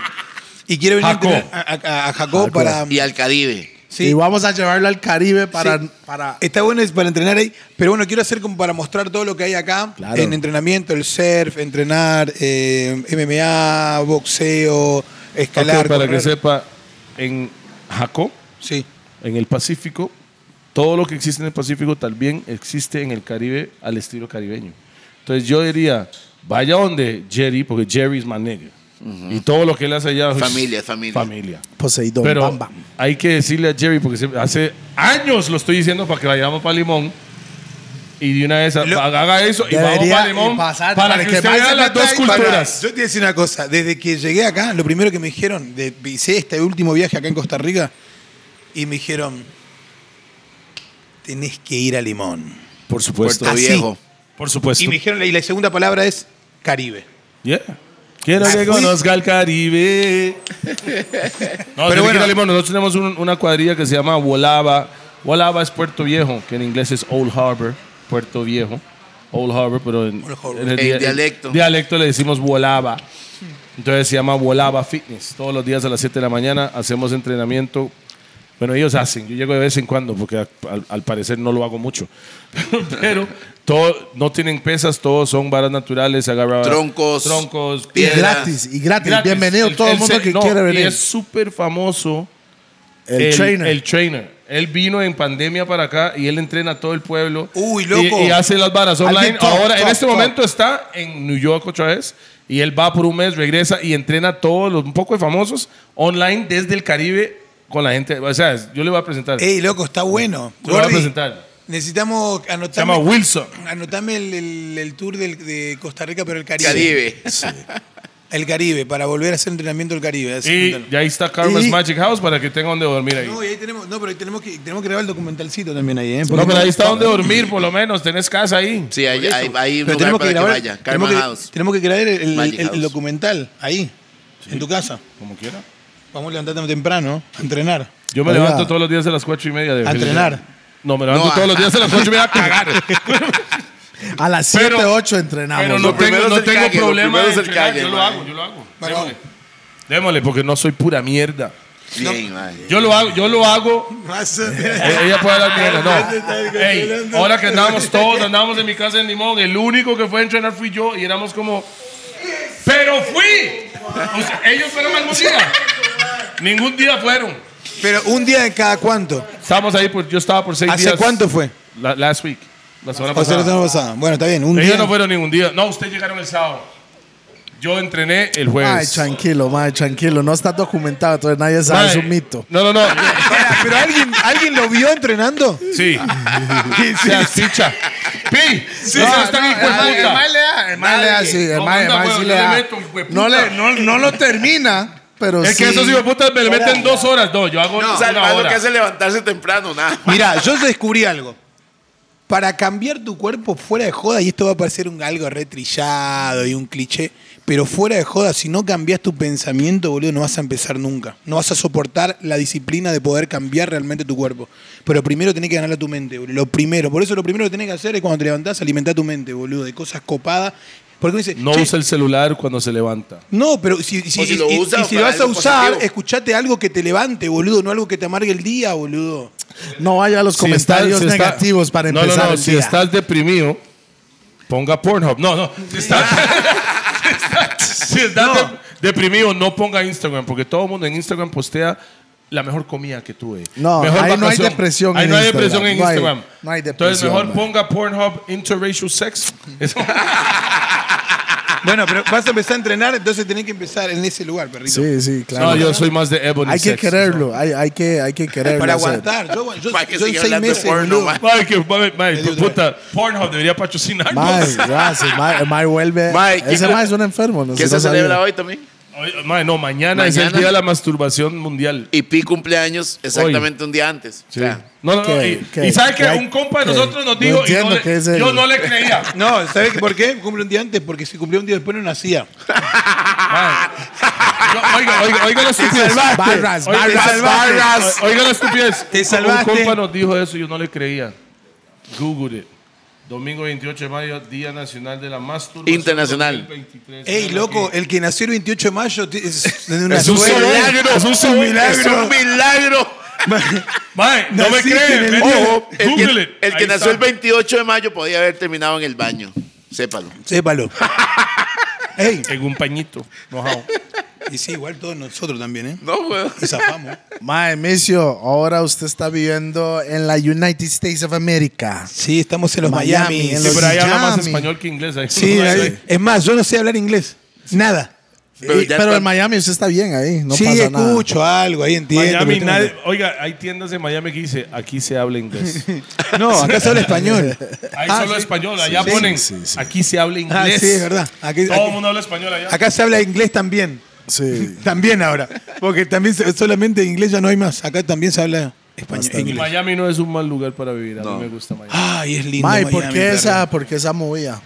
Speaker 2: Y quiero venir
Speaker 5: Jacob.
Speaker 2: a entrenar a, a- a Jacob para.
Speaker 3: Y al Caribe.
Speaker 4: Y
Speaker 2: Sí,
Speaker 4: vamos a llevarlo al Caribe para.
Speaker 2: Sí.
Speaker 4: para
Speaker 2: está bueno es para entrenar ahí. Pero bueno, quiero hacer como para mostrar todo lo que hay acá.
Speaker 4: Claro.
Speaker 2: En entrenamiento, el surf, entrenar, eh, MMA, boxeo, escalar.
Speaker 5: Ok, para
Speaker 2: correr.
Speaker 5: que sepa, en Jaco,
Speaker 2: Sí.
Speaker 5: en el Pacífico, todo lo que existe en el Pacífico también existe en el Caribe al estilo caribeño. Entonces yo diría, vaya donde Jerry, porque Jerry es my nigga. Y todo lo que él hace allá.
Speaker 3: Familia, familia.
Speaker 5: Familia.
Speaker 4: Poseidón,
Speaker 5: Pero
Speaker 4: bam, bam.
Speaker 5: hay que decirle a Jerry, porque siempre- hace años lo estoy diciendo para que vayamos para Limón. Y de una vez a-
Speaker 2: Lo-
Speaker 5: haga eso y
Speaker 4: Debería
Speaker 5: vamos para
Speaker 4: y
Speaker 5: Limón.
Speaker 4: pasar
Speaker 5: para,
Speaker 4: para
Speaker 5: que,
Speaker 4: que
Speaker 5: usted
Speaker 4: más
Speaker 5: vea
Speaker 4: se
Speaker 5: las
Speaker 4: meta
Speaker 5: dos
Speaker 4: ahí
Speaker 2: Pará,
Speaker 5: culturas.
Speaker 2: yo te voy a decir una cosa. Desde que llegué acá, lo primero que me dijeron, de- hice este último viaje acá en Costa Rica, y me dijeron, tenés que ir a Limón.
Speaker 5: Por
Speaker 3: Puerto
Speaker 5: supuesto.
Speaker 2: Ah, Así.
Speaker 3: Viejo.
Speaker 5: Por supuesto.
Speaker 2: Y me dijeron, y la segunda palabra es Caribe.
Speaker 5: Yeah.
Speaker 3: Ah,
Speaker 5: Quiero que
Speaker 2: Así.
Speaker 5: conozca el Caribe. no, pero
Speaker 2: bueno.
Speaker 5: bueno, nosotros tenemos un- una cuadrilla que se llama Volaba. Volaba es Puerto Viejo, que en inglés es Old Harbor, Puerto Viejo. Old Harbor, pero en,
Speaker 2: Old Harbor.
Speaker 5: en
Speaker 3: El
Speaker 5: dia-
Speaker 3: dialecto.
Speaker 5: dialecto le decimos Volaba. Entonces se llama Volaba Fitness. Todos los días a las 7 de la mañana hacemos entrenamiento. Bueno, ellos hacen. Yo llego de vez en cuando porque a- al, al parecer no lo hago mucho. Pero todo, no tienen pesas, todos son varas naturales. Agarra
Speaker 3: Troncos,
Speaker 5: troncos,
Speaker 4: Y
Speaker 3: piedra.
Speaker 4: gratis, y gratis. Bienvenido todo el mundo
Speaker 5: se-
Speaker 4: que
Speaker 5: no,
Speaker 4: quiere
Speaker 5: y
Speaker 4: venir.
Speaker 5: es súper famoso
Speaker 4: el, trainer.
Speaker 5: el trainer. Él vino en pandemia para acá y él entrena a todo el pueblo.
Speaker 2: Uy, loco.
Speaker 5: Y, y hace las varas online.
Speaker 4: Alguien top,
Speaker 5: Ahora, en
Speaker 4: top,
Speaker 5: este
Speaker 4: top.
Speaker 5: momento está en New York otra vez. Y él va por un mes, regresa y entrena a todos los un poco de famosos online desde el Caribe con la gente. O sea, yo le voy a presentar.
Speaker 2: Ey, loco, está bueno.
Speaker 5: Yo lo voy a
Speaker 2: Gordi,
Speaker 5: presentar.
Speaker 2: Necesitamos
Speaker 5: Se llama
Speaker 2: anotarme,
Speaker 5: Wilson.
Speaker 2: anotarme el, el- el tour del- de Costa Rica, pero el Caribe.
Speaker 3: Caribe.
Speaker 2: El Caribe, para volver a hacer entrenamiento del Caribe. así,
Speaker 5: Y
Speaker 2: juntalo.
Speaker 5: ya ahí está Karma's
Speaker 4: Y-
Speaker 5: Magic House para que tenga donde dormir ahí.
Speaker 2: No, y ahí tenemos, no, pero ahí tenemos que, tenemos que grabar el documentalcito también ahí, ¿eh? Porque-
Speaker 5: No, pero ahí está donde dormir, por lo menos. Tenés casa ahí.
Speaker 3: Sí, hay, hay, hay
Speaker 2: Pero
Speaker 3: un lugar
Speaker 2: tenemos que
Speaker 3: para que,
Speaker 2: grabar,
Speaker 3: vaya. Karma
Speaker 2: tenemos, que,
Speaker 3: House.
Speaker 2: tenemos que grabar el, el-
Speaker 3: Magic
Speaker 2: el
Speaker 3: House.
Speaker 2: documental ahí, en tu casa.
Speaker 5: Como quiera.
Speaker 2: Vamos levantándonos temprano, a entrenar.
Speaker 5: Yo me
Speaker 4: Oiga.
Speaker 5: levanto todos los días a las cuatro y media. De
Speaker 2: A entrenar.
Speaker 5: No, me levanto
Speaker 3: No,
Speaker 5: todos los
Speaker 3: a-
Speaker 5: días a las cuatro y media a cagar.
Speaker 4: A las 7,
Speaker 5: Pero-
Speaker 4: 8 entrenamos.
Speaker 5: Pero
Speaker 4: ¿no?
Speaker 5: no
Speaker 3: lo primero
Speaker 5: tengo,
Speaker 3: es
Speaker 5: no
Speaker 3: el
Speaker 5: tengo
Speaker 3: cague, lo
Speaker 5: problema
Speaker 3: primero
Speaker 5: de
Speaker 3: es el
Speaker 5: entrenar.
Speaker 3: cague,
Speaker 5: yo lo
Speaker 3: man.
Speaker 5: hago, yo lo hago.
Speaker 2: Bueno.
Speaker 5: Démosle. Démosle, porque no soy pura mierda.
Speaker 3: Bien, madre.
Speaker 5: Yo lo hago, yo lo hago. Eh, Ella puede dar mierda, no. Ey, ahora que andábamos todos, andábamos en mi casa en Limón, el único que fue a entrenar fui yo y éramos como. ¡Pero fui! O sea, ellos fueron algún día. Ningún día fueron.
Speaker 2: Pero un día de cada cuánto.
Speaker 5: Estábamos ahí, por, yo estaba por seis
Speaker 2: ¿Hace
Speaker 5: días.
Speaker 2: cuánto fue?
Speaker 5: La- last week, la semana
Speaker 2: O sea, la
Speaker 5: pasada.
Speaker 2: semana pasada. Bueno, está bien. Un
Speaker 5: Ellos
Speaker 2: día.
Speaker 5: no fueron ningún día. No, ustedes llegaron el sábado. Yo entrené el
Speaker 4: Ay,
Speaker 5: jueves.
Speaker 4: tranquilo, madre, tranquilo. No está documentado, entonces nadie sabe,
Speaker 5: Mae,
Speaker 4: es un mito.
Speaker 5: No, no, no.
Speaker 2: Para, pero alguien, alguien lo vio entrenando.
Speaker 5: Sí. Se asficha. ¡Pi! Sí, no, están
Speaker 4: no,
Speaker 5: hijo de
Speaker 4: Ah, el- el
Speaker 5: puta.
Speaker 4: mae le da, el mae le da,
Speaker 5: Nadie.
Speaker 4: sí, el
Speaker 5: No,
Speaker 4: mae- el
Speaker 5: manda,
Speaker 4: mae
Speaker 5: weón,
Speaker 4: sí
Speaker 5: yo
Speaker 4: le
Speaker 5: le
Speaker 4: da.
Speaker 5: meto, hijo de
Speaker 4: No
Speaker 5: puta.
Speaker 4: le- no- no lo termina, pero
Speaker 5: Es que
Speaker 4: sí.
Speaker 5: esos hijueputas me le meten dos horas. No, yo hago
Speaker 3: O sea, el
Speaker 5: una
Speaker 3: malo que
Speaker 5: hora.
Speaker 3: hace levantarse temprano, nada.
Speaker 2: Mira, yo descubrí algo. Para cambiar tu cuerpo fuera de joda, y esto va a parecer un algo retrillado y un cliché, pero fuera de joda, si no cambias tu pensamiento, boludo, no vas a empezar nunca. No vas a soportar la disciplina de poder cambiar realmente tu cuerpo. Pero primero tenés que ganar a tu mente, boludo. Lo primero. Por eso lo primero que tenés que hacer es cuando te levantás, alimentar tu mente, boludo, de cosas copadas. Porque uno dice,
Speaker 5: No
Speaker 2: "Che,
Speaker 5: usa el celular cuando se levanta.
Speaker 2: no, pero si, si-
Speaker 3: O si lo
Speaker 2: y- y-
Speaker 3: usa
Speaker 2: y si
Speaker 3: para
Speaker 2: lo vas a
Speaker 3: algo
Speaker 2: usar,
Speaker 3: positivo.
Speaker 2: escuchate algo que te levante, boludo, no algo que te amargue el día, boludo.
Speaker 4: No vaya a los comentarios
Speaker 5: estás- si estás-
Speaker 4: negativos para
Speaker 5: No,
Speaker 4: empezar
Speaker 5: No, no,
Speaker 4: el
Speaker 5: si
Speaker 4: día.
Speaker 5: estás deprimido, ponga Pornhub. No, no. Si estás, si estás de- deprimido, no ponga Instagram, porque todo el mundo en Instagram postea la mejor comida que tuve.
Speaker 4: No,
Speaker 5: mejor
Speaker 4: ahí no hay
Speaker 5: vacación.
Speaker 4: depresión
Speaker 5: Ahí
Speaker 4: en
Speaker 5: no hay
Speaker 4: Instagram.
Speaker 5: depresión en
Speaker 4: No hay-
Speaker 5: Instagram.
Speaker 4: no hay
Speaker 5: Entonces,
Speaker 4: depresión,
Speaker 5: mejor
Speaker 4: man.
Speaker 5: ponga Pornhub Interracial Sex. Eso-
Speaker 3: Ah,
Speaker 2: Bueno, pero vas a empezar a entrenar, entonces tenés que empezar en ese lugar, perrito.
Speaker 4: Sí, sí, claro.
Speaker 5: No, yo soy más de Ebony
Speaker 4: hay que
Speaker 5: Sex.
Speaker 4: quererlo, hay, hay que, hay que quererlo.
Speaker 2: Para
Speaker 4: hacer.
Speaker 2: aguantar. Yo, yo,
Speaker 3: Para que
Speaker 2: yo en
Speaker 3: siga
Speaker 2: seis
Speaker 3: hablando de
Speaker 2: meses,
Speaker 3: porno,
Speaker 2: boludo.
Speaker 3: man.
Speaker 5: Ay, que madre, madre,
Speaker 2: Medio
Speaker 5: puta, Pornhub debería patrocinar.
Speaker 4: Mae, gracias. Mae, el mae vuelve.
Speaker 3: Mae, ¿qué-
Speaker 4: Ese mae es un enfermo. No,
Speaker 3: ¿Qué
Speaker 4: sé,
Speaker 3: se
Speaker 4: no sabía.
Speaker 3: celebra hoy también?
Speaker 5: no, mañana, es el
Speaker 3: Mañana.
Speaker 5: día de la masturbación mundial.
Speaker 3: Y Pi cumpleaños exactamente un día antes. O
Speaker 5: Sí.
Speaker 3: sea,
Speaker 5: No, no, no.
Speaker 4: ¿Qué?
Speaker 5: Y,
Speaker 4: ¿Qué?
Speaker 5: y sabe que
Speaker 4: ¿Qué?
Speaker 5: un compa de
Speaker 4: ¿Qué?
Speaker 5: nosotros nos
Speaker 4: No
Speaker 5: dijo, y
Speaker 4: entiendo
Speaker 5: no le-
Speaker 4: qué es el-
Speaker 5: yo no le creía.
Speaker 2: No, ¿sabes por qué? Cumple un día antes, porque si cumplió un día después no nacía.
Speaker 5: Mae. Yo- oiga, oiga, oiga la estupidez.
Speaker 4: Barras,
Speaker 5: Oiga,
Speaker 4: barras,
Speaker 5: oiga,
Speaker 4: barras.
Speaker 5: Oiga la estupidez.
Speaker 2: Te salvaste.
Speaker 5: Un compa nos dijo eso y yo no le creía. Google it. Domingo 28 de mayo, Día Nacional de la Masturbación.
Speaker 3: Internacional.
Speaker 5: 2023.
Speaker 2: Ey, loco, el que nació el 28 de mayo ti- es de una
Speaker 5: Es un ¿eh?
Speaker 2: suerte.
Speaker 5: milagro. Es un
Speaker 3: Es un
Speaker 5: milagro.
Speaker 3: milagro.
Speaker 5: Mae, no me
Speaker 2: Naciste en el
Speaker 5: creen.
Speaker 3: Ojo, el
Speaker 5: Google it.
Speaker 3: que, el que
Speaker 5: Ahí
Speaker 3: nació el
Speaker 5: está.
Speaker 3: 28 de mayo podía haber terminado en el baño. Sépalo.
Speaker 2: Sépalo. Ey,
Speaker 5: En un pañito mojado.
Speaker 2: y sí, igual todos nosotros también, ¿eh?
Speaker 3: No, weón.
Speaker 2: Y zafamos.
Speaker 4: Mae, Micio, ahora usted está viviendo en la United States of America.
Speaker 2: Sí, estamos en los
Speaker 4: Miami,
Speaker 2: Miami.
Speaker 4: en
Speaker 2: en
Speaker 5: Sí,
Speaker 4: los-
Speaker 2: los-
Speaker 5: pero ahí habla más
Speaker 4: Miami.
Speaker 5: español que inglés. ahí.
Speaker 2: Sí,
Speaker 5: Mae,
Speaker 2: ahí- es más, yo no sé hablar inglés. Nada.
Speaker 4: Pero,
Speaker 3: Pero ya
Speaker 4: pero
Speaker 3: está-
Speaker 4: en Miami usted está bien ahí. No
Speaker 2: sí,
Speaker 4: pasa nada.
Speaker 2: escucho algo, ahí entiendo. pero
Speaker 5: Miami,
Speaker 2: tengo-
Speaker 5: nadie- oiga, hay tiendas en Miami que dice, aquí se habla inglés.
Speaker 2: No, acá se habla español.
Speaker 5: Ahí
Speaker 2: Ah,
Speaker 5: solo
Speaker 2: sí.
Speaker 5: español, allá
Speaker 4: sí,
Speaker 5: ponen,
Speaker 4: sí, sí.
Speaker 5: aquí se habla
Speaker 2: Ah,
Speaker 5: inglés.
Speaker 2: sí, es verdad. Aquí-
Speaker 5: Todo
Speaker 2: aquí-
Speaker 5: el mundo habla español allá.
Speaker 2: Acá se habla inglés también.
Speaker 4: Sí.
Speaker 2: También ahora. Porque también se- solamente inglés ya no hay más. Acá también se habla español.
Speaker 5: y
Speaker 2: Inglés.
Speaker 5: Miami no es un mal lugar para vivir, a mí me gusta Miami.
Speaker 2: Ay, es lindo.
Speaker 4: Mae,
Speaker 2: Miami,
Speaker 4: ¿por qué
Speaker 2: perro.
Speaker 4: esa, por qué esa movida?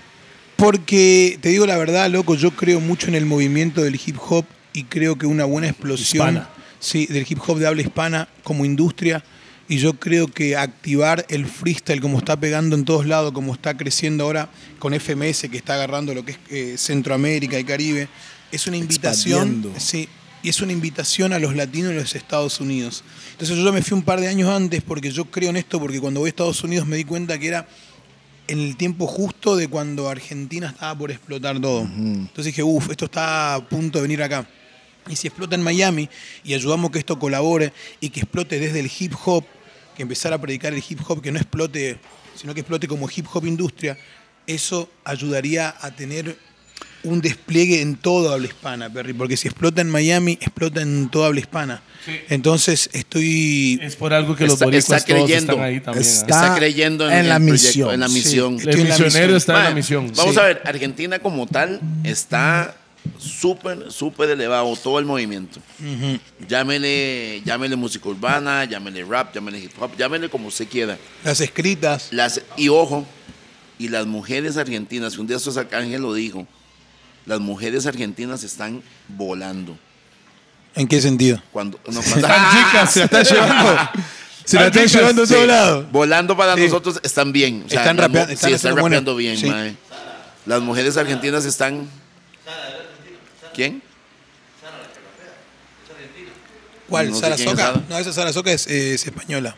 Speaker 2: Porque te digo la verdad, loco, yo creo mucho en el movimiento del hip hop y creo que una buena explosión
Speaker 5: Hispana.
Speaker 2: sí, del hip hop de habla hispana como industria. Y yo creo que activar el freestyle como está pegando en todos lados, como está creciendo ahora con FMS, que está agarrando lo que es eh, Centroamérica y Caribe, es una invitación.
Speaker 4: Expandiendo.
Speaker 2: Sí, y es una invitación a los latinos de los Estados Unidos. Entonces yo me fui un par de años antes porque yo creo en esto, porque cuando voy a Estados Unidos me di cuenta que era en el tiempo justo de cuando Argentina estaba por explotar todo. Entonces dije, uff, esto está a punto de venir acá. Y si explota en Miami y ayudamos que esto colabore y que explote desde el hip hop, que empezar a predicar el hip hop, que no explote, sino que explote como hip hop industria, eso ayudaría a tener un despliegue en toda habla hispana, Perry, porque si explota en Miami, explota en toda habla hispana. Entonces estoy
Speaker 5: Es por algo que los
Speaker 3: Está-
Speaker 5: boricuas
Speaker 3: está
Speaker 5: todos
Speaker 3: creyendo.
Speaker 5: están ahí también. ¿ah?
Speaker 4: Está-
Speaker 3: Está creyendo en,
Speaker 4: en la
Speaker 3: el proyecto,
Speaker 4: misión,
Speaker 3: en la
Speaker 4: sí.
Speaker 3: misión.
Speaker 2: Estoy
Speaker 5: El
Speaker 2: en la
Speaker 5: misionero
Speaker 2: misión.
Speaker 5: está en la
Speaker 3: Mae,
Speaker 5: misión.
Speaker 3: Vamos
Speaker 5: Sí.
Speaker 3: a ver, Argentina como tal está súper, súper elevado todo el movimiento. Llámele, llámele música urbana, llámele rap, llámele hip hop, llámele como usted quiera.
Speaker 2: las escritas.
Speaker 3: Las, y ojo, y las mujeres argentinas, que un día estos Arcángel lo dijo, las mujeres argentinas están volando.
Speaker 2: ¿En qué sentido?
Speaker 3: Cuando, no, cuando-
Speaker 1: Tan chicas, se la están llevando. Se la están llevando a
Speaker 3: Sí,
Speaker 1: todos lados.
Speaker 3: Volando para nosotros están bien. O sea,
Speaker 2: Están
Speaker 3: las
Speaker 2: rapea-
Speaker 3: mu-
Speaker 2: están
Speaker 3: sí, están
Speaker 2: haciendo bueno.
Speaker 3: rapeando bien,
Speaker 2: Sí.
Speaker 3: mae. Las mujeres argentinas están. ¿Quién?
Speaker 2: ¿Cuál?
Speaker 3: No sé
Speaker 2: ¿Sara
Speaker 3: quién es
Speaker 2: Soca?
Speaker 3: Sara.
Speaker 2: No, esa Sara Soca es, eh, es española.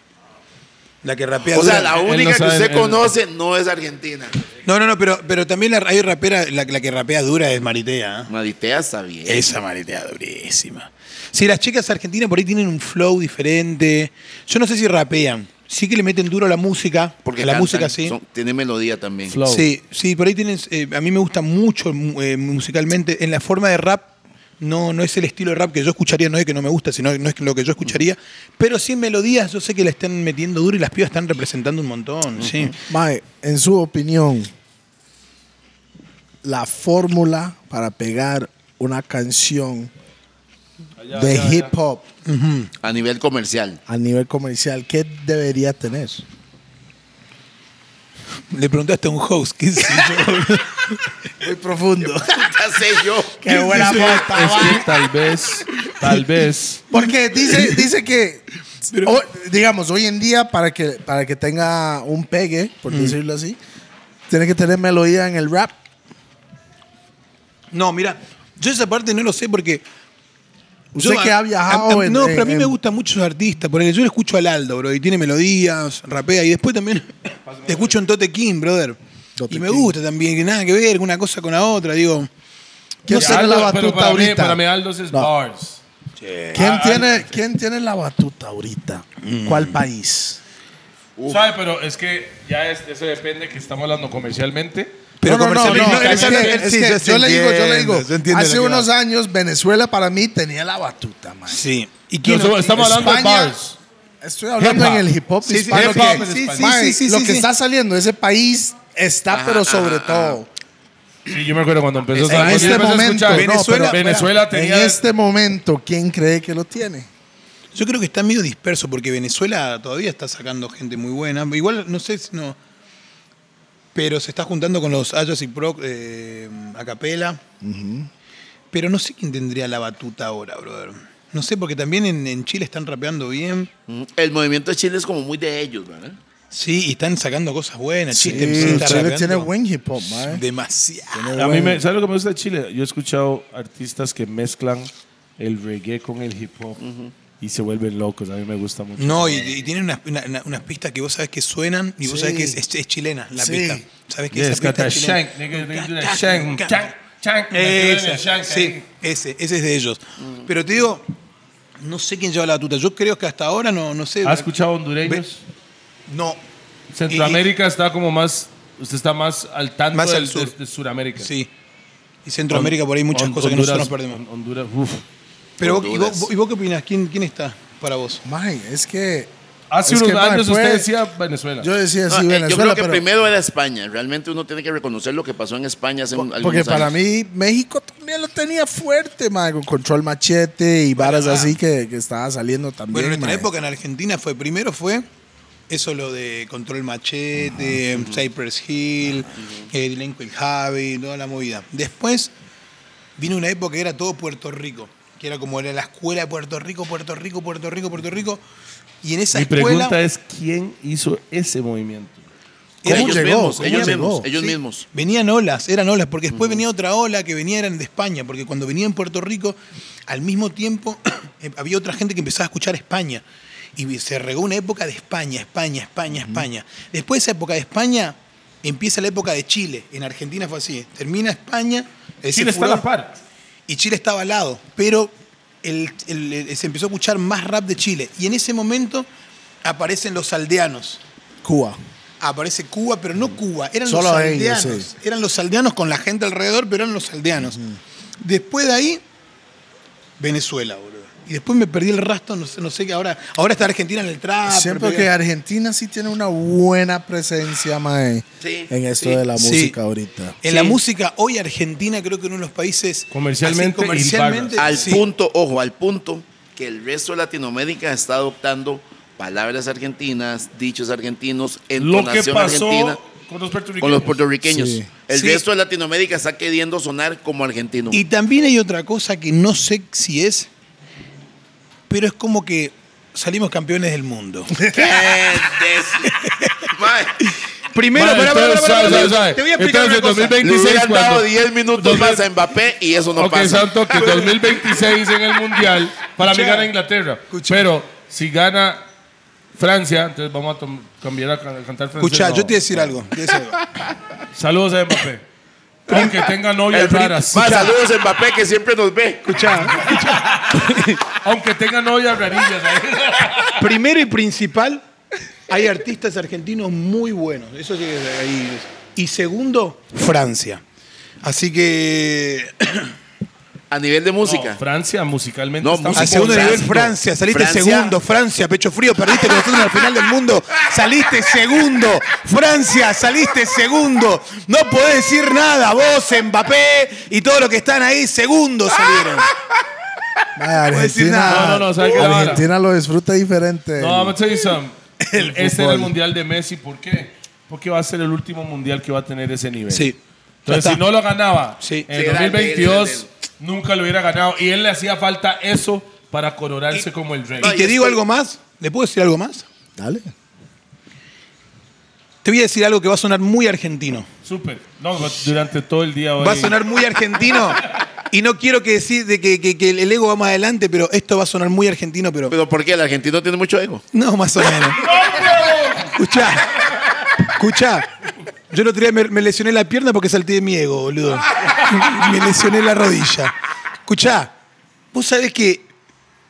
Speaker 2: La que rapea.
Speaker 3: O sea,
Speaker 2: dura.
Speaker 3: la
Speaker 5: él
Speaker 3: única
Speaker 5: no
Speaker 3: que
Speaker 5: sabe,
Speaker 3: usted
Speaker 5: él no-
Speaker 3: conoce no es argentina.
Speaker 2: No, no, no, pero, pero también la, hay rapera, la, la que rapea dura es Maritea. ¿eh?
Speaker 3: Maritea está bien.
Speaker 2: Esa Maritea durísima. Sí, las chicas argentinas por ahí tienen un flow diferente. Yo no sé si rapean. Sí que le meten duro a la música.
Speaker 3: porque
Speaker 2: Porque la
Speaker 3: cantan,
Speaker 2: música sí.
Speaker 3: son- tiene melodía también.
Speaker 5: Flow.
Speaker 2: Sí, sí, por ahí tienen. eh, a mí me gusta mucho mu- eh, musicalmente. En la forma de rap, no, no es el estilo de rap que yo escucharía, no es que no me gusta, sino no es lo que yo escucharía. Pero sí en melodías, yo sé que la están metiendo duro y las pibas están representando un montón. Sí.
Speaker 4: Mae, en su opinión, la fórmula para pegar una canción de hip hop
Speaker 3: A nivel comercial.
Speaker 4: a nivel comercial, ¿qué debería tener?
Speaker 2: Le preguntaste a un host, ¿qué sé yo?
Speaker 4: Muy profundo.
Speaker 3: Ya sé yo.
Speaker 4: Qué buena
Speaker 5: Es
Speaker 4: aporta,
Speaker 5: que tal vez, tal vez,
Speaker 4: Porque dice, dice que, o- digamos, hoy en día para que, para que tenga un pegue, por decirlo así, tiene que tener melodía en el rap.
Speaker 2: No, mira, yo esa parte no lo sé porque.
Speaker 4: Usted que
Speaker 2: a-
Speaker 4: ha viajado
Speaker 2: a- a-
Speaker 4: en-
Speaker 2: no,
Speaker 4: en-
Speaker 2: pero a mí
Speaker 4: en-
Speaker 2: me gustan muchos artistas. Por ejemplo, yo lo escucho al Aldo, bro, y tiene melodías, rapea. Y después también te escucho en Tote King, brother.
Speaker 4: Tote
Speaker 2: y me
Speaker 4: King.
Speaker 2: gusta también, que nada que ver, una cosa con la otra. Digo,
Speaker 4: ¿Quién
Speaker 5: Sí,
Speaker 4: tiene
Speaker 5: Aldo,
Speaker 4: la
Speaker 5: pero
Speaker 4: batuta
Speaker 5: para mí-
Speaker 4: ahorita?
Speaker 5: para mí Aldo es
Speaker 4: No.
Speaker 5: bars.
Speaker 4: ¿Quién, tiene, ¿Quién tiene la batuta ahorita? ¿Cuál país?
Speaker 5: ¿Sabe? Pero es que ya es- eso depende que estamos hablando comercialmente.
Speaker 2: pero
Speaker 4: no, no, no,
Speaker 2: comercialmente-
Speaker 4: no,
Speaker 2: no,
Speaker 4: es
Speaker 2: no,
Speaker 4: que,
Speaker 2: no,
Speaker 4: es
Speaker 2: sí,
Speaker 4: que
Speaker 2: ya se
Speaker 4: yo le digo, yo le
Speaker 2: entiende,
Speaker 4: digo,
Speaker 2: se entiende
Speaker 4: hace
Speaker 2: lo que
Speaker 4: unos
Speaker 2: va.
Speaker 4: años Venezuela para mí tenía la batuta, man.
Speaker 2: Sí. ¿Y quién
Speaker 5: Nosotros
Speaker 2: no-
Speaker 5: estamos hablando de
Speaker 4: España-
Speaker 5: bars.
Speaker 4: Estoy hablando
Speaker 5: Hip hop.
Speaker 4: en el hip hop
Speaker 2: Sí, sí,
Speaker 4: hispano
Speaker 5: hip
Speaker 4: que-
Speaker 5: hop en
Speaker 4: sí,
Speaker 5: español.
Speaker 4: sí, sí, sí, lo
Speaker 2: sí,
Speaker 4: que
Speaker 2: sí.
Speaker 4: está saliendo ese país está,
Speaker 3: Ajá,
Speaker 4: pero
Speaker 3: ajá,
Speaker 4: sobre
Speaker 3: ajá.
Speaker 4: todo.
Speaker 5: Sí, yo me acuerdo cuando empezó
Speaker 4: En
Speaker 5: cuando yo
Speaker 4: este
Speaker 5: empecé a
Speaker 4: momento,
Speaker 5: escuchar-
Speaker 4: no,
Speaker 2: Venezuela-
Speaker 5: pero Venezuela tenía.
Speaker 4: en este momento, ¿quién cree que lo tiene?
Speaker 2: Yo creo que está medio disperso porque Venezuela todavía está sacando gente muy buena. Igual no sé si no. Pero se está juntando con los Ayos y Proc eh, a capela. Pero no sé quién tendría la batuta ahora, brother. No sé, porque también en, en Chile están rapeando bien.
Speaker 3: Mm, El movimiento de Chile es como muy de ellos, ¿verdad?
Speaker 2: Sí, y están sacando cosas buenas.
Speaker 4: Sí,
Speaker 2: Chile, sí está
Speaker 4: Chile
Speaker 2: rapeando
Speaker 4: tiene eh. buen hip hop, man.
Speaker 2: Demasiado.
Speaker 5: A mí me, ¿Sabes lo que me gusta de Chile? Yo he escuchado artistas que mezclan el reggae con el hip hop y se vuelven locos. A mí me gusta mucho.
Speaker 2: No, y, y tienen unas una- una- unas pistas que vos sabés que suenan y vos
Speaker 4: Sí.
Speaker 2: sabés que es, es- es chilena la
Speaker 4: Sí.
Speaker 2: pista. Sabés que
Speaker 5: Yeah,
Speaker 2: esa
Speaker 5: it's got
Speaker 2: pista
Speaker 5: that
Speaker 2: es chilena.
Speaker 5: shank, nigga. They do that shank,
Speaker 2: Ca-
Speaker 5: chank, chank, they do that
Speaker 2: Ese,
Speaker 5: shank
Speaker 2: sí,
Speaker 5: ahí.
Speaker 2: ese, ese es de ellos.
Speaker 4: Mm.
Speaker 2: Pero te digo, no sé quién lleva la batuta. Yo creo que hasta ahora no, no sé.
Speaker 5: ¿Has escuchado hondureños?
Speaker 2: No.
Speaker 5: Centroamérica está como más. Usted está más al tanto
Speaker 2: Más al
Speaker 5: del-
Speaker 2: sur.
Speaker 5: de, de Sudamérica.
Speaker 2: Sí. Y Centroamérica, por ahí muchas
Speaker 5: Hon-
Speaker 2: cosas que
Speaker 5: Honduras-
Speaker 2: nosotros perdemos.
Speaker 5: Hon- Honduras, uf.
Speaker 2: Pero vos- ¿y,
Speaker 3: Honduras.
Speaker 2: vos, ¿y vos qué opinás? ¿Quién, ¿Quién está para vos?
Speaker 4: Man, es que.
Speaker 5: Hace
Speaker 4: es
Speaker 5: unos
Speaker 4: que, man,
Speaker 5: años
Speaker 4: fue-
Speaker 5: usted decía Venezuela.
Speaker 4: Yo decía
Speaker 3: No,
Speaker 4: sí,
Speaker 3: eh, yo
Speaker 4: Venezuela,
Speaker 3: creo que
Speaker 4: pero.
Speaker 3: primero era España. Realmente uno tiene que reconocer lo que pasó en España hace un- algunos
Speaker 4: Porque para
Speaker 3: años.
Speaker 4: mí México también lo tenía fuerte, man, con control machete y varas
Speaker 2: ah.
Speaker 4: así que, que estaba saliendo también.
Speaker 2: Bueno, en nuestra
Speaker 4: man.
Speaker 2: época en Argentina fue, primero fue eso lo de Control Machete, Cypress Hill, eh, Delinquent Javi, toda la movida. Después vino una época que era todo Puerto Rico, que era como era la escuela de Puerto Rico, Puerto Rico, Puerto Rico, Puerto Rico. Y en esa
Speaker 5: Mi
Speaker 2: escuela...
Speaker 5: pregunta es: ¿quién hizo ese movimiento?
Speaker 2: era-
Speaker 4: ¿Cómo
Speaker 3: ellos
Speaker 4: llegó?
Speaker 3: mismos,
Speaker 4: ¿Cómo
Speaker 3: ellos
Speaker 4: llegó?
Speaker 3: mismos, ellos
Speaker 2: Sí,
Speaker 3: mismos.
Speaker 2: Venían olas, eran olas, porque después venía otra ola que venía eran de España, porque cuando venía en Puerto Rico, al mismo tiempo eh, había otra gente que empezaba a escuchar España. Y vi- se regó una época de España, España, España, España. Después de esa época de España, empieza la época de Chile. En Argentina fue así. Termina España. ese
Speaker 5: Chile está a
Speaker 2: furor,
Speaker 5: la par.
Speaker 2: Y Chile estaba al lado. Pero el- el- el- se empezó a escuchar más rap de Chile. Y en ese momento aparecen los aldeanos
Speaker 4: Cuba.
Speaker 2: aparece Cuba, pero no Cuba, eran
Speaker 4: Solo
Speaker 2: los
Speaker 4: ellos,
Speaker 2: aldeanos.
Speaker 4: sí.
Speaker 2: Eran los aldeanos con la gente alrededor, pero eran los aldeanos. Después de ahí, Venezuela, boludo. Y después me perdí el rastro, no sé, no sé qué ahora. Ahora está Argentina en el
Speaker 5: Ah,
Speaker 2: trap.
Speaker 4: Siento
Speaker 2: pero-
Speaker 4: que Argentina sí tiene una buena presencia, mae,
Speaker 3: Sí,
Speaker 4: en esto
Speaker 3: sí,
Speaker 4: de la
Speaker 2: sí.
Speaker 4: música ahorita.
Speaker 5: Eh,
Speaker 2: En la música, hoy Argentina creo que uno de los países.
Speaker 6: Comercialmente
Speaker 2: así, comercialmente
Speaker 6: y
Speaker 3: Al
Speaker 2: Este, sí.
Speaker 3: punto, ojo, al punto que el resto de Latinoamérica está adoptando palabras argentinas, dichos argentinos,
Speaker 6: Lo que
Speaker 3: entonación
Speaker 6: pasó
Speaker 3: argentina
Speaker 6: con los puertorriqueños.
Speaker 3: con los puertorriqueños.
Speaker 4: Sí.
Speaker 3: El
Speaker 2: Sí.
Speaker 3: resto de Latinoamérica está queriendo sonar como argentino.
Speaker 2: Y también hay otra cosa que no sé si es, pero es como que salimos campeones del mundo.
Speaker 3: ¿Qué des- Mae,
Speaker 2: Primero,
Speaker 5: Vale,
Speaker 2: pará,
Speaker 5: entonces,
Speaker 2: pará, pará,
Speaker 5: suave,
Speaker 2: pará,
Speaker 5: suave, suave.
Speaker 2: te voy a explicar
Speaker 5: Entonces,
Speaker 2: una cosa.
Speaker 5: 2020
Speaker 3: le
Speaker 5: 26
Speaker 3: hubieran
Speaker 5: cuando-
Speaker 3: dado 10 minutos más a Mbappé y eso no
Speaker 5: ok,
Speaker 3: pasa.
Speaker 5: santo, que 2026 en el Mundial, para mí
Speaker 2: Escucha.
Speaker 5: gana Inglaterra.
Speaker 2: Escucha.
Speaker 5: Pero si gana Francia, entonces vamos a tom- cambiar a can- cantar francés.
Speaker 2: Escuchá,
Speaker 5: no.
Speaker 2: yo te voy a decir algo. te voy a decir algo.
Speaker 5: Saludos a Mbappé. Aunque tenga
Speaker 3: El
Speaker 5: novias
Speaker 3: pri-
Speaker 5: raras.
Speaker 3: Mae, saludos a Mbappé que siempre nos ve.
Speaker 5: Aunque tenga novias rarillas. ¿eh?
Speaker 2: Primero y principal, hay artistas argentinos muy buenos. Eso sí que es ahí. Y segundo, Francia. Así que.
Speaker 3: A nivel de música.
Speaker 6: Francia musicalmente.
Speaker 3: No,
Speaker 6: está-
Speaker 3: música.
Speaker 2: Al segundo
Speaker 3: Francia.
Speaker 2: nivel, Francia. Saliste
Speaker 3: Francia.
Speaker 2: segundo, Francia, pecho frío. Perdiste con nosotros en la final del mundo. Saliste segundo, Francia. Saliste segundo. No podés decir nada. Vos, Mbappé y todos los que están ahí, segundo salieron.
Speaker 4: Mae,
Speaker 2: decir
Speaker 4: Argentina,
Speaker 2: nada.
Speaker 5: No, no, no, ¿sabe qué
Speaker 4: Argentina lo disfruta diferente.
Speaker 5: No, I'm gonna tell you something. este
Speaker 4: fútbol.
Speaker 5: era el mundial de Messi. ¿Por qué? Porque va a ser el último mundial que va a tener ese nivel. Entonces, si no lo ganaba
Speaker 2: Sí.
Speaker 5: en
Speaker 3: Sí,
Speaker 5: el
Speaker 3: era él,
Speaker 5: 2022,
Speaker 3: era él.
Speaker 5: nunca lo hubiera ganado. Y él le hacía falta eso para coronarse como el rey.
Speaker 2: Y te digo algo más. ¿Le puedo decir algo más?
Speaker 4: Dale.
Speaker 2: Te voy a decir algo que va a sonar muy argentino.
Speaker 5: Súper. No, durante todo el día hoy.
Speaker 2: Va a sonar muy argentino. Y no quiero que decir de que, que- que el ego va más adelante, pero esto va a sonar muy argentino, pero.
Speaker 3: Pero ¿por qué? El argentino tiene mucho ego.
Speaker 2: No, más o menos. Escuchá. Escuchá. Yo el otro día me, me lesioné la pierna porque salté de mi ego, boludo. me lesioné la rodilla. Escuchá. Vos sabés que,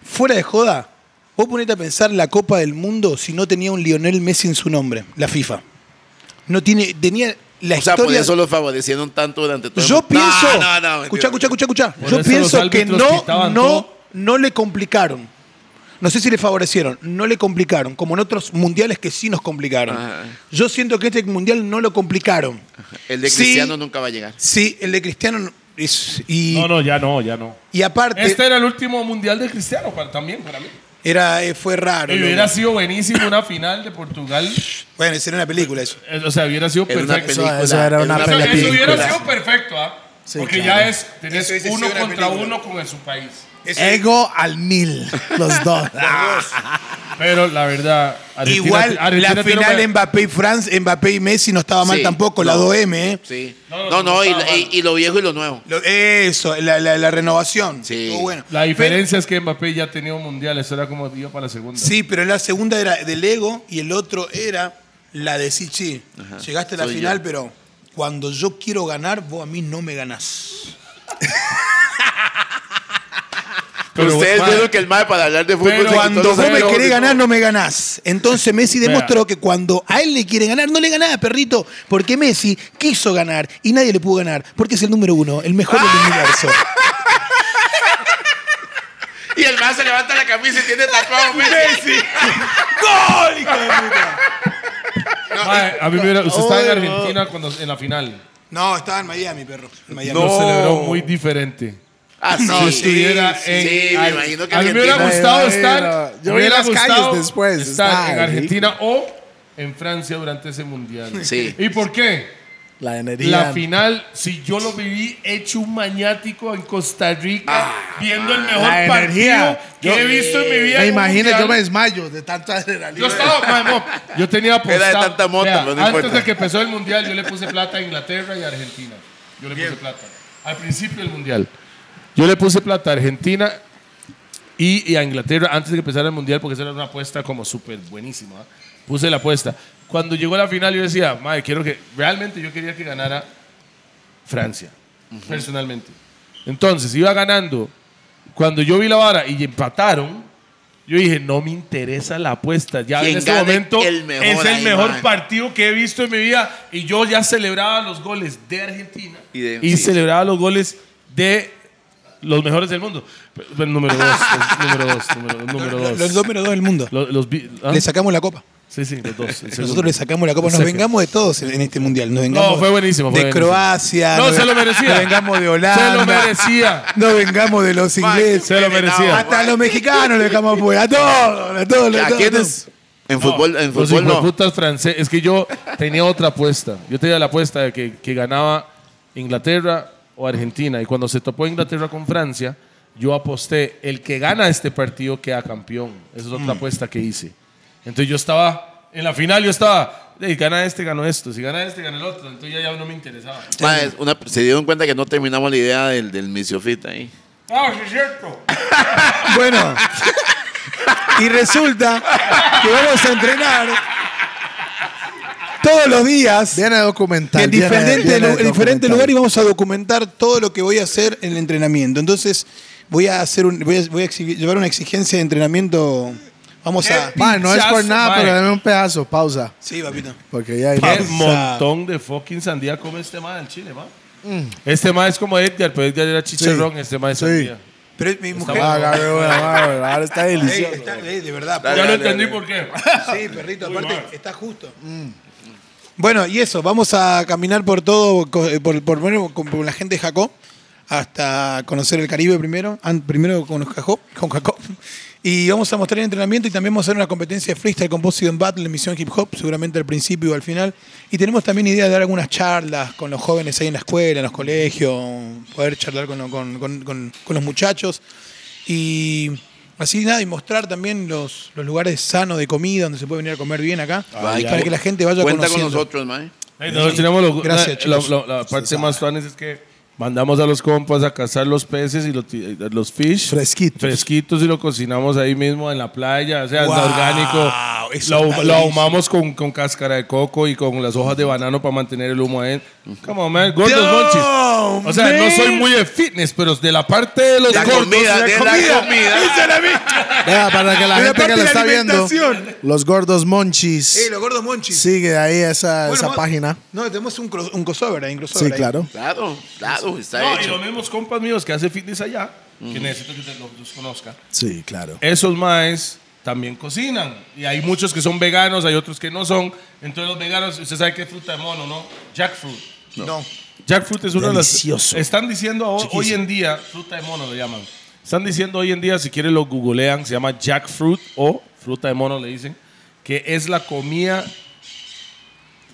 Speaker 2: fuera de joda, vos ponete a pensar la Copa del Mundo si no tenía un Lionel Messi en su nombre, la FIFA. No tiene. Tenía la
Speaker 3: O sea, por
Speaker 2: historia.
Speaker 3: eso lo favorecieron tanto durante todo
Speaker 2: Pues
Speaker 3: el
Speaker 2: Yo
Speaker 3: mundo.
Speaker 2: pienso.
Speaker 3: No, no, no.
Speaker 2: escuchá, escuchá, escuchá, escuchá.
Speaker 5: Por
Speaker 2: Yo
Speaker 5: eso
Speaker 2: pienso
Speaker 5: los
Speaker 2: que
Speaker 5: árbitros
Speaker 2: no,
Speaker 5: quitaban
Speaker 2: no,
Speaker 5: todo.
Speaker 2: no le complicaron. No sé si le favorecieron, no le complicaron, como en otros mundiales que sí nos complicaron.
Speaker 5: Ah.
Speaker 3: Ajá.
Speaker 2: Yo siento que este mundial no lo complicaron.
Speaker 3: El de
Speaker 2: Sí.
Speaker 3: Cristiano nunca va a llegar.
Speaker 2: Sí, el de Cristiano no- es- y,
Speaker 5: No, no, ya no, ya no.
Speaker 2: y aparte
Speaker 5: Este era el último mundial de Cristiano para- también para mí.
Speaker 2: era, eh, fue raro.
Speaker 5: Y
Speaker 2: loco.
Speaker 5: hubiera sido buenísimo una final de Portugal.
Speaker 2: Bueno, sería una película eso.
Speaker 5: Eh, O sea, hubiera sido
Speaker 3: Era una
Speaker 5: perfecto.
Speaker 4: eso
Speaker 3: película.
Speaker 4: era una
Speaker 5: O sea,
Speaker 4: película.
Speaker 5: eso hubiera sido perfecto, ¿ah?
Speaker 4: Sí,
Speaker 5: Porque
Speaker 4: claro.
Speaker 5: ya es, tenés
Speaker 2: Eso hubiese
Speaker 5: uno
Speaker 2: sido una
Speaker 5: contra
Speaker 2: película.
Speaker 5: uno con el- su país.
Speaker 2: Eso-
Speaker 4: Ego al mil, los dos.
Speaker 5: Ah. Pero la verdad, Argentina-
Speaker 2: Igual
Speaker 5: Argentina
Speaker 2: la
Speaker 5: tiene
Speaker 2: final
Speaker 5: una-
Speaker 2: Mbappé y France, Mbappé y Messi no estaba mal
Speaker 3: Sí,
Speaker 2: tampoco, la
Speaker 3: no.
Speaker 2: 2M, ¿eh?
Speaker 3: Sí.
Speaker 5: No,
Speaker 3: No,
Speaker 5: no,
Speaker 3: no,
Speaker 5: no
Speaker 3: y,
Speaker 5: estaba mal.
Speaker 3: y- y lo viejo y lo nuevo.
Speaker 2: Lo- eso, la, la- la renovación.
Speaker 3: Sí.
Speaker 2: Estuvo bueno.
Speaker 5: La diferencia es que Mbappé ya tenía un mundial, eso era como iba para la segunda.
Speaker 2: Sí, pero la segunda era del ego y el otro era la de sí, sí. Llegaste a la
Speaker 3: soy
Speaker 2: final,
Speaker 3: yo.
Speaker 2: pero cuando yo quiero ganar, vos a mí no me ganás.
Speaker 5: Pero,
Speaker 3: Ustedes
Speaker 5: ma,
Speaker 3: vieron que el mal para hablar de fútbol.
Speaker 5: Pero
Speaker 3: se
Speaker 5: cuando
Speaker 3: quitó los
Speaker 2: Cuando vos me
Speaker 5: Pero,
Speaker 3: aros.
Speaker 2: querés
Speaker 5: no.
Speaker 2: ganar, no me ganás. Entonces Messi demostró que cuando a él le quiere ganar, no le ganás, perrito. Porque Messi quiso ganar y nadie le pudo ganar. Porque es el número uno, el mejor del universo.
Speaker 3: Y el mal se levanta la camisa y tiene tatuado Messi.
Speaker 2: ¡Gol, hijo de puta!
Speaker 5: ma, a mí me hubiera- usted estaba en Argentina cuando, en la final.
Speaker 2: No, estaba en Miami, perro. En Miami.
Speaker 5: Lo celebró muy diferente.
Speaker 3: Ah, sí.
Speaker 5: Si estuviera
Speaker 3: sí,
Speaker 5: en.
Speaker 3: sí, me
Speaker 5: Ar-
Speaker 3: imagino que
Speaker 5: a mí me hubiera
Speaker 3: Argentina-
Speaker 5: gustado
Speaker 4: Ay,
Speaker 5: estar.
Speaker 4: bueno, yo
Speaker 5: me
Speaker 4: vi
Speaker 5: hubiera
Speaker 4: las calles
Speaker 5: gustado
Speaker 4: después,
Speaker 5: Estar
Speaker 4: está
Speaker 5: en Argentina o en Francia durante ese mundial.
Speaker 3: Sí.
Speaker 5: ¿Y por qué?
Speaker 4: La energía.
Speaker 5: La final, si yo lo viví hecho un maniático en Costa Rica, viendo el mejor
Speaker 4: la
Speaker 5: partido
Speaker 4: energía.
Speaker 5: que
Speaker 4: Yo-
Speaker 5: he visto en mi vida.
Speaker 4: Me
Speaker 5: en un
Speaker 4: imagino, yo me
Speaker 5: mundial.
Speaker 4: desmayo de tanta adrenalina.
Speaker 5: Yo estaba, ma, mo, yo tenía apostado.
Speaker 3: Era de tanta mota,
Speaker 5: Vea,
Speaker 3: pero no
Speaker 5: Antes
Speaker 3: importa.
Speaker 5: de que empezó el mundial, yo le puse plata a Inglaterra y a Argentina. Yo le puse plata. Al principio del mundial. Yo le puse plata a Argentina y, y a Inglaterra antes de que empezara el mundial, porque esa era una apuesta como súper buenísima. ¿ah? Puse la apuesta. Cuando llegó la final, yo decía, madre, quiero que. Realmente yo quería que ganara Francia, personalmente. Entonces, iba ganando. Cuando yo vi la vara y empataron, yo Yo dije, no me interesa la apuesta. Ya en
Speaker 3: Quien
Speaker 5: este
Speaker 3: gane
Speaker 5: momento
Speaker 3: el mejor
Speaker 5: es el
Speaker 3: ahí,
Speaker 5: mejor
Speaker 3: man.
Speaker 5: partido que he visto en mi vida. Y yo ya celebraba los goles de Argentina
Speaker 3: Y de-
Speaker 5: y
Speaker 3: sí.
Speaker 5: celebraba los goles de los mejores del mundo. Pero- pero número dos, los- número dos, número, número
Speaker 2: Los,
Speaker 5: dos.
Speaker 2: los número dos del mundo.
Speaker 5: Lo- los vi- ¿ah?
Speaker 2: Le sacamos la copa.
Speaker 5: Sí, sí, los dos. el segundo.
Speaker 2: Nosotros le sacamos la copa. Nos
Speaker 5: Exacto.
Speaker 2: vengamos de todos en en este mundial. Nos vengamos
Speaker 5: No, fue buenísimo, fue
Speaker 2: de
Speaker 5: buenísimo.
Speaker 2: Croacia.
Speaker 5: No,
Speaker 2: nos-
Speaker 5: se lo merecía.
Speaker 2: Nos vengamos de Holanda.
Speaker 5: Se lo merecía.
Speaker 2: Nos vengamos de los ingleses.
Speaker 5: Se lo merecía.
Speaker 2: Hasta a los mexicanos le dejamos afuera. A todos, a todos.
Speaker 3: ¿A
Speaker 2: todos,
Speaker 3: quiénes? En fútbol, en
Speaker 5: Los
Speaker 3: fútbol no.
Speaker 5: putas francés. Es que yo tenía otra apuesta. Yo tenía la apuesta de que, que ganaba Inglaterra o Argentina. Y cuando se topó Inglaterra con Francia, yo aposté el que gana este partido queda campeón. Esa es
Speaker 3: Mm.
Speaker 5: otra apuesta que hice. Entonces yo estaba en la final, yo estaba. "Ey, gana este, ganó esto. Si gana este, gana el otro. Entonces ya, ya no me interesaba.
Speaker 3: Ma, es una- se dieron cuenta que no terminamos la idea del, del misiofit ahí.
Speaker 5: Ah, sí es cierto.
Speaker 2: Bueno. Y resulta que vamos a entrenar todos los días
Speaker 4: Viene documental.
Speaker 2: en
Speaker 4: viene-
Speaker 2: diferente,
Speaker 4: viene
Speaker 2: lu- en diferente
Speaker 4: documental.
Speaker 2: lugar y vamos a documentar todo lo que voy a hacer en el entrenamiento. Entonces, voy a hacer un, voy a, voy a exhi- llevar una exigencia de entrenamiento. Vamos a.
Speaker 4: Mae, no es por
Speaker 5: Pinchazo,
Speaker 4: nada,
Speaker 5: mae.
Speaker 4: pero dame un pedazo. Pausa.
Speaker 2: Sí, papito.
Speaker 4: Porque ya hay
Speaker 5: Qué
Speaker 4: más.
Speaker 5: montón de fucking sandía come este ma en Chile, ma.
Speaker 3: Mm.
Speaker 5: Este ma es como Edgar, pero Edgar era chicharrón, este ma es
Speaker 4: sí.
Speaker 5: sandía.
Speaker 2: Pero es mi mujer.
Speaker 4: Ah, Gabriel, bueno, bueno, Ahora está
Speaker 2: Ey,
Speaker 4: delicioso.
Speaker 2: está- ey, de verdad.
Speaker 3: Dale,
Speaker 5: Ya lo
Speaker 3: dale,
Speaker 5: entendí
Speaker 3: dale.
Speaker 5: por qué.
Speaker 2: Sí, perrito, aparte está justo. Bueno, y eso, vamos a caminar por todo, co- eh, por, por, bueno, con, por la gente de Jacó, hasta conocer el Caribe primero, an- primero con Jacó, con Jacó. Y vamos a mostrar el entrenamiento y también vamos a hacer una competencia de freestyle con Poseidon Battle en Misión Hip Hop, seguramente al principio o al final. Y tenemos también idea de dar algunas charlas con los jóvenes ahí en la escuela, en los colegios, poder charlar con, lo- con- con- con- con los muchachos. Y así nada, y mostrar también los, los lugares sanos de comida donde se puede venir a comer bien acá.
Speaker 3: Ay,
Speaker 2: para
Speaker 3: ay.
Speaker 2: que la gente vaya
Speaker 3: Cuenta
Speaker 2: conociendo.
Speaker 3: con nosotros, mae.
Speaker 5: Hey, nosotros tenemos lo-
Speaker 2: Gracias,
Speaker 5: la-
Speaker 2: chicos.
Speaker 5: la, la- la parte más fan es que mandamos a los compas a cazar los peces y los, ti- eh, los fish.
Speaker 4: Fresquitos.
Speaker 5: Fresquitos y lo cocinamos ahí mismo en la playa, o sea, es
Speaker 2: Wow,
Speaker 5: orgánico.
Speaker 2: eso está
Speaker 5: Lo, lo
Speaker 2: buenísimo.
Speaker 5: ahumamos con, con cáscara de coco y con las hojas de banano para mantener el humo adentro. Como, man, gordos monchis. O sea, no soy muy de fitness, pero de la parte de los
Speaker 3: La
Speaker 5: gordos,
Speaker 3: comida, de la comida.
Speaker 4: Vea, para que la
Speaker 2: Pero
Speaker 4: gente que
Speaker 2: aparte
Speaker 4: lo
Speaker 2: la
Speaker 4: está viendo,
Speaker 2: alimentación.
Speaker 4: los gordos monchis.
Speaker 2: Eh, los gordos monchis.
Speaker 4: Sigue ahí esa,
Speaker 2: Bueno,
Speaker 4: esa
Speaker 2: vamos-
Speaker 4: página.
Speaker 2: No, tenemos un, cro- un crossover ahí, un crossover
Speaker 4: Sí,
Speaker 2: ahí.
Speaker 4: claro.
Speaker 3: Claro, claro, está
Speaker 5: No, y
Speaker 3: hecho.
Speaker 5: los mismos compas míos que hacen fitness allá, que necesito que ustedes los, los conozcan,
Speaker 4: Sí, claro.
Speaker 5: esos maes también cocinan. Y hay muchos que son veganos, hay otros que no son. Entonces los veganos, usted sabe qué fruta de mono, ¿no? Jackfruit.
Speaker 2: No.
Speaker 5: Jackfruit es una
Speaker 4: Delicioso.
Speaker 5: de las... Están diciendo ho- hoy en día, fruta de mono le llaman. Están diciendo hoy en día, si quieren lo googlean, se llama jackfruit o fruta de mono le dicen, que es la comida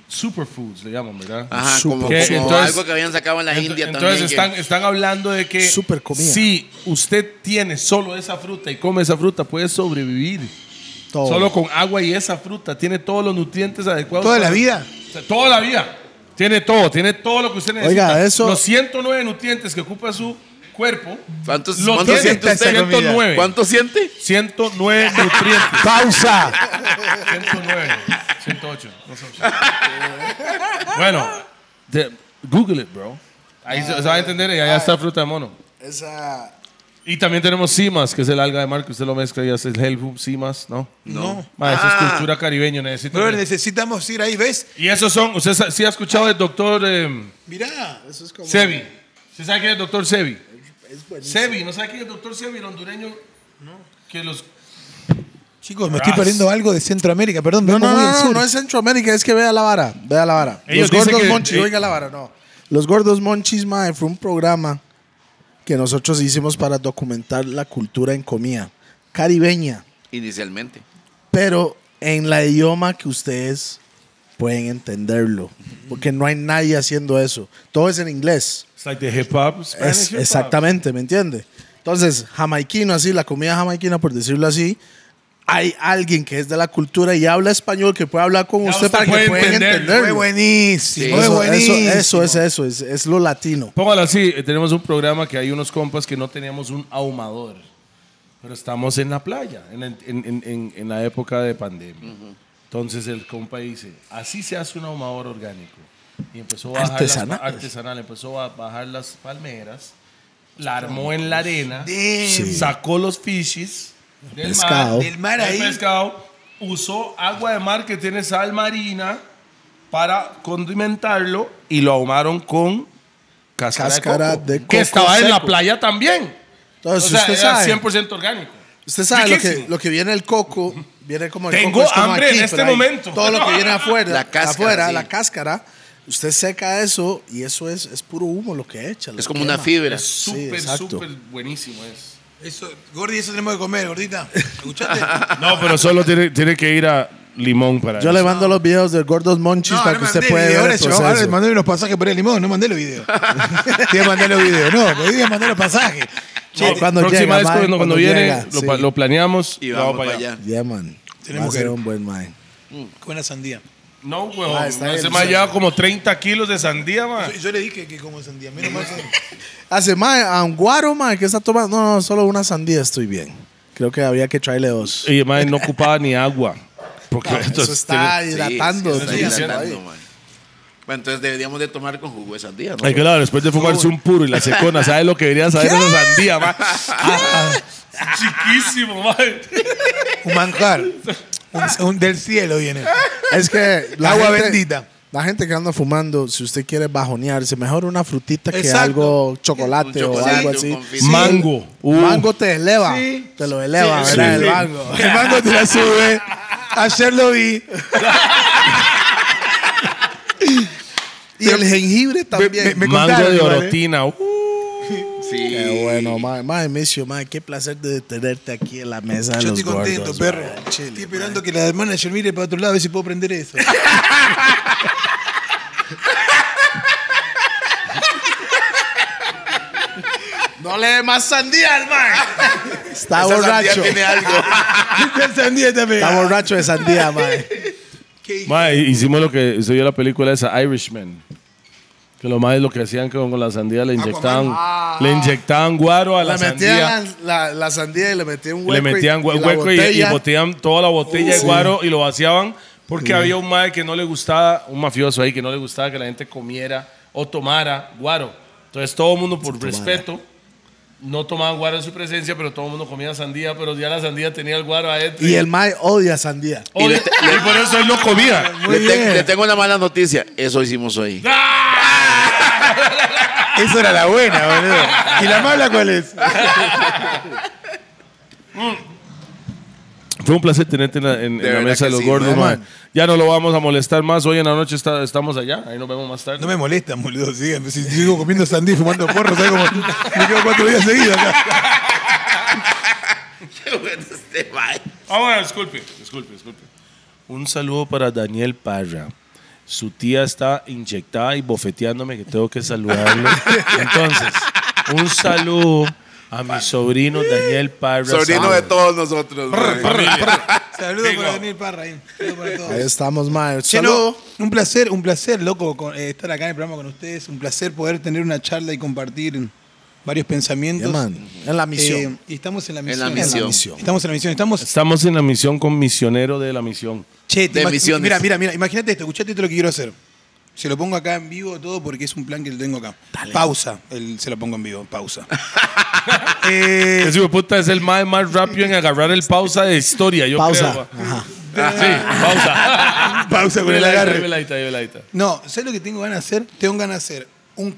Speaker 5: superfoods, le llaman, ¿verdad?
Speaker 3: Ajá, como,
Speaker 5: Que,
Speaker 3: como
Speaker 5: entonces-
Speaker 3: algo que habían sacado en la
Speaker 5: Ento-
Speaker 3: Ah, India
Speaker 5: Entonces
Speaker 3: también. que-
Speaker 5: están, están hablando de que
Speaker 4: Super comida.
Speaker 5: si usted tiene solo esa fruta y come esa fruta, puede sobrevivir.
Speaker 4: Todo.
Speaker 5: Solo con agua y esa fruta. Tiene todos los nutrientes adecuados.
Speaker 2: Toda
Speaker 5: para-
Speaker 2: la vida.
Speaker 5: O sea, toda la vida. Tiene todo, tiene todo lo que usted necesita.
Speaker 4: Oiga, eso-
Speaker 5: Los 109 nutrientes que ocupa su cuerpo.
Speaker 3: ¿Cuántos-
Speaker 5: lo
Speaker 3: cuántos
Speaker 5: tiene
Speaker 3: siente esa
Speaker 5: 109.
Speaker 3: ¿Cuánto siente?
Speaker 5: 109 nutrientes.
Speaker 4: ¡Pausa!
Speaker 5: 109. 108. no sé. bueno, de- Google it, bro. Ahí se, se va a entender y allá está fruta de mono.
Speaker 4: Esa.
Speaker 5: Y también tenemos Simas, que es el alga de mar que usted lo mezcla y hace el Hellhoop Simas, ¿no?
Speaker 2: No.
Speaker 5: Ma, eso
Speaker 3: Ah.
Speaker 5: es cultura caribeña, necesito.
Speaker 2: Brother, necesitamos ir ahí, ¿ves?
Speaker 5: y esos son, usted sa- sí ha escuchado del doctor eh,
Speaker 2: Mirá.
Speaker 5: Sebi. ¿Usted sabe quién es el doctor Sebi? Sebi, ¿no sabe quién es el doctor Sebi, el hondureño? Que los.
Speaker 2: Chicos, me estoy
Speaker 5: Ras.
Speaker 2: perdiendo algo de Centroamérica, perdón.
Speaker 4: No,
Speaker 2: vengo
Speaker 4: no,
Speaker 2: muy del
Speaker 4: no, no,
Speaker 2: sur.
Speaker 4: no es Centroamérica, es que vea la vara. Vea la vara. Los
Speaker 5: Ellos dicen
Speaker 4: gordos
Speaker 5: que-
Speaker 4: monchis,
Speaker 5: eh,
Speaker 4: oiga la vara, no. Los gordos monchis, mae, fue un programa que nosotros hicimos para documentar la cultura en comida caribeña,
Speaker 3: Inicialmente.
Speaker 4: pero en la idioma que ustedes pueden entenderlo, porque no hay nadie haciendo eso. Todo es en inglés.
Speaker 5: It's like the hip hop. Spanish
Speaker 4: Es-
Speaker 5: hip hop.
Speaker 4: exactamente, ¿me entiende? Entonces, jamaiquino, así, la comida jamaiquina, por decirlo así, hay alguien que es de la cultura y habla español que puede hablar con
Speaker 5: Ya
Speaker 4: usted,
Speaker 5: usted
Speaker 4: para que
Speaker 5: puede
Speaker 4: puedan
Speaker 5: entenderlo.
Speaker 2: Fue
Speaker 4: entenderlo.
Speaker 2: buenísimo, fue
Speaker 4: Eso, eso,
Speaker 2: buenísimo.
Speaker 4: eso es eso, es, es lo latino.
Speaker 5: Póngalo así, eh, tenemos un programa que hay unos compas que no teníamos un ahumador, pero estamos en la playa, en, el- en- en- en- en la época de pandemia. Entonces el compa dice, así se hace un ahumador orgánico. Y empezó a bajar
Speaker 4: Artesanal.
Speaker 5: Las, artesanal, empezó a bajar las palmeras, la armó en la arena,
Speaker 2: Damn.
Speaker 5: sacó los fishes del
Speaker 4: Pescado.
Speaker 5: mar,
Speaker 2: Del mar
Speaker 5: del
Speaker 2: ahí.
Speaker 5: pescado, usó agua de mar que tiene sal marina para condimentarlo y lo ahumaron con cáscara,
Speaker 4: Cáscara
Speaker 5: de coco,
Speaker 4: de coco
Speaker 5: que estaba en la
Speaker 4: seco.
Speaker 5: playa también. O
Speaker 4: Entonces,
Speaker 5: sea,
Speaker 4: usted
Speaker 5: era
Speaker 4: sabe.
Speaker 5: 100% orgánico.
Speaker 4: Usted sabe lo que,
Speaker 5: Riquísimo.
Speaker 4: lo que viene el coco, viene como el
Speaker 5: Tengo
Speaker 4: coco es como
Speaker 5: hambre en este
Speaker 4: pero hay
Speaker 5: momento.
Speaker 4: Todo lo que viene afuera,
Speaker 3: La cáscara,
Speaker 4: afuera,
Speaker 3: sí.
Speaker 4: la cáscara, usted seca eso y eso es, es puro humo lo que echa. lo
Speaker 3: Es como
Speaker 4: quema.
Speaker 3: una fibra.
Speaker 5: Es súper,
Speaker 4: exacto.
Speaker 5: súper buenísimo. Es.
Speaker 2: Eso, Gordi, eso tenemos que comer, gordita. ¿Escuchaste?
Speaker 5: No, pero solo tiene, que ir a Limón para
Speaker 4: Yo le mando los videos del Gordos Monchis para que usted pueda ver el
Speaker 2: Ahora
Speaker 4: proceso.
Speaker 2: mandé unos pasajes por el limón, no mandé los videos. Te mandé los videos, no, me dije mandar los pasajes.
Speaker 4: Che, cuando llega,
Speaker 5: Próxima vez
Speaker 4: man,
Speaker 5: cuando,
Speaker 4: cuando
Speaker 5: cuando viene,
Speaker 4: llega,
Speaker 5: lo,
Speaker 4: sí.
Speaker 5: pa- lo planeamos
Speaker 3: Y
Speaker 5: lo
Speaker 3: vamos para allá.
Speaker 4: Yeah, man.
Speaker 2: Tenemos
Speaker 4: Va a
Speaker 2: que
Speaker 4: ser
Speaker 2: ir.
Speaker 4: un buen man.
Speaker 2: Con una sandía.
Speaker 5: No, weón.
Speaker 4: Ah, está
Speaker 5: ese
Speaker 4: bien.
Speaker 5: man lleva como 30 kilos de sandía, man.
Speaker 2: Yo, yo le dije que como sandía. Menos mal que-
Speaker 4: Hace más, a un guaro, man, que está tomando. No, no, solo una sandía estoy bien. Creo que había que traerle dos.
Speaker 5: Y man, no ocupaba ni agua. Porque
Speaker 4: Ah,
Speaker 5: entonces
Speaker 4: eso está
Speaker 3: Sí,
Speaker 4: hidratando.
Speaker 3: sí, está
Speaker 4: sí,
Speaker 5: hidratando,
Speaker 4: ahí.
Speaker 3: hidratando, man. Bueno, entonces deberíamos de tomar con jugo de sandía, ¿no?
Speaker 5: Ay, claro, después de fumarse un puro y la secona, ¿sabes lo que debería saber de esa sandía, man? Ah, ah, Chiquísimo, man.
Speaker 2: Un manjar. Un- un del cielo viene.
Speaker 4: Es que la
Speaker 2: Agua
Speaker 4: gente-
Speaker 2: bendita.
Speaker 4: La gente que anda fumando, si usted quiere bajonearse, mejor una frutita que
Speaker 2: Exacto.
Speaker 4: algo chocolate
Speaker 3: Un
Speaker 4: o
Speaker 3: chocolate,
Speaker 4: algo
Speaker 3: un
Speaker 4: así.
Speaker 3: confit- Sí.
Speaker 5: Mango. Uh,
Speaker 4: Mango te eleva,
Speaker 2: Sí.
Speaker 4: te lo eleva,
Speaker 2: Sí,
Speaker 4: ¿verdad?
Speaker 2: sí.
Speaker 4: El mango.
Speaker 2: El mango te la sube. Ayer lo vi.
Speaker 4: Y el jengibre
Speaker 2: Me,
Speaker 4: también.
Speaker 2: me- me
Speaker 5: Mango
Speaker 2: contaron,
Speaker 5: de
Speaker 2: ¿vale?
Speaker 5: orotina. uh.
Speaker 3: Sí.
Speaker 4: Qué bueno, mae, mae, Micio, mae, qué placer de tenerte aquí en la mesa de
Speaker 2: Yo
Speaker 4: los
Speaker 2: estoy contento,
Speaker 4: gordos,
Speaker 2: perro.
Speaker 4: mae.
Speaker 2: estoy esperando que la hermana yo mire para otro lado a ver si puedo prender eso.
Speaker 4: No le dé más sandía al man. Está
Speaker 3: Esa sandía
Speaker 4: borracho.
Speaker 3: tiene algo.
Speaker 2: La Ah, sandía está pegada.
Speaker 4: Está borracho de sandía, mae.
Speaker 2: ¿Qué-
Speaker 5: Ma, hicimos lo que se vio la película esa, Irishman. Que lo más es lo que hacían que con la sandía le inyectaban, le inyectaban guaro a la
Speaker 4: Le metían
Speaker 5: sandía.
Speaker 4: la, la- la sandía y le metían un
Speaker 5: Y
Speaker 4: hueco.
Speaker 5: le metían hue-
Speaker 4: la
Speaker 5: hueco y, y
Speaker 4: botella.
Speaker 5: botían toda la botella de guaro y lo vaciaban porque había un mae que no le gustaba, un mafioso ahí que no le gustaba que la gente comiera o tomara guaro. Entonces todo el mundo por respeto no tomaba guaro en su presencia, pero todo el mundo comía sandía, pero ya la sandía tenía el guaro adentro.
Speaker 4: Y el mae odia sandía.
Speaker 5: Oye,
Speaker 3: y le-
Speaker 5: y por eso él lo comía.
Speaker 3: Le, te- le tengo una mala noticia. Eso hicimos hoy.
Speaker 2: Eso era la buena, boludo. ¿Y la mala cuál es?
Speaker 5: Fue un placer tenerte en la, en-
Speaker 3: De
Speaker 5: en la
Speaker 3: verdad
Speaker 5: mesa de
Speaker 3: que
Speaker 5: los
Speaker 3: sí,
Speaker 5: gordos,
Speaker 3: man.
Speaker 5: man. Ya no lo vamos a molestar más. Hoy en la noche está- estamos allá. Ahí nos vemos más tarde.
Speaker 2: No me molestan, boludo. Sigan. Si sigo comiendo sandía y fumando porro, ¿sabes cómo? Me quedo cuatro días seguidos acá.
Speaker 3: Qué bueno este, mae.
Speaker 5: Ah, bueno, disculpe, disculpe, disculpe. Un saludo para Daniel Parra. Su tía está inyectada y bofeteándome que tengo que saludarlo. Entonces, un saludo a mi sobrino Daniel Parra.
Speaker 3: Sobrino de
Speaker 5: Sáenz.
Speaker 3: todos nosotros. mae.
Speaker 2: Saludos para Daniel Parra. ahí. Saludos para todos.
Speaker 4: Ahí estamos, mae.
Speaker 2: Che, no,
Speaker 4: Saludos.
Speaker 2: un placer, un placer, loco, con- eh, estar acá en el programa con ustedes. Un placer poder tener una charla y compartir varios pensamientos.
Speaker 4: Yeah, man. En la
Speaker 2: Eh,
Speaker 4: misión.
Speaker 2: y estamos en la
Speaker 3: En
Speaker 2: misión.
Speaker 3: la misión.
Speaker 2: Estamos en la misión. Estamos.
Speaker 5: Estamos en la misión con misionero de la misión.
Speaker 2: Che,
Speaker 3: De
Speaker 2: ima-
Speaker 3: misiones.
Speaker 2: Mira, mira, mira. Imagínate esto. Escuchate esto lo que quiero hacer. Se lo pongo acá en vivo todo porque es un plan que lo tengo acá. Pausa. El- se lo pongo en vivo. Pausa. Eh,
Speaker 5: Ese hijo de puta es el más, más rápido en agarrar el pausa de historia, yo
Speaker 4: Pausa.
Speaker 5: creo.
Speaker 4: Ajá.
Speaker 5: Sí, pausa.
Speaker 2: pausa con el
Speaker 5: Veladita,
Speaker 2: agarre.
Speaker 5: veladita, veladita.
Speaker 2: No, ¿sabes lo que tengo ganas de hacer? Tengo ganas de hacer un.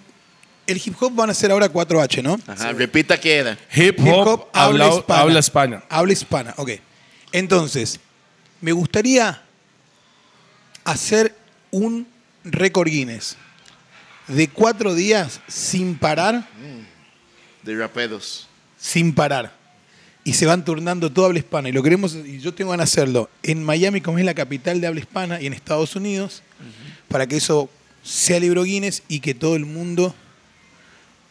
Speaker 2: El hip hop van a hacer ahora 4H, ¿no?
Speaker 3: Ajá, repita que era.
Speaker 5: Hip
Speaker 2: Hip
Speaker 5: hop, habla,
Speaker 2: hispana.
Speaker 5: habla hispana.
Speaker 2: Habla hispana, ok. Entonces, me gustaría hacer un récord Guinness de cuatro días sin parar,
Speaker 3: De rapedos.
Speaker 2: sin parar. Y se van turnando todo habla hispana. Y lo queremos, y yo tengo ganas de hacerlo en Miami, como es la capital de habla hispana, y en Estados Unidos, para que eso sea libro Guinness y que todo el mundo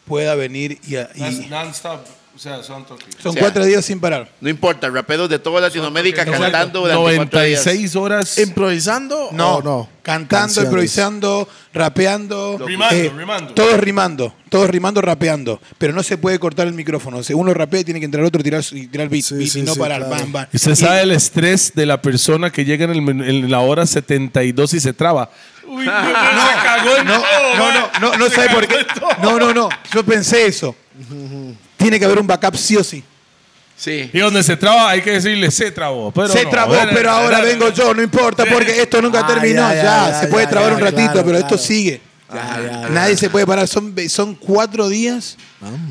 Speaker 2: pueda venir y. a- y-
Speaker 5: Non-stop, o sea, son toques.
Speaker 2: son
Speaker 3: o sea,
Speaker 2: cuatro días sin parar.
Speaker 3: No importa, rapedos de toda Latinoamérica
Speaker 5: Exacto.
Speaker 3: cantando durante cuatro días.
Speaker 5: 96 horas.
Speaker 4: ¿Improvisando?
Speaker 2: No,
Speaker 4: o Oh, no.
Speaker 2: Cantando,
Speaker 4: Canciones.
Speaker 2: improvisando, rapeando.
Speaker 5: Rimando, rimando.
Speaker 2: Todos rimando, todos rimando, rapeando. Pero no se puede cortar el micrófono. Si uno rapea, tiene que entrar otro tirar, y tirar beat,
Speaker 4: Sí,
Speaker 2: beat
Speaker 4: sí,
Speaker 2: y no
Speaker 4: sí,
Speaker 2: parar.
Speaker 4: claro.
Speaker 2: Bam, bam.
Speaker 5: Y Usted sabe el estrés de la persona que llega en, el men- en la hora 72 y se traba. Uy, no, se Ah, cagó en
Speaker 2: No, no, no, no, no sabe por qué. No, no, no. Yo pensé eso. Tiene que haber un backup sí o sí.
Speaker 3: Sí.
Speaker 5: Y donde se traba hay que decirle se trabó. Pero
Speaker 7: Se
Speaker 5: no.
Speaker 7: trabó,
Speaker 5: Bueno,
Speaker 7: pero ahora vengo yo, no importa, porque esto nunca
Speaker 4: Ah,
Speaker 7: terminó.
Speaker 4: ya,
Speaker 7: Ya,
Speaker 4: ya, ya,
Speaker 7: se puede
Speaker 4: ya,
Speaker 7: trabar
Speaker 4: ya,
Speaker 7: un ratito,
Speaker 4: claro,
Speaker 7: pero
Speaker 4: claro.
Speaker 7: esto sigue.
Speaker 4: Ah, Ya, ya, ya.
Speaker 7: Nadie
Speaker 2: Nadie se puede parar. Son, son cuatro días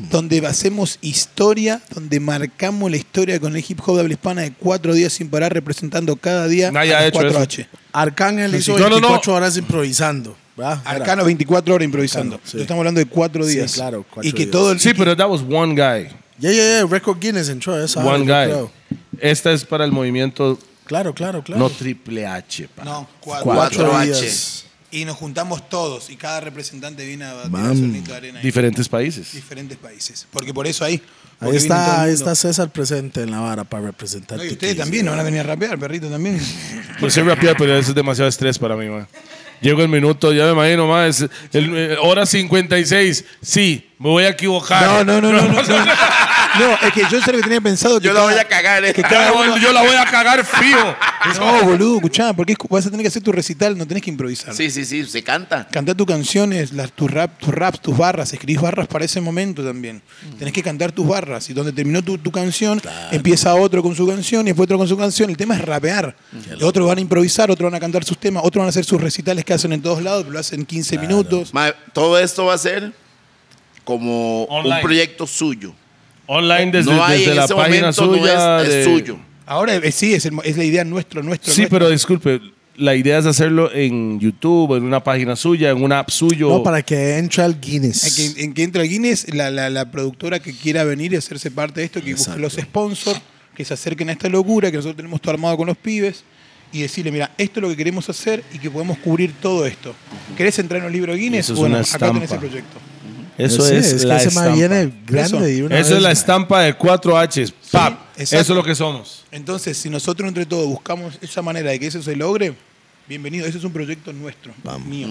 Speaker 2: donde hacemos historia, donde marcamos la historia con el hip hop de habla hispana de cuatro días sin parar, representando cada día
Speaker 5: Nadie ha
Speaker 2: a las
Speaker 5: hecho
Speaker 2: 4H.
Speaker 4: Arcángel hizo
Speaker 5: No, no, no.
Speaker 4: 24 horas improvisando. ¿verdad? Era-
Speaker 2: Arcano 24 horas improvisando.
Speaker 4: Arcano, sí.
Speaker 2: Entonces Estamos hablando de cuatro
Speaker 4: Sí,
Speaker 2: días.
Speaker 4: claro, cuatro
Speaker 2: y que
Speaker 4: días.
Speaker 2: todo el.
Speaker 5: Sí, pero that was one guy.
Speaker 4: Yeah, yeah, yeah. Record Guinness entró a esa.
Speaker 5: One
Speaker 4: hora, yo
Speaker 5: guy.
Speaker 4: creo.
Speaker 5: Esta es para el movimiento
Speaker 4: Claro, claro, claro.
Speaker 5: no triple H. pa.
Speaker 2: No, cuatro.
Speaker 4: Cuatro,
Speaker 3: 4H.
Speaker 4: días.
Speaker 2: Y nos juntamos todos y cada representante viene a tirar
Speaker 4: Mam.
Speaker 2: su granito de arena en
Speaker 5: Diferentes países.
Speaker 2: diferentes países. Porque por eso ahí.
Speaker 4: Ahí
Speaker 2: porque viene todo el
Speaker 4: está, ahí
Speaker 2: mundo.
Speaker 4: está César presente en la vara para representar.
Speaker 2: No, y
Speaker 4: tu
Speaker 2: ustedes
Speaker 4: país.
Speaker 2: también nos van a venir a rapear, perrito también.
Speaker 5: Pues soy rapear, pero eso es demasiado estrés para mí, man. Llego el minuto, ya me imagino, más. El, eh, hora 56. Sí, me voy a equivocar.
Speaker 2: No, no, no, no. No, no. No, es que yo sé lo que tenía pensado. Que
Speaker 3: Yo la voy
Speaker 2: cada-
Speaker 3: a cagar. eh.
Speaker 5: Ah, bueno, yo la voy a cagar frío.
Speaker 2: No, boludo, escuchá, porque es- vas a tener que hacer tu recital, no tenés que improvisar.
Speaker 3: Sí, sí, sí, se canta.
Speaker 2: Cantar tus canciones, las, tus, rap, tus raps, tus barras, escribís barras para ese momento también. Tenés que cantar tus barras. Y donde terminó tu, tu canción, empieza otro con su canción y después otro con su canción. El tema es rapear. Los otros van a improvisar, otros van a cantar sus temas, otros van a hacer sus recitales que hacen en todos lados, pero lo hacen 15 minutos.
Speaker 3: Ma, todo esto va a ser como
Speaker 5: Online.
Speaker 3: un proyecto suyo.
Speaker 5: Online desde,
Speaker 3: no hay
Speaker 5: desde
Speaker 3: en
Speaker 5: la
Speaker 3: ese
Speaker 5: página
Speaker 3: momento,
Speaker 5: suya.
Speaker 3: no es,
Speaker 5: de-
Speaker 3: es suyo.
Speaker 2: Ahora eh, sí, es, el mo- es la idea nuestro, nuestro.
Speaker 5: Sí,
Speaker 2: nuestro.
Speaker 5: pero disculpe, la idea es hacerlo en YouTube, en una página suya, en una app suyo.
Speaker 4: No, para que entre al
Speaker 2: En
Speaker 4: Guinness.
Speaker 2: que, en que entra Guinness, la, la- la productora que quiera venir y hacerse parte de esto, que busque los sponsors, que se acerquen a esta locura, que nosotros tenemos todo armado con los pibes, y decirle, mira, esto es lo que queremos hacer y que podemos cubrir todo esto. ¿Querés entrar en un libro Guinness?
Speaker 5: Eso es
Speaker 2: bueno,
Speaker 5: una
Speaker 2: acá tenés
Speaker 5: estampa.
Speaker 2: el proyecto.
Speaker 5: Eso
Speaker 4: Sí,
Speaker 5: es,
Speaker 4: que
Speaker 5: la
Speaker 4: ese man
Speaker 5: estampa.
Speaker 4: viene grande. y una
Speaker 5: Eso es
Speaker 4: vez-
Speaker 5: la estampa de 4H. Pap, eso
Speaker 2: exacto.
Speaker 5: es lo que somos.
Speaker 2: Entonces, si nosotros entre todos buscamos esa manera de que eso se logre, bienvenido. Ese es un proyecto nuestro, mío,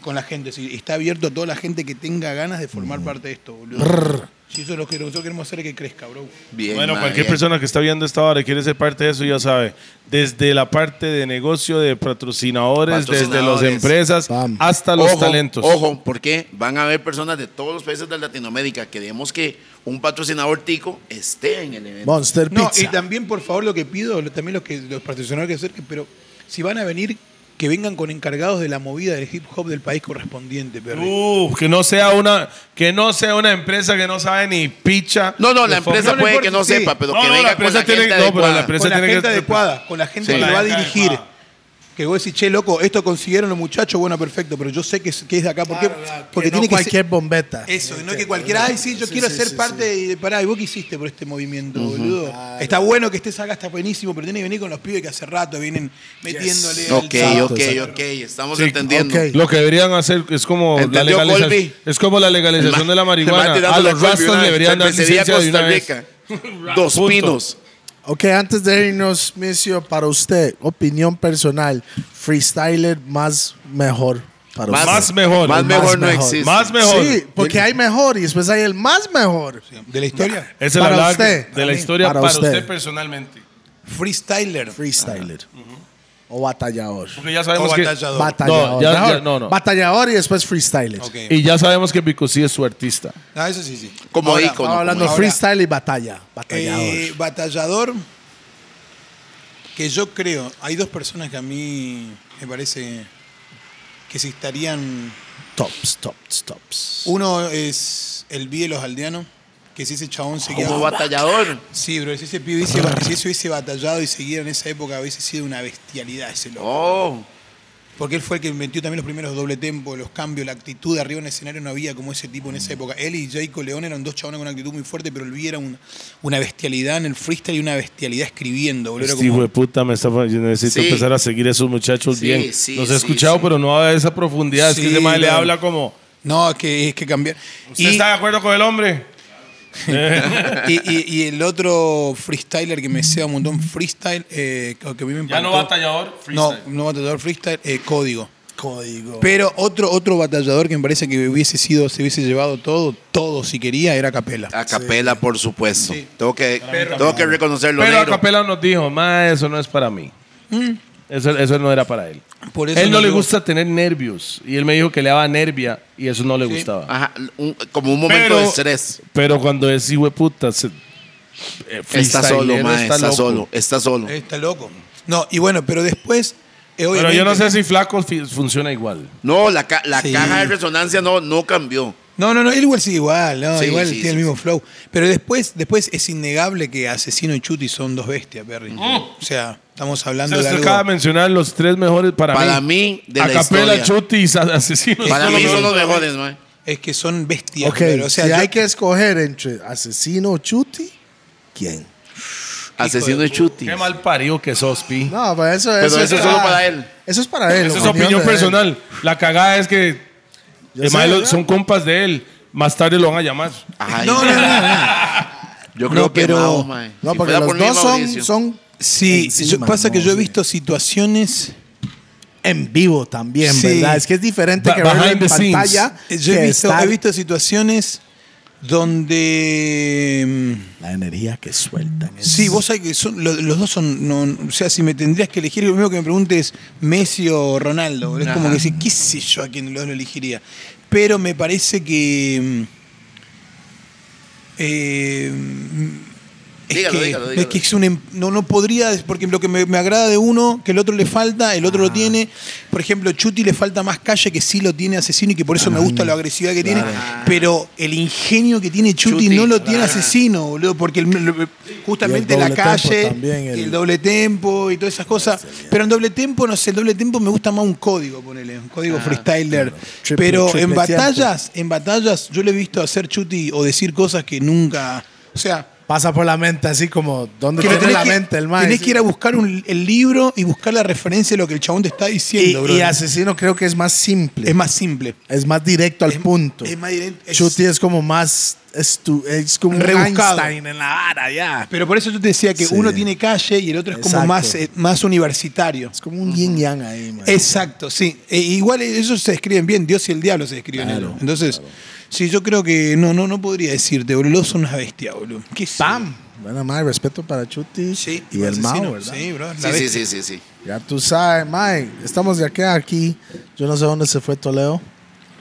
Speaker 2: con la gente. Si está abierto a toda la gente que tenga ganas de formar parte de esto, boludo. Si eso es lo que nosotros queremos hacer, que crezca, bro.
Speaker 3: Bien.
Speaker 5: Bueno,
Speaker 3: ma,
Speaker 5: cualquier
Speaker 3: bien.
Speaker 5: persona que está viendo esta hora y quiere ser parte de eso, ya sabe. Desde la parte de negocio, de patrocinadores, desde las
Speaker 3: Patrocinadores.
Speaker 5: empresas
Speaker 4: Pam.
Speaker 5: hasta los
Speaker 3: Ojo,
Speaker 5: talentos.
Speaker 3: Ojo, porque van a haber personas de todos los países de Latinoamérica. Queremos que un patrocinador tico esté en el evento.
Speaker 4: Monster
Speaker 2: No,
Speaker 4: Pizza.
Speaker 2: y también, por favor, lo que pido, lo- también los, que, los patrocinadores que acerquen, pero si van a venir, que vengan con encargados de la movida del hip hop del país correspondiente, Perry.
Speaker 5: Uh, que no sea una que no sea una empresa que no sabe ni picha.
Speaker 3: No, no,
Speaker 5: de
Speaker 3: la empresa
Speaker 5: fondo.
Speaker 2: no
Speaker 3: puede
Speaker 2: importa,
Speaker 3: que no
Speaker 2: sí.
Speaker 3: sepa, pero
Speaker 5: No,
Speaker 3: que
Speaker 5: no,
Speaker 3: venga
Speaker 5: la empresa
Speaker 3: con la
Speaker 5: tiene-
Speaker 3: gente
Speaker 5: no, pero la
Speaker 3: adecuada.
Speaker 5: empresa-
Speaker 2: con la
Speaker 5: tiene que-
Speaker 2: gente adecuada, con la gente
Speaker 3: Sí.
Speaker 2: que
Speaker 3: Con
Speaker 2: lo
Speaker 3: la
Speaker 2: va a
Speaker 5: gente
Speaker 2: dirigir.
Speaker 5: adecuada.
Speaker 2: Que vos decís, che, loco, esto consiguieron los muchachos, bueno, perfecto, pero yo sé que es, que es de acá. ¿Por qué? Porque
Speaker 4: Porque
Speaker 2: tiene
Speaker 4: no
Speaker 2: que
Speaker 4: cualquier bombeta.
Speaker 2: ser... Eso, y no que cualquiera, ay, sí, yo quiero ser parte de... Pará, ¿y vos qué hiciste por este movimiento, boludo? Está bueno que estés acá, está buenísimo, pero tiene que venir con los pibes que hace rato vienen metiéndole... al
Speaker 3: Ok,
Speaker 2: saco.
Speaker 3: ok,
Speaker 4: exacto.
Speaker 3: ok. Estamos
Speaker 5: Sí,
Speaker 3: entendiendo.
Speaker 4: ok.
Speaker 5: Lo que deberían hacer es como la
Speaker 3: Entendió,
Speaker 5: legalización,
Speaker 3: Colby.
Speaker 5: es como la legalización de la marihuana. A los rastas le deberían dar licencia de una vez.
Speaker 3: Dos
Speaker 5: Punto.
Speaker 3: pinos.
Speaker 4: Ok, antes de irnos, Micio, para usted, opinión personal, freestyler más mejor para
Speaker 3: Más-
Speaker 4: usted.
Speaker 5: Más mejor.
Speaker 3: Más mejor no
Speaker 4: mejor.
Speaker 3: existe.
Speaker 5: Más mejor.
Speaker 4: Sí, porque hay mejor y después hay el más mejor.
Speaker 2: ¿De la historia?
Speaker 5: Esa es
Speaker 4: Para
Speaker 5: la verdad
Speaker 4: usted.
Speaker 5: de la
Speaker 4: Para
Speaker 5: historia
Speaker 4: usted.
Speaker 5: para, usted personalmente.
Speaker 2: Freestyler.
Speaker 4: Freestyler. O batallador.
Speaker 5: Porque ya sabemos
Speaker 2: O
Speaker 5: que
Speaker 2: batallador.
Speaker 4: Batallador.
Speaker 5: No, ya-
Speaker 4: Mejor.
Speaker 5: ya- no, no.
Speaker 4: Batallador y después freestyler.
Speaker 2: Ok.
Speaker 5: y ya sabemos que Bicosí es su artista.
Speaker 2: Ah, eso sí, sí.
Speaker 3: Como
Speaker 2: Ahora,
Speaker 3: ícono.
Speaker 4: Estaba hablando
Speaker 2: Ahora-
Speaker 4: freestyle y batalla. Batallador.
Speaker 2: eh, batallador. Que yo creo, hay dos personas que a mí me parece que se estarían.
Speaker 4: tops, tops, tops.
Speaker 2: Uno es el B de los aldeanos, que si ese chabón seguía.
Speaker 3: Como batallador.
Speaker 2: Sí, bro, si ese pibe hubiese, si ese hubiese batallado y seguía en esa época, hubiese sido una bestialidad ese loco.
Speaker 3: Oh,
Speaker 2: Porque él fue el que metió también los primeros doble tempo, los cambios, la actitud de arriba en el escenario no había como ese tipo en esa época. Él y Jayco León eran dos chabones con una actitud muy fuerte, pero el B era un- una bestialidad en el freestyle y una bestialidad escribiendo, boludo. Era
Speaker 5: Este hijo
Speaker 2: como-
Speaker 5: de puta me está yo necesito
Speaker 3: Sí.
Speaker 5: empezar a seguir a esos muchachos
Speaker 3: Sí,
Speaker 5: bien.
Speaker 3: sí,
Speaker 5: Los he
Speaker 3: sí,
Speaker 5: escuchado,
Speaker 3: sí.
Speaker 5: pero no a esa profundidad. es
Speaker 2: Sí,
Speaker 5: que ese mae le
Speaker 2: claro.
Speaker 5: habla como.
Speaker 2: No, es que es que cambiar.
Speaker 5: ¿Usted
Speaker 2: Y,
Speaker 5: está de acuerdo con el hombre?
Speaker 2: y- y- y el otro freestyler que me sea un montón freestyle, eh, que que a mí me
Speaker 5: Ya no
Speaker 2: impactó-
Speaker 5: batallador,
Speaker 2: No,
Speaker 5: freestyle.
Speaker 2: no batallador freestyle, eh, código.
Speaker 4: Código.
Speaker 2: Pero otro, otro batallador que me parece que hubiese sido, se hubiese llevado todo, todo si quería, era Capela.
Speaker 3: a capela, por supuesto. Tengo que,
Speaker 2: Pero-
Speaker 3: tengo que reconocerlo,
Speaker 5: Pero
Speaker 3: negro.
Speaker 5: Acapela nos dijo, ma, eso no es para mí. Eso, eso no era para él.
Speaker 2: Por eso
Speaker 5: él no
Speaker 2: no
Speaker 5: le
Speaker 2: digo-
Speaker 5: gusta tener nervios. Y él me dijo que le daba nervia y eso no le gustaba.
Speaker 3: Ajá, Ah, un- como un momento
Speaker 5: Pero-
Speaker 3: de estrés.
Speaker 5: Pero cuando es hijo de puta, se- eh,
Speaker 3: Está solo,
Speaker 5: freestylero,
Speaker 3: mae, está,
Speaker 5: loco.
Speaker 3: solo, está solo.
Speaker 2: Está loco. No, y bueno, pero después. eh,
Speaker 5: Pero yo no
Speaker 2: obviamente-
Speaker 5: sé si flaco fi- funciona igual.
Speaker 3: No, la, ca- la
Speaker 2: Sí.
Speaker 3: caja de resonancia no, no cambió.
Speaker 2: No, no, no, él igual sigue igual, no,
Speaker 3: Sí,
Speaker 2: igual
Speaker 3: sí,
Speaker 2: tiene
Speaker 3: sí,
Speaker 2: el mismo flow. Pero después, después es innegable que Asesino y Chuti son dos bestias, Perry. O sea, estamos hablando
Speaker 5: Mm. Se
Speaker 2: de algo...
Speaker 5: acaba de mencionar los tres mejores para,
Speaker 3: Para mí,
Speaker 5: mí.
Speaker 3: de la
Speaker 5: Acapela,
Speaker 3: historia.
Speaker 5: Chuti y Sa- Asesinos.
Speaker 3: Para
Speaker 2: Son
Speaker 3: mí
Speaker 2: los
Speaker 3: son los
Speaker 2: mejores.
Speaker 3: mejores, mae.
Speaker 2: Es que son bestias,
Speaker 4: Ok,
Speaker 2: pero, o sea,
Speaker 4: si
Speaker 2: yo-
Speaker 4: hay que escoger entre asesino o chuti, ¿quién?
Speaker 3: Asesino y Chuti.
Speaker 5: Qué mal parido que sos, Pi.
Speaker 4: No, pero eso,
Speaker 3: Pero eso es solo para él.
Speaker 4: Eso es para él.
Speaker 5: Esa es su opinión
Speaker 4: de él.
Speaker 5: personal. La cagada es que
Speaker 4: Yo
Speaker 5: el
Speaker 4: sé,
Speaker 5: mae lo-
Speaker 4: ¿verdad?
Speaker 5: son compas de él. Más tarde lo van a llamar.
Speaker 3: Ay,
Speaker 2: No, no, no, no, no.
Speaker 3: Yo creo
Speaker 2: No,
Speaker 3: que
Speaker 2: pero-
Speaker 3: no, mae.
Speaker 4: No,
Speaker 3: Si
Speaker 4: porque
Speaker 3: fuera
Speaker 4: los
Speaker 3: por mí,
Speaker 4: dos son,
Speaker 3: Mauricio.
Speaker 4: son
Speaker 2: Sí, yo-
Speaker 4: encima,
Speaker 2: pasa que
Speaker 4: no,
Speaker 2: yo he
Speaker 4: sí.
Speaker 2: visto situaciones...
Speaker 4: en vivo también,
Speaker 2: Sí.
Speaker 4: ¿verdad? Es que es diferente
Speaker 5: Ba-
Speaker 4: que verlo en
Speaker 5: behind the scenes.
Speaker 4: pantalla.
Speaker 2: Yo
Speaker 4: que
Speaker 2: he visto,
Speaker 4: estar-
Speaker 2: he visto situaciones donde... mm,
Speaker 4: la energía que sueltan. es-
Speaker 2: Sí, vos sabés que son, lo- los dos son. no- o sea, si me tendrías que elegir, lo mismo que me preguntes Messi o Ronaldo. boludo. Es como que decir, qué sé yo a quién de los dos lo elegiría. Pero me parece que. mm, eh, mm, es
Speaker 3: Dígalo,
Speaker 2: que,
Speaker 3: dígalo,
Speaker 2: es
Speaker 3: dígalo.
Speaker 2: que es un em- no, no podría, porque lo que me, me agrada de uno, que el otro le falta, el otro
Speaker 3: Ah.
Speaker 2: lo tiene. Por ejemplo, Chuti le falta más calle que sí lo tiene Asesino y que por eso
Speaker 3: Ah.
Speaker 2: me gusta la agresividad que tiene. Pero el ingenio que tiene Chuti,
Speaker 3: Chuti,
Speaker 2: no lo tiene
Speaker 3: claro.
Speaker 2: Asesino, boludo, porque el- lo- justamente
Speaker 4: Y el
Speaker 2: la
Speaker 4: doble tempo
Speaker 2: calle,
Speaker 4: también,
Speaker 2: el...
Speaker 4: el-
Speaker 2: doble tempo y todas esas cosas. Pero en doble tempo, no sé, el doble tempo me gusta más un código, ponele, un código freestyler.
Speaker 4: Triple-
Speaker 2: Pero
Speaker 4: triple
Speaker 2: en
Speaker 4: tiempo.
Speaker 2: batallas, en batallas, yo le he visto hacer Chuti o decir cosas que nunca. O sea,
Speaker 4: Pasa por la mente así como, ¿dónde
Speaker 2: que lo tenés,
Speaker 4: tiene la
Speaker 2: que,
Speaker 4: mente el man?
Speaker 2: tenés que ir a buscar un- el libro y buscar la referencia de lo que el chabón te está
Speaker 4: y,
Speaker 2: diciendo,
Speaker 4: y
Speaker 2: brother.
Speaker 4: asesino creo que es más simple.
Speaker 2: Es más simple.
Speaker 4: Es más directo al
Speaker 2: Es-
Speaker 4: punto.
Speaker 2: es más directo, es-
Speaker 4: Chuti es como más. estu- es como un
Speaker 2: Rebuscado.
Speaker 4: Einstein en la vara, ya.
Speaker 2: Pero por eso yo te decía que
Speaker 4: Sí.
Speaker 2: uno tiene calle y el otro es como
Speaker 4: Exacto.
Speaker 2: más, eh, más universitario.
Speaker 4: Es como un yin yang ahí, man.
Speaker 2: Exacto, sí. E- igual ellos se escriben bien, Dios y el diablo se escriben. ellos. Entonces, sí, yo creo que no, no, no podría decirte, boludo, los son una bestia, boludo. ¿Qué sé
Speaker 4: ¡Pam! Bueno, mae, respeto para Chuti
Speaker 2: yo? Sí,
Speaker 4: y el
Speaker 2: asesino.
Speaker 4: Mao, ¿verdad?
Speaker 2: Sí, bro. la
Speaker 3: Sí, sí,
Speaker 2: bestia.
Speaker 3: sí, sí, sí.
Speaker 4: Ya tú sabes, mae, estamos de acá a aquí. Yo no sé dónde se fue Toledo.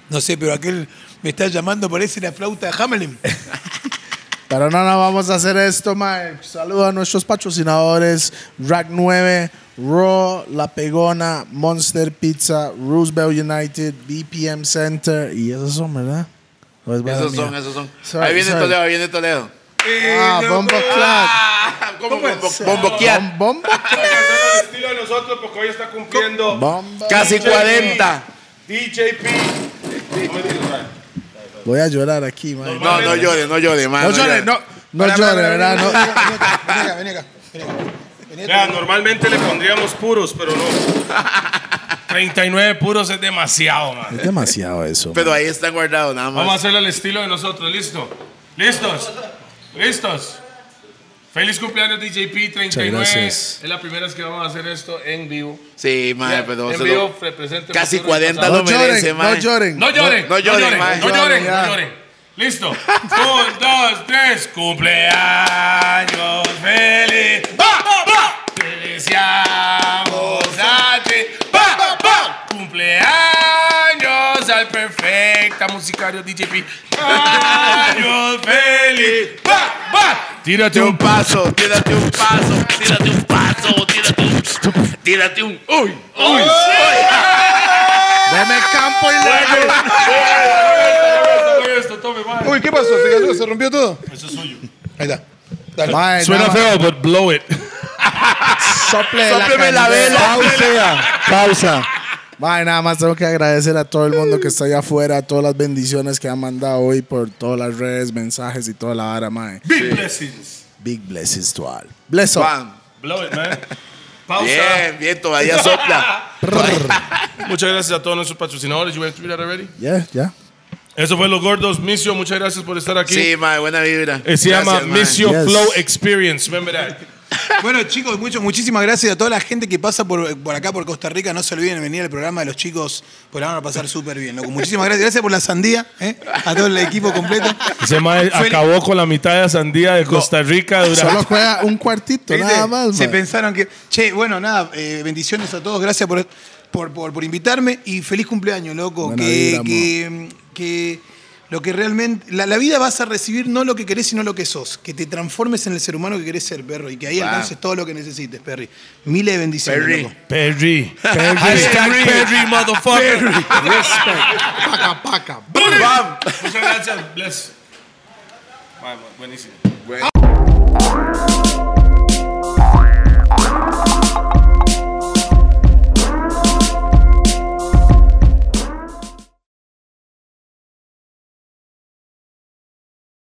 Speaker 2: No sé, pero aquel me está llamando, parece la flauta de Hamelin.
Speaker 4: Pero no, no vamos a hacer esto, mae. Saludos a nuestros patrocinadores: Rack 9, Raw, La Pegona, Monster Pizza, Roosevelt United, BPM Center. Y esos son, ¿verdad? ¿O es verdad
Speaker 3: Esos
Speaker 4: mía?
Speaker 3: son, esos son.
Speaker 4: Sorry,
Speaker 3: ahí viene
Speaker 4: sorry.
Speaker 3: Toledo, ahí viene Toledo.
Speaker 4: Ah, Bombo Clack.
Speaker 3: Ah, ¿Cómo bombo, bomboquear?
Speaker 4: Bom- Bombo
Speaker 1: el estilo de nosotros porque hoy está cumpliendo
Speaker 4: Bombo.
Speaker 3: Casi 40.
Speaker 1: DJP.
Speaker 4: Voy a llorar aquí, mae.
Speaker 3: No, no llores, no llores, man.
Speaker 4: No llores, no. No llores, ¿verdad? No.
Speaker 2: Vení acá, vení acá. vení acá. Vení acá.
Speaker 1: Vea, normalmente le pondríamos puros, pero no. 39 puros es demasiado, man.
Speaker 4: Es demasiado eso.
Speaker 3: Pero ahí están guardados, nada
Speaker 1: Vamos a
Speaker 3: más.
Speaker 1: hacerlo al estilo de nosotros, listo. ¿Listos? ¿Listos? Feliz cumpleaños DJP 39.
Speaker 4: Muchas
Speaker 1: Es
Speaker 4: gracias.
Speaker 1: la primera vez que vamos a hacer esto en vivo.
Speaker 3: Sí, madre, pero
Speaker 1: en
Speaker 3: se
Speaker 1: vivo
Speaker 3: lo-
Speaker 1: representa
Speaker 3: casi
Speaker 1: nosotros
Speaker 3: 40
Speaker 1: el
Speaker 3: lo
Speaker 4: No
Speaker 3: merece,
Speaker 4: lloren, no
Speaker 3: man.
Speaker 4: lloren.
Speaker 1: No lloren,
Speaker 3: No-
Speaker 1: no,
Speaker 3: no lloren,
Speaker 1: lloren,
Speaker 3: mae.
Speaker 1: no lloren,
Speaker 4: Ya.
Speaker 1: no lloren. Listo. Un, dos, tres. Cumpleaños feliz. ¡Va, va! Te deseamos a ti. ¡Va, va, va! Cumpleaños al perfecta musicario DJP. ¡Cumpleaños feliz! ¡Va, va! Tírate
Speaker 3: Tírate un paso, tírate un paso, tírate un paso, tírate un. Tírate un. ¡uh! ¡Uy! ¡Uy! ¡Uy!
Speaker 4: Deme campo y largo.
Speaker 1: esto, tome, mae.
Speaker 2: Uy, ¿qué pasó? ¿Se cayó? ¿Se rompió todo?
Speaker 1: Eso es suyo.
Speaker 2: Ahí está.
Speaker 4: Mae,
Speaker 5: Suena
Speaker 4: nada,
Speaker 5: feo, but blow it.
Speaker 4: sople
Speaker 3: Sópleme la
Speaker 4: candela.
Speaker 3: vela.
Speaker 7: Pausa, pausa.
Speaker 4: Mae, nada más tengo que agradecer a todo el mundo que está allá afuera, todas las bendiciones que han mandado hoy por todas las redes, mensajes y toda la vara, mae.
Speaker 1: Big blessings.
Speaker 4: Big blessings to all. Bless up.
Speaker 3: Juan,
Speaker 1: Blow it, man. Pausa.
Speaker 3: Bien, bien, todavía sopla.
Speaker 1: Muchas gracias a todos nuestros patrocinadores. You went through that already?
Speaker 4: Yeah, yeah.
Speaker 1: Eso fue Los Gordos. Misio, muchas gracias por estar aquí.
Speaker 3: Sí, madre, buena vibra.
Speaker 1: Eh, Se llama
Speaker 3: Gracias, mae.
Speaker 1: Misio
Speaker 4: Yes.
Speaker 1: Flow Experience. Remember that.
Speaker 2: Bueno, chicos, mucho- muchísimas gracias a toda la gente que pasa por, por acá, por Costa Rica. No se olviden de venir al programa de los chicos, porque la van a pasar súper bien. loco. Muchísimas gracias. Gracias por la sandía, ¿eh? a todo el equipo completo.
Speaker 5: Ese mae
Speaker 2: Fue-
Speaker 5: acabó con la mitad de la sandía de Costa Rica
Speaker 4: Solo
Speaker 5: durante.
Speaker 4: juega un cuartito,
Speaker 2: ¿Viste?
Speaker 4: nada más,
Speaker 2: Se
Speaker 4: mae.
Speaker 2: pensaron que. Che, bueno, nada, eh, bendiciones a todos. Gracias por, por, por- por invitarme y feliz cumpleaños, loco.
Speaker 4: Buena
Speaker 2: que,
Speaker 4: vibra,
Speaker 2: que, que Lo que realmente. La, la vida vas a recibir no lo que querés, sino lo que sos. Que te transformes en el ser humano que querés ser, perro. Y que ahí
Speaker 3: Wow.
Speaker 2: alcances todo lo que necesites, Perry. Miles de bendiciones.
Speaker 3: Perry.
Speaker 2: loco.
Speaker 5: Perry. Hashtag Perry, motherfucker.
Speaker 4: Paca, paca.
Speaker 3: ¡Bam!
Speaker 1: Muchas gracias. Bless. Buenísimo.